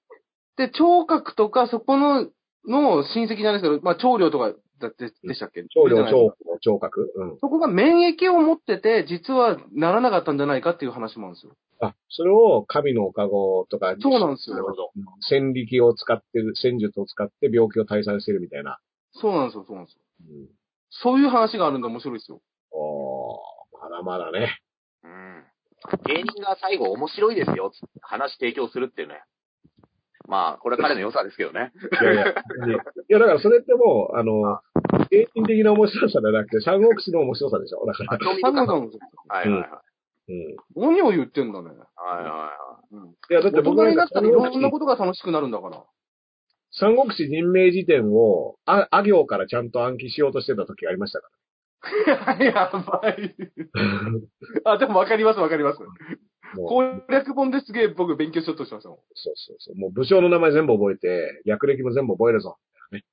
[SPEAKER 5] で、聴覚とか、そこの、の親戚じゃないですけど、まあ、長領とかだって、でしたっけ
[SPEAKER 3] 長
[SPEAKER 5] じゃ
[SPEAKER 3] 領
[SPEAKER 5] ないですか
[SPEAKER 3] 長聴覚うん。
[SPEAKER 5] そこが免疫を持ってて、実はならなかったんじゃないかっていう話もあるんですよ。
[SPEAKER 3] あ、それを神のおかごとか、
[SPEAKER 5] そうなんです
[SPEAKER 4] う。なる
[SPEAKER 5] よ。
[SPEAKER 4] ほど。
[SPEAKER 3] 戦力を使ってる、戦術を使って病気を退散してるみたいな。
[SPEAKER 5] そうなんですよ、そうなんですよ。
[SPEAKER 3] うん、
[SPEAKER 5] そういう話があるんで面白いですよ。
[SPEAKER 3] おーまだまだね。
[SPEAKER 4] うん。芸人が最後面白いですよ、つって話提供するっていうね。まあ、これは彼の良さですけどね。
[SPEAKER 3] いやいや。いや、だからそれってもう、あの、芸人的な面白さじゃなくて、三国志の面白さでしょ。だから。
[SPEAKER 4] 興味
[SPEAKER 5] サ
[SPEAKER 4] 深
[SPEAKER 5] ムさ
[SPEAKER 4] さ
[SPEAKER 5] んもそう
[SPEAKER 4] はいはいは
[SPEAKER 3] う
[SPEAKER 4] い。
[SPEAKER 3] ん。い
[SPEAKER 5] 何を言ってんだね。
[SPEAKER 4] はいはいはい。
[SPEAKER 3] や、だ
[SPEAKER 5] 大
[SPEAKER 3] って僕
[SPEAKER 5] 人になったらいろんな
[SPEAKER 3] と
[SPEAKER 5] ことが楽しくなるんだから。
[SPEAKER 3] 三国志人名辞典を、あ、あ行からちゃんと暗記しようとしてた時がありましたか
[SPEAKER 5] やばい。
[SPEAKER 3] ら。
[SPEAKER 5] あ、でもわかります、わかります。
[SPEAKER 3] もう
[SPEAKER 5] 攻略本ですげえ僕勉強しようとしてましたもん。
[SPEAKER 3] そうそうそう。もう武将の名前全部覚えて、略歴も全部覚えるぞ。ね。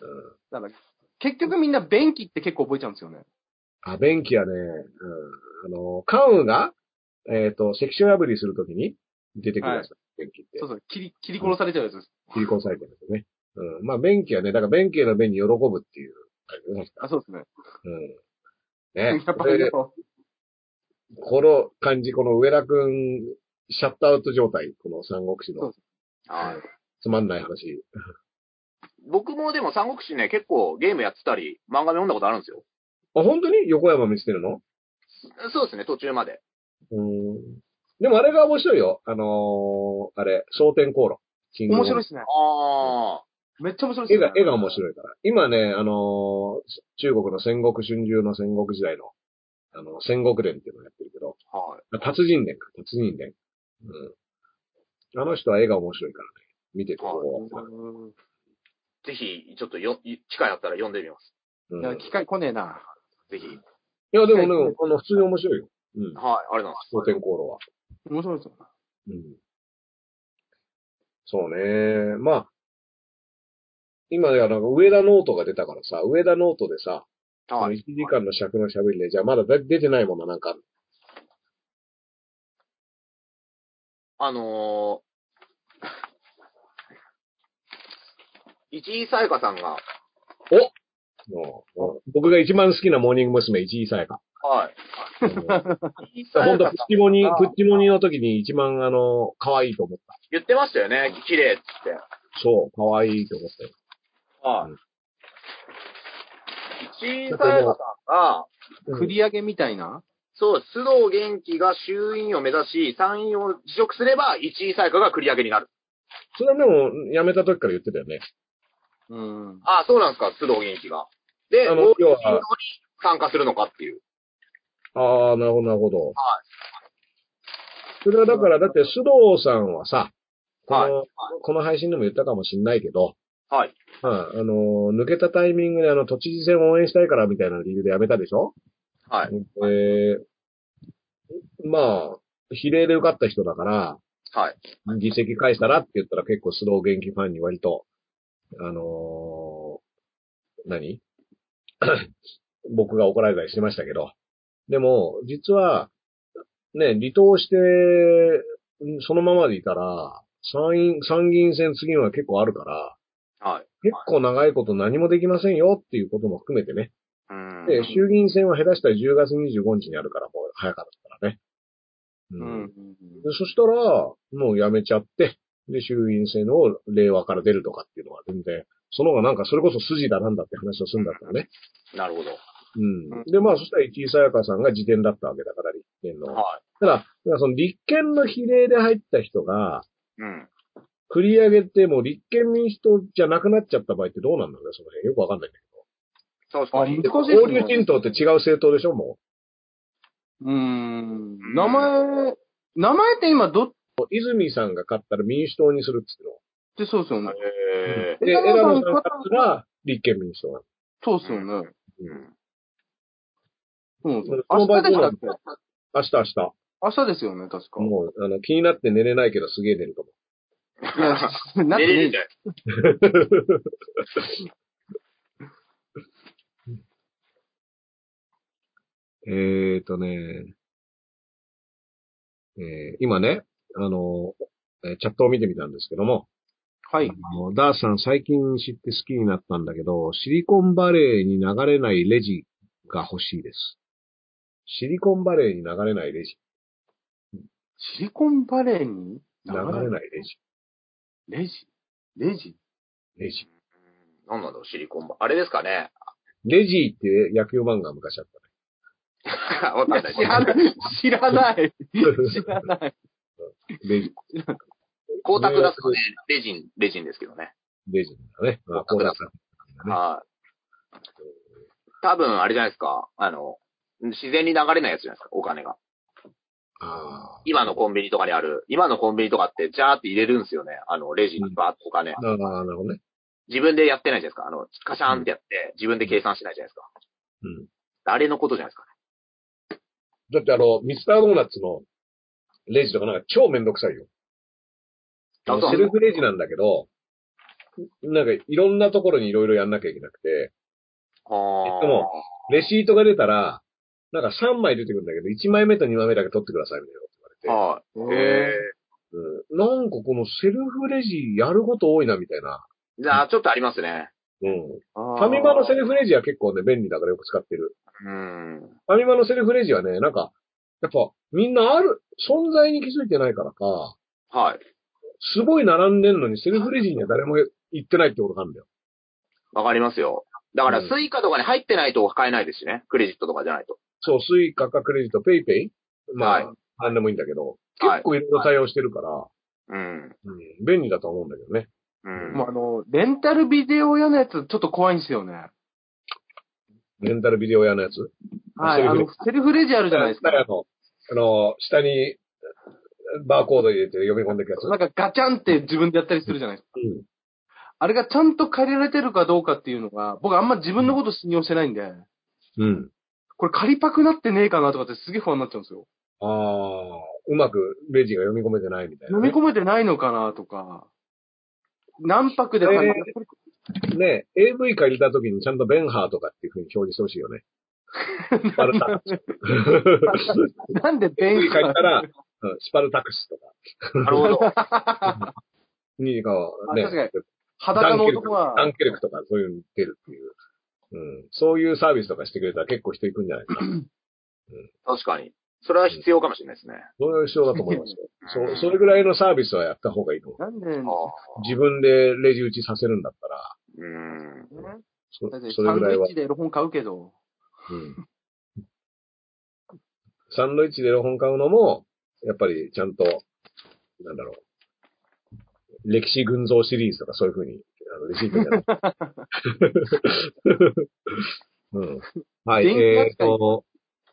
[SPEAKER 3] うん。
[SPEAKER 5] だから、結局みんな便器って結構覚えちゃうんですよね。
[SPEAKER 3] あ、便器はね、うん、あの、関羽が、えっ、と、関所破りするときに出てくるやつ、便器って
[SPEAKER 5] そう。そう、切り、切り殺されちゃうやつです。
[SPEAKER 3] 切り殺されてるんですよね。うん。まあ、便器はね、だから便器の便に喜ぶっていう感じですね。
[SPEAKER 5] あ、そうですね。
[SPEAKER 3] うん。
[SPEAKER 5] や
[SPEAKER 3] ね
[SPEAKER 5] っぱ。り
[SPEAKER 3] で
[SPEAKER 5] でも
[SPEAKER 3] この感じ、この上田くん、シャットアウト状態、この三国志
[SPEAKER 5] そう
[SPEAKER 3] の
[SPEAKER 5] で
[SPEAKER 4] はい。
[SPEAKER 3] つまんない話。
[SPEAKER 4] 僕もでも三国志ね、結構ゲームやってたり、漫画で読んだことあるんですよ。
[SPEAKER 3] あ、本当に横山見つけるの
[SPEAKER 4] そうですね、途中まで。
[SPEAKER 3] うん。でもあれが面白いよ。あのー、あれ、焦点航路。キングオブ
[SPEAKER 5] 面白いっすね。
[SPEAKER 4] ああ。
[SPEAKER 5] めっちゃ面白いっすね。
[SPEAKER 3] 絵が、絵が面白いから。今ね、あのー中国の戦国春秋の戦国時代の、あの、戦国伝っていうのをやってるけど、
[SPEAKER 4] はい。
[SPEAKER 3] あ達人伝か、達人伝。うん。あの人は絵が面白いからね。見ててこ
[SPEAKER 5] うん
[SPEAKER 4] ぜひ、ちょっとよ、い機会あったら読んでみます。
[SPEAKER 3] う。うん、
[SPEAKER 5] なんか機会来ねえな。
[SPEAKER 4] ぜひ。
[SPEAKER 3] いや、でも、でも、あの、普通に面白いよ。うん。
[SPEAKER 4] はい、ありがとうご
[SPEAKER 3] 蒼
[SPEAKER 4] ざい
[SPEAKER 3] 天航路は。
[SPEAKER 5] 面白いっすよ。
[SPEAKER 3] うん。そうね。まあ、今ではなんか上田ノートが出たからさ、上田ノートでさ、
[SPEAKER 4] ます。は
[SPEAKER 3] 1
[SPEAKER 4] い。
[SPEAKER 3] 時間の尺の喋りで、じゃあまだ出出てないものなんかある、
[SPEAKER 4] あのー、一井さやかさんが、
[SPEAKER 3] の僕が一番好きなモーニング娘。一井さやか。
[SPEAKER 4] はい。一井さ
[SPEAKER 3] 本
[SPEAKER 4] や
[SPEAKER 3] 当
[SPEAKER 4] か
[SPEAKER 3] プ
[SPEAKER 4] さん
[SPEAKER 3] ッチモニ、
[SPEAKER 4] あ
[SPEAKER 3] プッチモニの時に一番あの、可愛いと思った。
[SPEAKER 4] 言ってましたよね、綺麗っつって。
[SPEAKER 3] そう、可愛いと思ったよ。
[SPEAKER 4] は
[SPEAKER 3] うん
[SPEAKER 4] い。一井さやかさんが、
[SPEAKER 5] 繰り上げみたいな
[SPEAKER 4] そう、須藤元気が衆院を目指し、参院を辞職すれば、一位最下が繰り上げになる。
[SPEAKER 3] それはでも、辞めた時から言ってたよね。
[SPEAKER 5] うん。
[SPEAKER 4] ああ、そうなんですか、須藤元気が。で、
[SPEAKER 3] あ
[SPEAKER 4] も
[SPEAKER 3] の
[SPEAKER 4] う、
[SPEAKER 3] 要
[SPEAKER 4] 要
[SPEAKER 3] は
[SPEAKER 4] に参加するのかっていう。
[SPEAKER 3] ああ、なるほど、なるほど。それはだから、だって須藤さんはさ、この、
[SPEAKER 4] はい。
[SPEAKER 3] この配信でも言ったかもしんないけど、
[SPEAKER 4] はい。
[SPEAKER 3] うん、あの、抜けたタイミングであの、都知事選を応援したいからみたいな理由で辞めたでしょ
[SPEAKER 4] はい。
[SPEAKER 3] えー、まあ、比例で受かった人だから、
[SPEAKER 4] はい。
[SPEAKER 3] 議席返したらって言ったら結構須藤元気ファンに割と、あのー何 僕が怒られたりしてましたけど。でも、実は、ね、離党して、んそのままでいたら、参院、参議院選次は結構あるから、
[SPEAKER 4] はい。
[SPEAKER 3] 結構長いこと何もできませんよっていうことも含めてね。
[SPEAKER 4] うーん。
[SPEAKER 3] で、衆議院選は下手したら10月25日にあるから、もう早かったからね。う
[SPEAKER 5] うん
[SPEAKER 3] で
[SPEAKER 5] ん。
[SPEAKER 3] そしたら、もう辞めちゃって、で、衆院選を令和から出るとかっていうのは全然、その方がなんかそれこそ筋だなんだって話をするんだったらね。
[SPEAKER 4] なるほど。
[SPEAKER 3] うん
[SPEAKER 5] うん。
[SPEAKER 3] で、まあそしたら市井さやかさんが辞典だったわけだから、立憲の。だか
[SPEAKER 4] は
[SPEAKER 3] ら、だからその立憲の比例で入った人が、
[SPEAKER 4] い。うん。
[SPEAKER 3] 繰り上げてもう立憲民主党じゃなくなっちゃった場合ってどうなんだろうね、その辺。よくわかんないんだけど。
[SPEAKER 4] 確かに
[SPEAKER 5] あ。難しいです
[SPEAKER 3] 交
[SPEAKER 5] ね
[SPEAKER 3] 流人党って違う政党でしょ、も
[SPEAKER 5] うん。名前、名前って今どっ
[SPEAKER 3] う。泉さんが勝ったら民主党にするっつっての。
[SPEAKER 5] てそうですよね。
[SPEAKER 4] へえ。
[SPEAKER 3] で、
[SPEAKER 5] 枝
[SPEAKER 3] 枝
[SPEAKER 5] 野さん
[SPEAKER 3] 野さん勝ったら立憲民主党な
[SPEAKER 5] そうですよね。
[SPEAKER 4] うん。
[SPEAKER 5] うん。
[SPEAKER 3] その
[SPEAKER 5] 明
[SPEAKER 3] 場合
[SPEAKER 5] 日でしたっけ
[SPEAKER 3] どの。明日、明日。
[SPEAKER 5] 明日ですよね、確か。
[SPEAKER 3] もう、あの、気になって寝れないけどすげえ出ると思
[SPEAKER 5] い や、なって
[SPEAKER 4] 寝れる
[SPEAKER 5] ね
[SPEAKER 4] んじゃない
[SPEAKER 3] うん。 えーとね、えー今ね、あの、えーチャットを見てみたんですけども、
[SPEAKER 5] は
[SPEAKER 3] あ
[SPEAKER 5] い。
[SPEAKER 3] のダースさん最近知って好きになったんだけど、シリコンバレーに流れないレジが欲しいです。シリコンバレーに流れないレジ。
[SPEAKER 5] シリコンバレーに
[SPEAKER 3] 流れないレジ。
[SPEAKER 5] レジレジ
[SPEAKER 3] レジ。
[SPEAKER 4] 何なんだろう、シリコンバ。あれですかね。
[SPEAKER 3] レジっていう野球漫画昔あった
[SPEAKER 4] わかんないです
[SPEAKER 5] 知。らない。知ら ない。知らない。
[SPEAKER 3] ね。 レジ、
[SPEAKER 4] 光沢だとね、レジン、レジンですけどね。
[SPEAKER 3] レジだね。あ、こうだった。ね
[SPEAKER 4] はい。多分、あれじゃないですか。あの、自然に流れないやつじゃないですか、お金が。
[SPEAKER 3] あ
[SPEAKER 4] 今のコンビニとかにある、今のコンビニとかって、ジャーって入れるんですよね。あの、レジにバーっとお金。
[SPEAKER 3] あ。ななるほどね。
[SPEAKER 4] 自分でやってないじゃないですか。あの、カシャンってやって、自分で計算しないじゃないですか。
[SPEAKER 3] うん。
[SPEAKER 4] あれのことじゃないですかね。
[SPEAKER 3] だってあの、ミスタードーナツのレジとかなんか超めんどくさいよ。あ
[SPEAKER 4] あそ
[SPEAKER 3] の
[SPEAKER 4] う
[SPEAKER 3] セルフレジなんだけど、なんかいろんなところにいろいろやんなきゃいけなくて、
[SPEAKER 4] は
[SPEAKER 3] でもレシートが出たら、なんか3枚出てくるんだけど、1枚目と2枚目だけ取ってくださいみたいなこと言われて、
[SPEAKER 4] はい。え
[SPEAKER 3] うん、なんかこのセルフレジやること多いなみたいな。
[SPEAKER 4] ー。じゃあ、ちょっとありますね。
[SPEAKER 3] うん。
[SPEAKER 5] フ
[SPEAKER 3] ファミマのセルフレジは結構ね、便利だからよく使ってる。
[SPEAKER 4] うん。
[SPEAKER 3] ファミマのセルフレジはね、なんか、やっぱ、みんなある、存在に気づいてないからか、
[SPEAKER 4] はい。
[SPEAKER 3] すごい並んでんのにセルフレジには誰も行ってないってことなんだよ。
[SPEAKER 4] わかりますよ。だか
[SPEAKER 3] う
[SPEAKER 4] ら、
[SPEAKER 3] ん
[SPEAKER 4] スイカとかに入ってないと買えないですしね。クレジットとかじゃないと。
[SPEAKER 3] そう、スイカかクレジット、ペイペイま
[SPEAKER 4] はい
[SPEAKER 3] あ、なんでもいいんだけど、
[SPEAKER 4] はい
[SPEAKER 3] 結構いろいろ対応してるから、
[SPEAKER 4] うん。
[SPEAKER 3] うん、便利だと思うんだけどね。
[SPEAKER 4] うん。
[SPEAKER 5] もうあの、レンタルビデオ屋のやつ、ちょっと怖いんですよね。
[SPEAKER 3] レンタルビデオ屋のやつ。
[SPEAKER 5] はい。
[SPEAKER 3] セ
[SPEAKER 5] あ
[SPEAKER 3] ルフレ
[SPEAKER 5] の、セルフレジあるじゃないですか。
[SPEAKER 3] あの、あの下にバーコード入れて読み込んでいくやつ。
[SPEAKER 5] なんかガチャンって自分でやったりするじゃないですか。
[SPEAKER 3] うん
[SPEAKER 5] あれがちゃんと借りられてるかどうかっていうのが、僕あんま自分のこと信用してないんで、
[SPEAKER 3] うん。
[SPEAKER 5] これ借りパクなってねえかなとかってすげえ不安になっちゃうんですよ。
[SPEAKER 3] ああ、うまくレジが読み込めてないみたいな
[SPEAKER 5] 飲
[SPEAKER 3] ね、
[SPEAKER 5] み込めてないのかなとか、何泊で借り、
[SPEAKER 3] えね AV 借りた時にちゃんとベンハーとかっていう風に表示してほしいよね。スパルタ。
[SPEAKER 5] なんでベ
[SPEAKER 3] AV
[SPEAKER 5] ンチ
[SPEAKER 3] 借りた ら、うんスパルタクスとか
[SPEAKER 4] なるほど。
[SPEAKER 3] に、こうね
[SPEAKER 5] あ確かに、裸の男は、
[SPEAKER 3] ダンケルクとかそういうの出るっていう。うん。そういうサービスとかしてくれたら結構人行くんじゃないか な。
[SPEAKER 4] 確かに。それは必要かもしれないですね。
[SPEAKER 3] そういう人だと思いますよ。そう、それぐらいのサービスはやった方がいいと思
[SPEAKER 5] なんで、
[SPEAKER 4] ああ
[SPEAKER 3] う。自分でレジ打ちさせるんだったら、
[SPEAKER 4] うん。
[SPEAKER 3] そ
[SPEAKER 5] だって
[SPEAKER 3] そ
[SPEAKER 5] サ
[SPEAKER 3] れ
[SPEAKER 5] ン
[SPEAKER 3] ぐ
[SPEAKER 5] ド
[SPEAKER 3] ら
[SPEAKER 5] イ
[SPEAKER 3] い
[SPEAKER 5] ッ
[SPEAKER 3] は
[SPEAKER 5] チ。でロ本買うけど、
[SPEAKER 3] うん。サンドイッチでロ本買うのも、やっぱりちゃんと、なんだろう。歴史群像シリーズとかそういうふうに、あの、レシートになる。うん。はい。
[SPEAKER 5] 電気
[SPEAKER 3] えっ、
[SPEAKER 5] 扱い
[SPEAKER 3] と、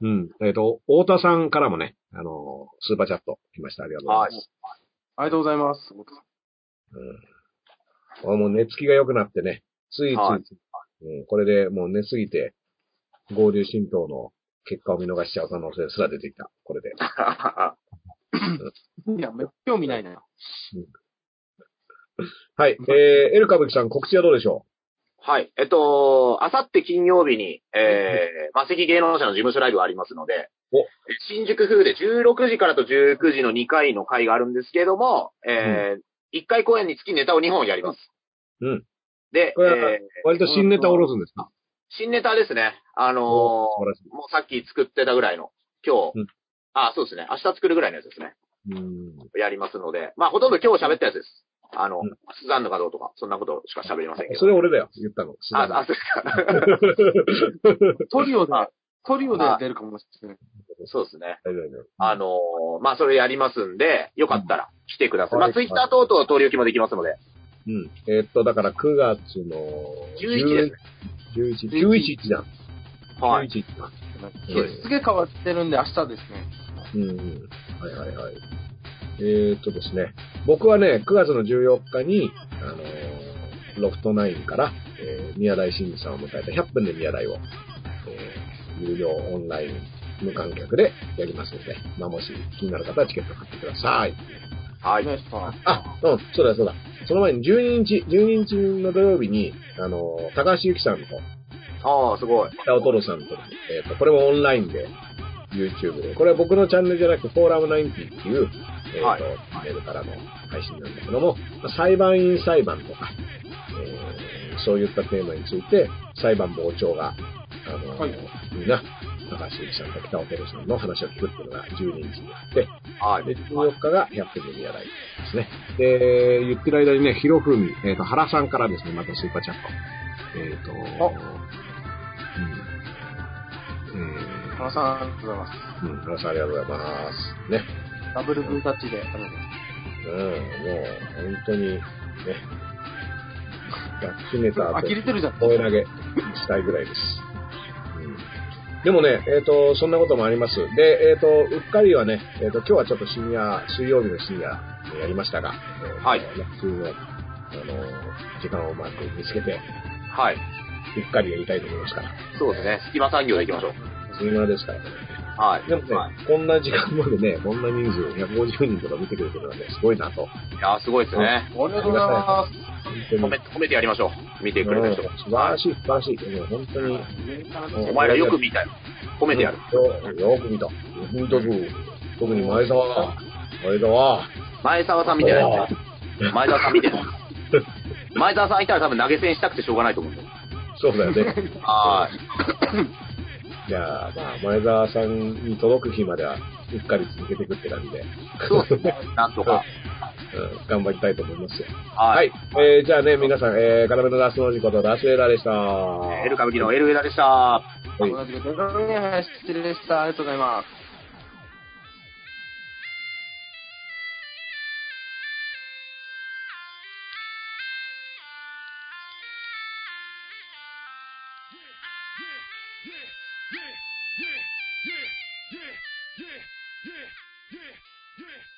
[SPEAKER 3] うん。えっ、と、太田さんからもね、あの、スーパーチャット来ました。ありがとうございます。
[SPEAKER 4] はい。
[SPEAKER 5] ありがとうございます。すごく
[SPEAKER 3] うん。あもう寝つきが良くなってね、ついつい、
[SPEAKER 4] はい
[SPEAKER 3] うん、これでもう寝すぎて、合流浸透の結果を見逃しちゃう可能性すら出てきた。これで。
[SPEAKER 5] いや、めっちゃ興味ないな。
[SPEAKER 3] はい。えー、エル歌舞伎さん、告知はどうでしょ
[SPEAKER 4] はい。えっと、あさって金曜日に、えー、魔石芸能者の事務所ライブがありますので
[SPEAKER 3] お、
[SPEAKER 4] 新宿風で16時からと19時の2回の回があるんですけれども、えー、1回公演につきネタを2本やります。
[SPEAKER 3] うん。
[SPEAKER 4] で、
[SPEAKER 3] これは
[SPEAKER 4] えー
[SPEAKER 3] う割と新ネタを下ろすんですか
[SPEAKER 4] 新ネタですね。あのー
[SPEAKER 3] お素晴らしい
[SPEAKER 4] もうさっき作ってたぐらいの、今
[SPEAKER 3] う
[SPEAKER 4] 日、
[SPEAKER 3] ん
[SPEAKER 4] あ、そうですね。明日作るぐらいのやつですね。
[SPEAKER 3] うん。
[SPEAKER 4] やりますので、まあ、ほとんど今日喋ったやつです。あの、
[SPEAKER 3] うん
[SPEAKER 4] スザンヌかどうとか、そんなことしか喋りませんけ
[SPEAKER 3] そ
[SPEAKER 4] ど。
[SPEAKER 3] れ俺だよ、言ったの。
[SPEAKER 4] あ、あ、そうです か。
[SPEAKER 5] トリオで
[SPEAKER 4] あ、
[SPEAKER 5] トリオで出るかもしれない。
[SPEAKER 4] そうですね。
[SPEAKER 3] 大丈夫大丈夫
[SPEAKER 4] あのーまあ、それやりますんで、よかったら来てください。
[SPEAKER 3] は
[SPEAKER 4] まあ、
[SPEAKER 3] い
[SPEAKER 4] ツイッター等々通り置きもできますので。
[SPEAKER 3] うん。えーっと、だから9月の
[SPEAKER 4] 11です
[SPEAKER 3] 11、11日だ。
[SPEAKER 4] はい。
[SPEAKER 3] 11日だ。
[SPEAKER 5] 日付変わってるんで、明日ですね。
[SPEAKER 3] うんうん。はいはいはい。えー、っとですね、僕はね、9月の14日に、あのーロフト9から、えー宮台真司さんを迎えた100分で宮台を、えー有料オンライン無観客でやりますので、まあ、もし気になる方はチケット買ってください。
[SPEAKER 4] は
[SPEAKER 5] お
[SPEAKER 4] い。
[SPEAKER 5] 願いします。
[SPEAKER 3] あ、うん、そうだそうだ。その前に12日、12日の土曜日に、あのー高橋由紀さんと、
[SPEAKER 4] ああ、すごい。
[SPEAKER 3] 北尾トロさんと、えっ、と、これもオンラインで、YouTube で。これは僕のチャンネルじゃなくて、フォーラム90っていう、えっ、と、
[SPEAKER 4] はい
[SPEAKER 3] メールからの配信なんだけども、まあ裁判員裁判とか、えーそういったテーマについて、裁判傍聴が、あのー
[SPEAKER 5] はい
[SPEAKER 3] みんな、高橋由紀さんと北尾トロさんの話を聞くっていうのが12日にあって、
[SPEAKER 4] はい。
[SPEAKER 3] で、14日が100分で宮台ですね。で、言ってる間にね、ひろふみ、えっ、と、原さんからですね、またスーパーチャット。えっ、と、
[SPEAKER 5] あ
[SPEAKER 3] うん。
[SPEAKER 5] 原さん、ありがとうございます。
[SPEAKER 3] えー、うん、原さんありがとうございます。ね。
[SPEAKER 5] ダブルブータッチで、ありがとうございます。
[SPEAKER 3] うん、もう、本当に、ね、抱きしめた
[SPEAKER 5] あ、
[SPEAKER 3] 後
[SPEAKER 5] 切、れてるじゃん。
[SPEAKER 3] 声投げしたいぐらいです。うんでもね、えっ、と、そんなこともあります。で、えっ、と、うっかりはね、えっ、と、今日はちょっと深夜、水曜日の深夜えーやりましたが、えー
[SPEAKER 4] はい
[SPEAKER 3] ね普通の、あのー、時間をうまく見つけて、
[SPEAKER 4] はい。
[SPEAKER 3] うっかりやりたいと思いますから、
[SPEAKER 4] そうですね。隙間産業でいきましょう。
[SPEAKER 3] 水間ですからね。
[SPEAKER 4] はい。
[SPEAKER 3] でもね、
[SPEAKER 4] はい、
[SPEAKER 3] こんな時間までね、こんな人数、150人とか見てくれてるのはね、すごいなと。
[SPEAKER 4] いやー、すごいですね。
[SPEAKER 5] ありがとうございま
[SPEAKER 3] 本当に
[SPEAKER 4] 褒め、褒めてやりましょう。見てくれた人
[SPEAKER 3] うん。素晴らしい、素晴らしい。もう本当に、
[SPEAKER 5] す。
[SPEAKER 3] うん
[SPEAKER 4] お前らよく見たよ。褒めてやる。
[SPEAKER 3] うんよく見た。見たぞ。特に前澤が。前澤。
[SPEAKER 4] 前澤さん見てないよね。前澤さん見て ない。前澤 さんいたら多分投げ銭したくてしょうがないと思うんだよ。
[SPEAKER 3] そうだよね。
[SPEAKER 4] は
[SPEAKER 3] じゃあ、まあ、前澤さんに届く日までは、うっかり続けていくって感じで、
[SPEAKER 4] そうですね。なんとか。
[SPEAKER 3] うん、頑張りたいと思いますよ。は。
[SPEAKER 4] はい
[SPEAKER 3] えー、じゃあね、皆さん、えー、要のダスの事ことダスエラーでした。
[SPEAKER 4] エル歌舞伎のエルエラでした。
[SPEAKER 3] はい
[SPEAKER 5] 同じく、林千鶴でした。ありがとうございます。
[SPEAKER 1] yeah, yeah, yeah, yeah.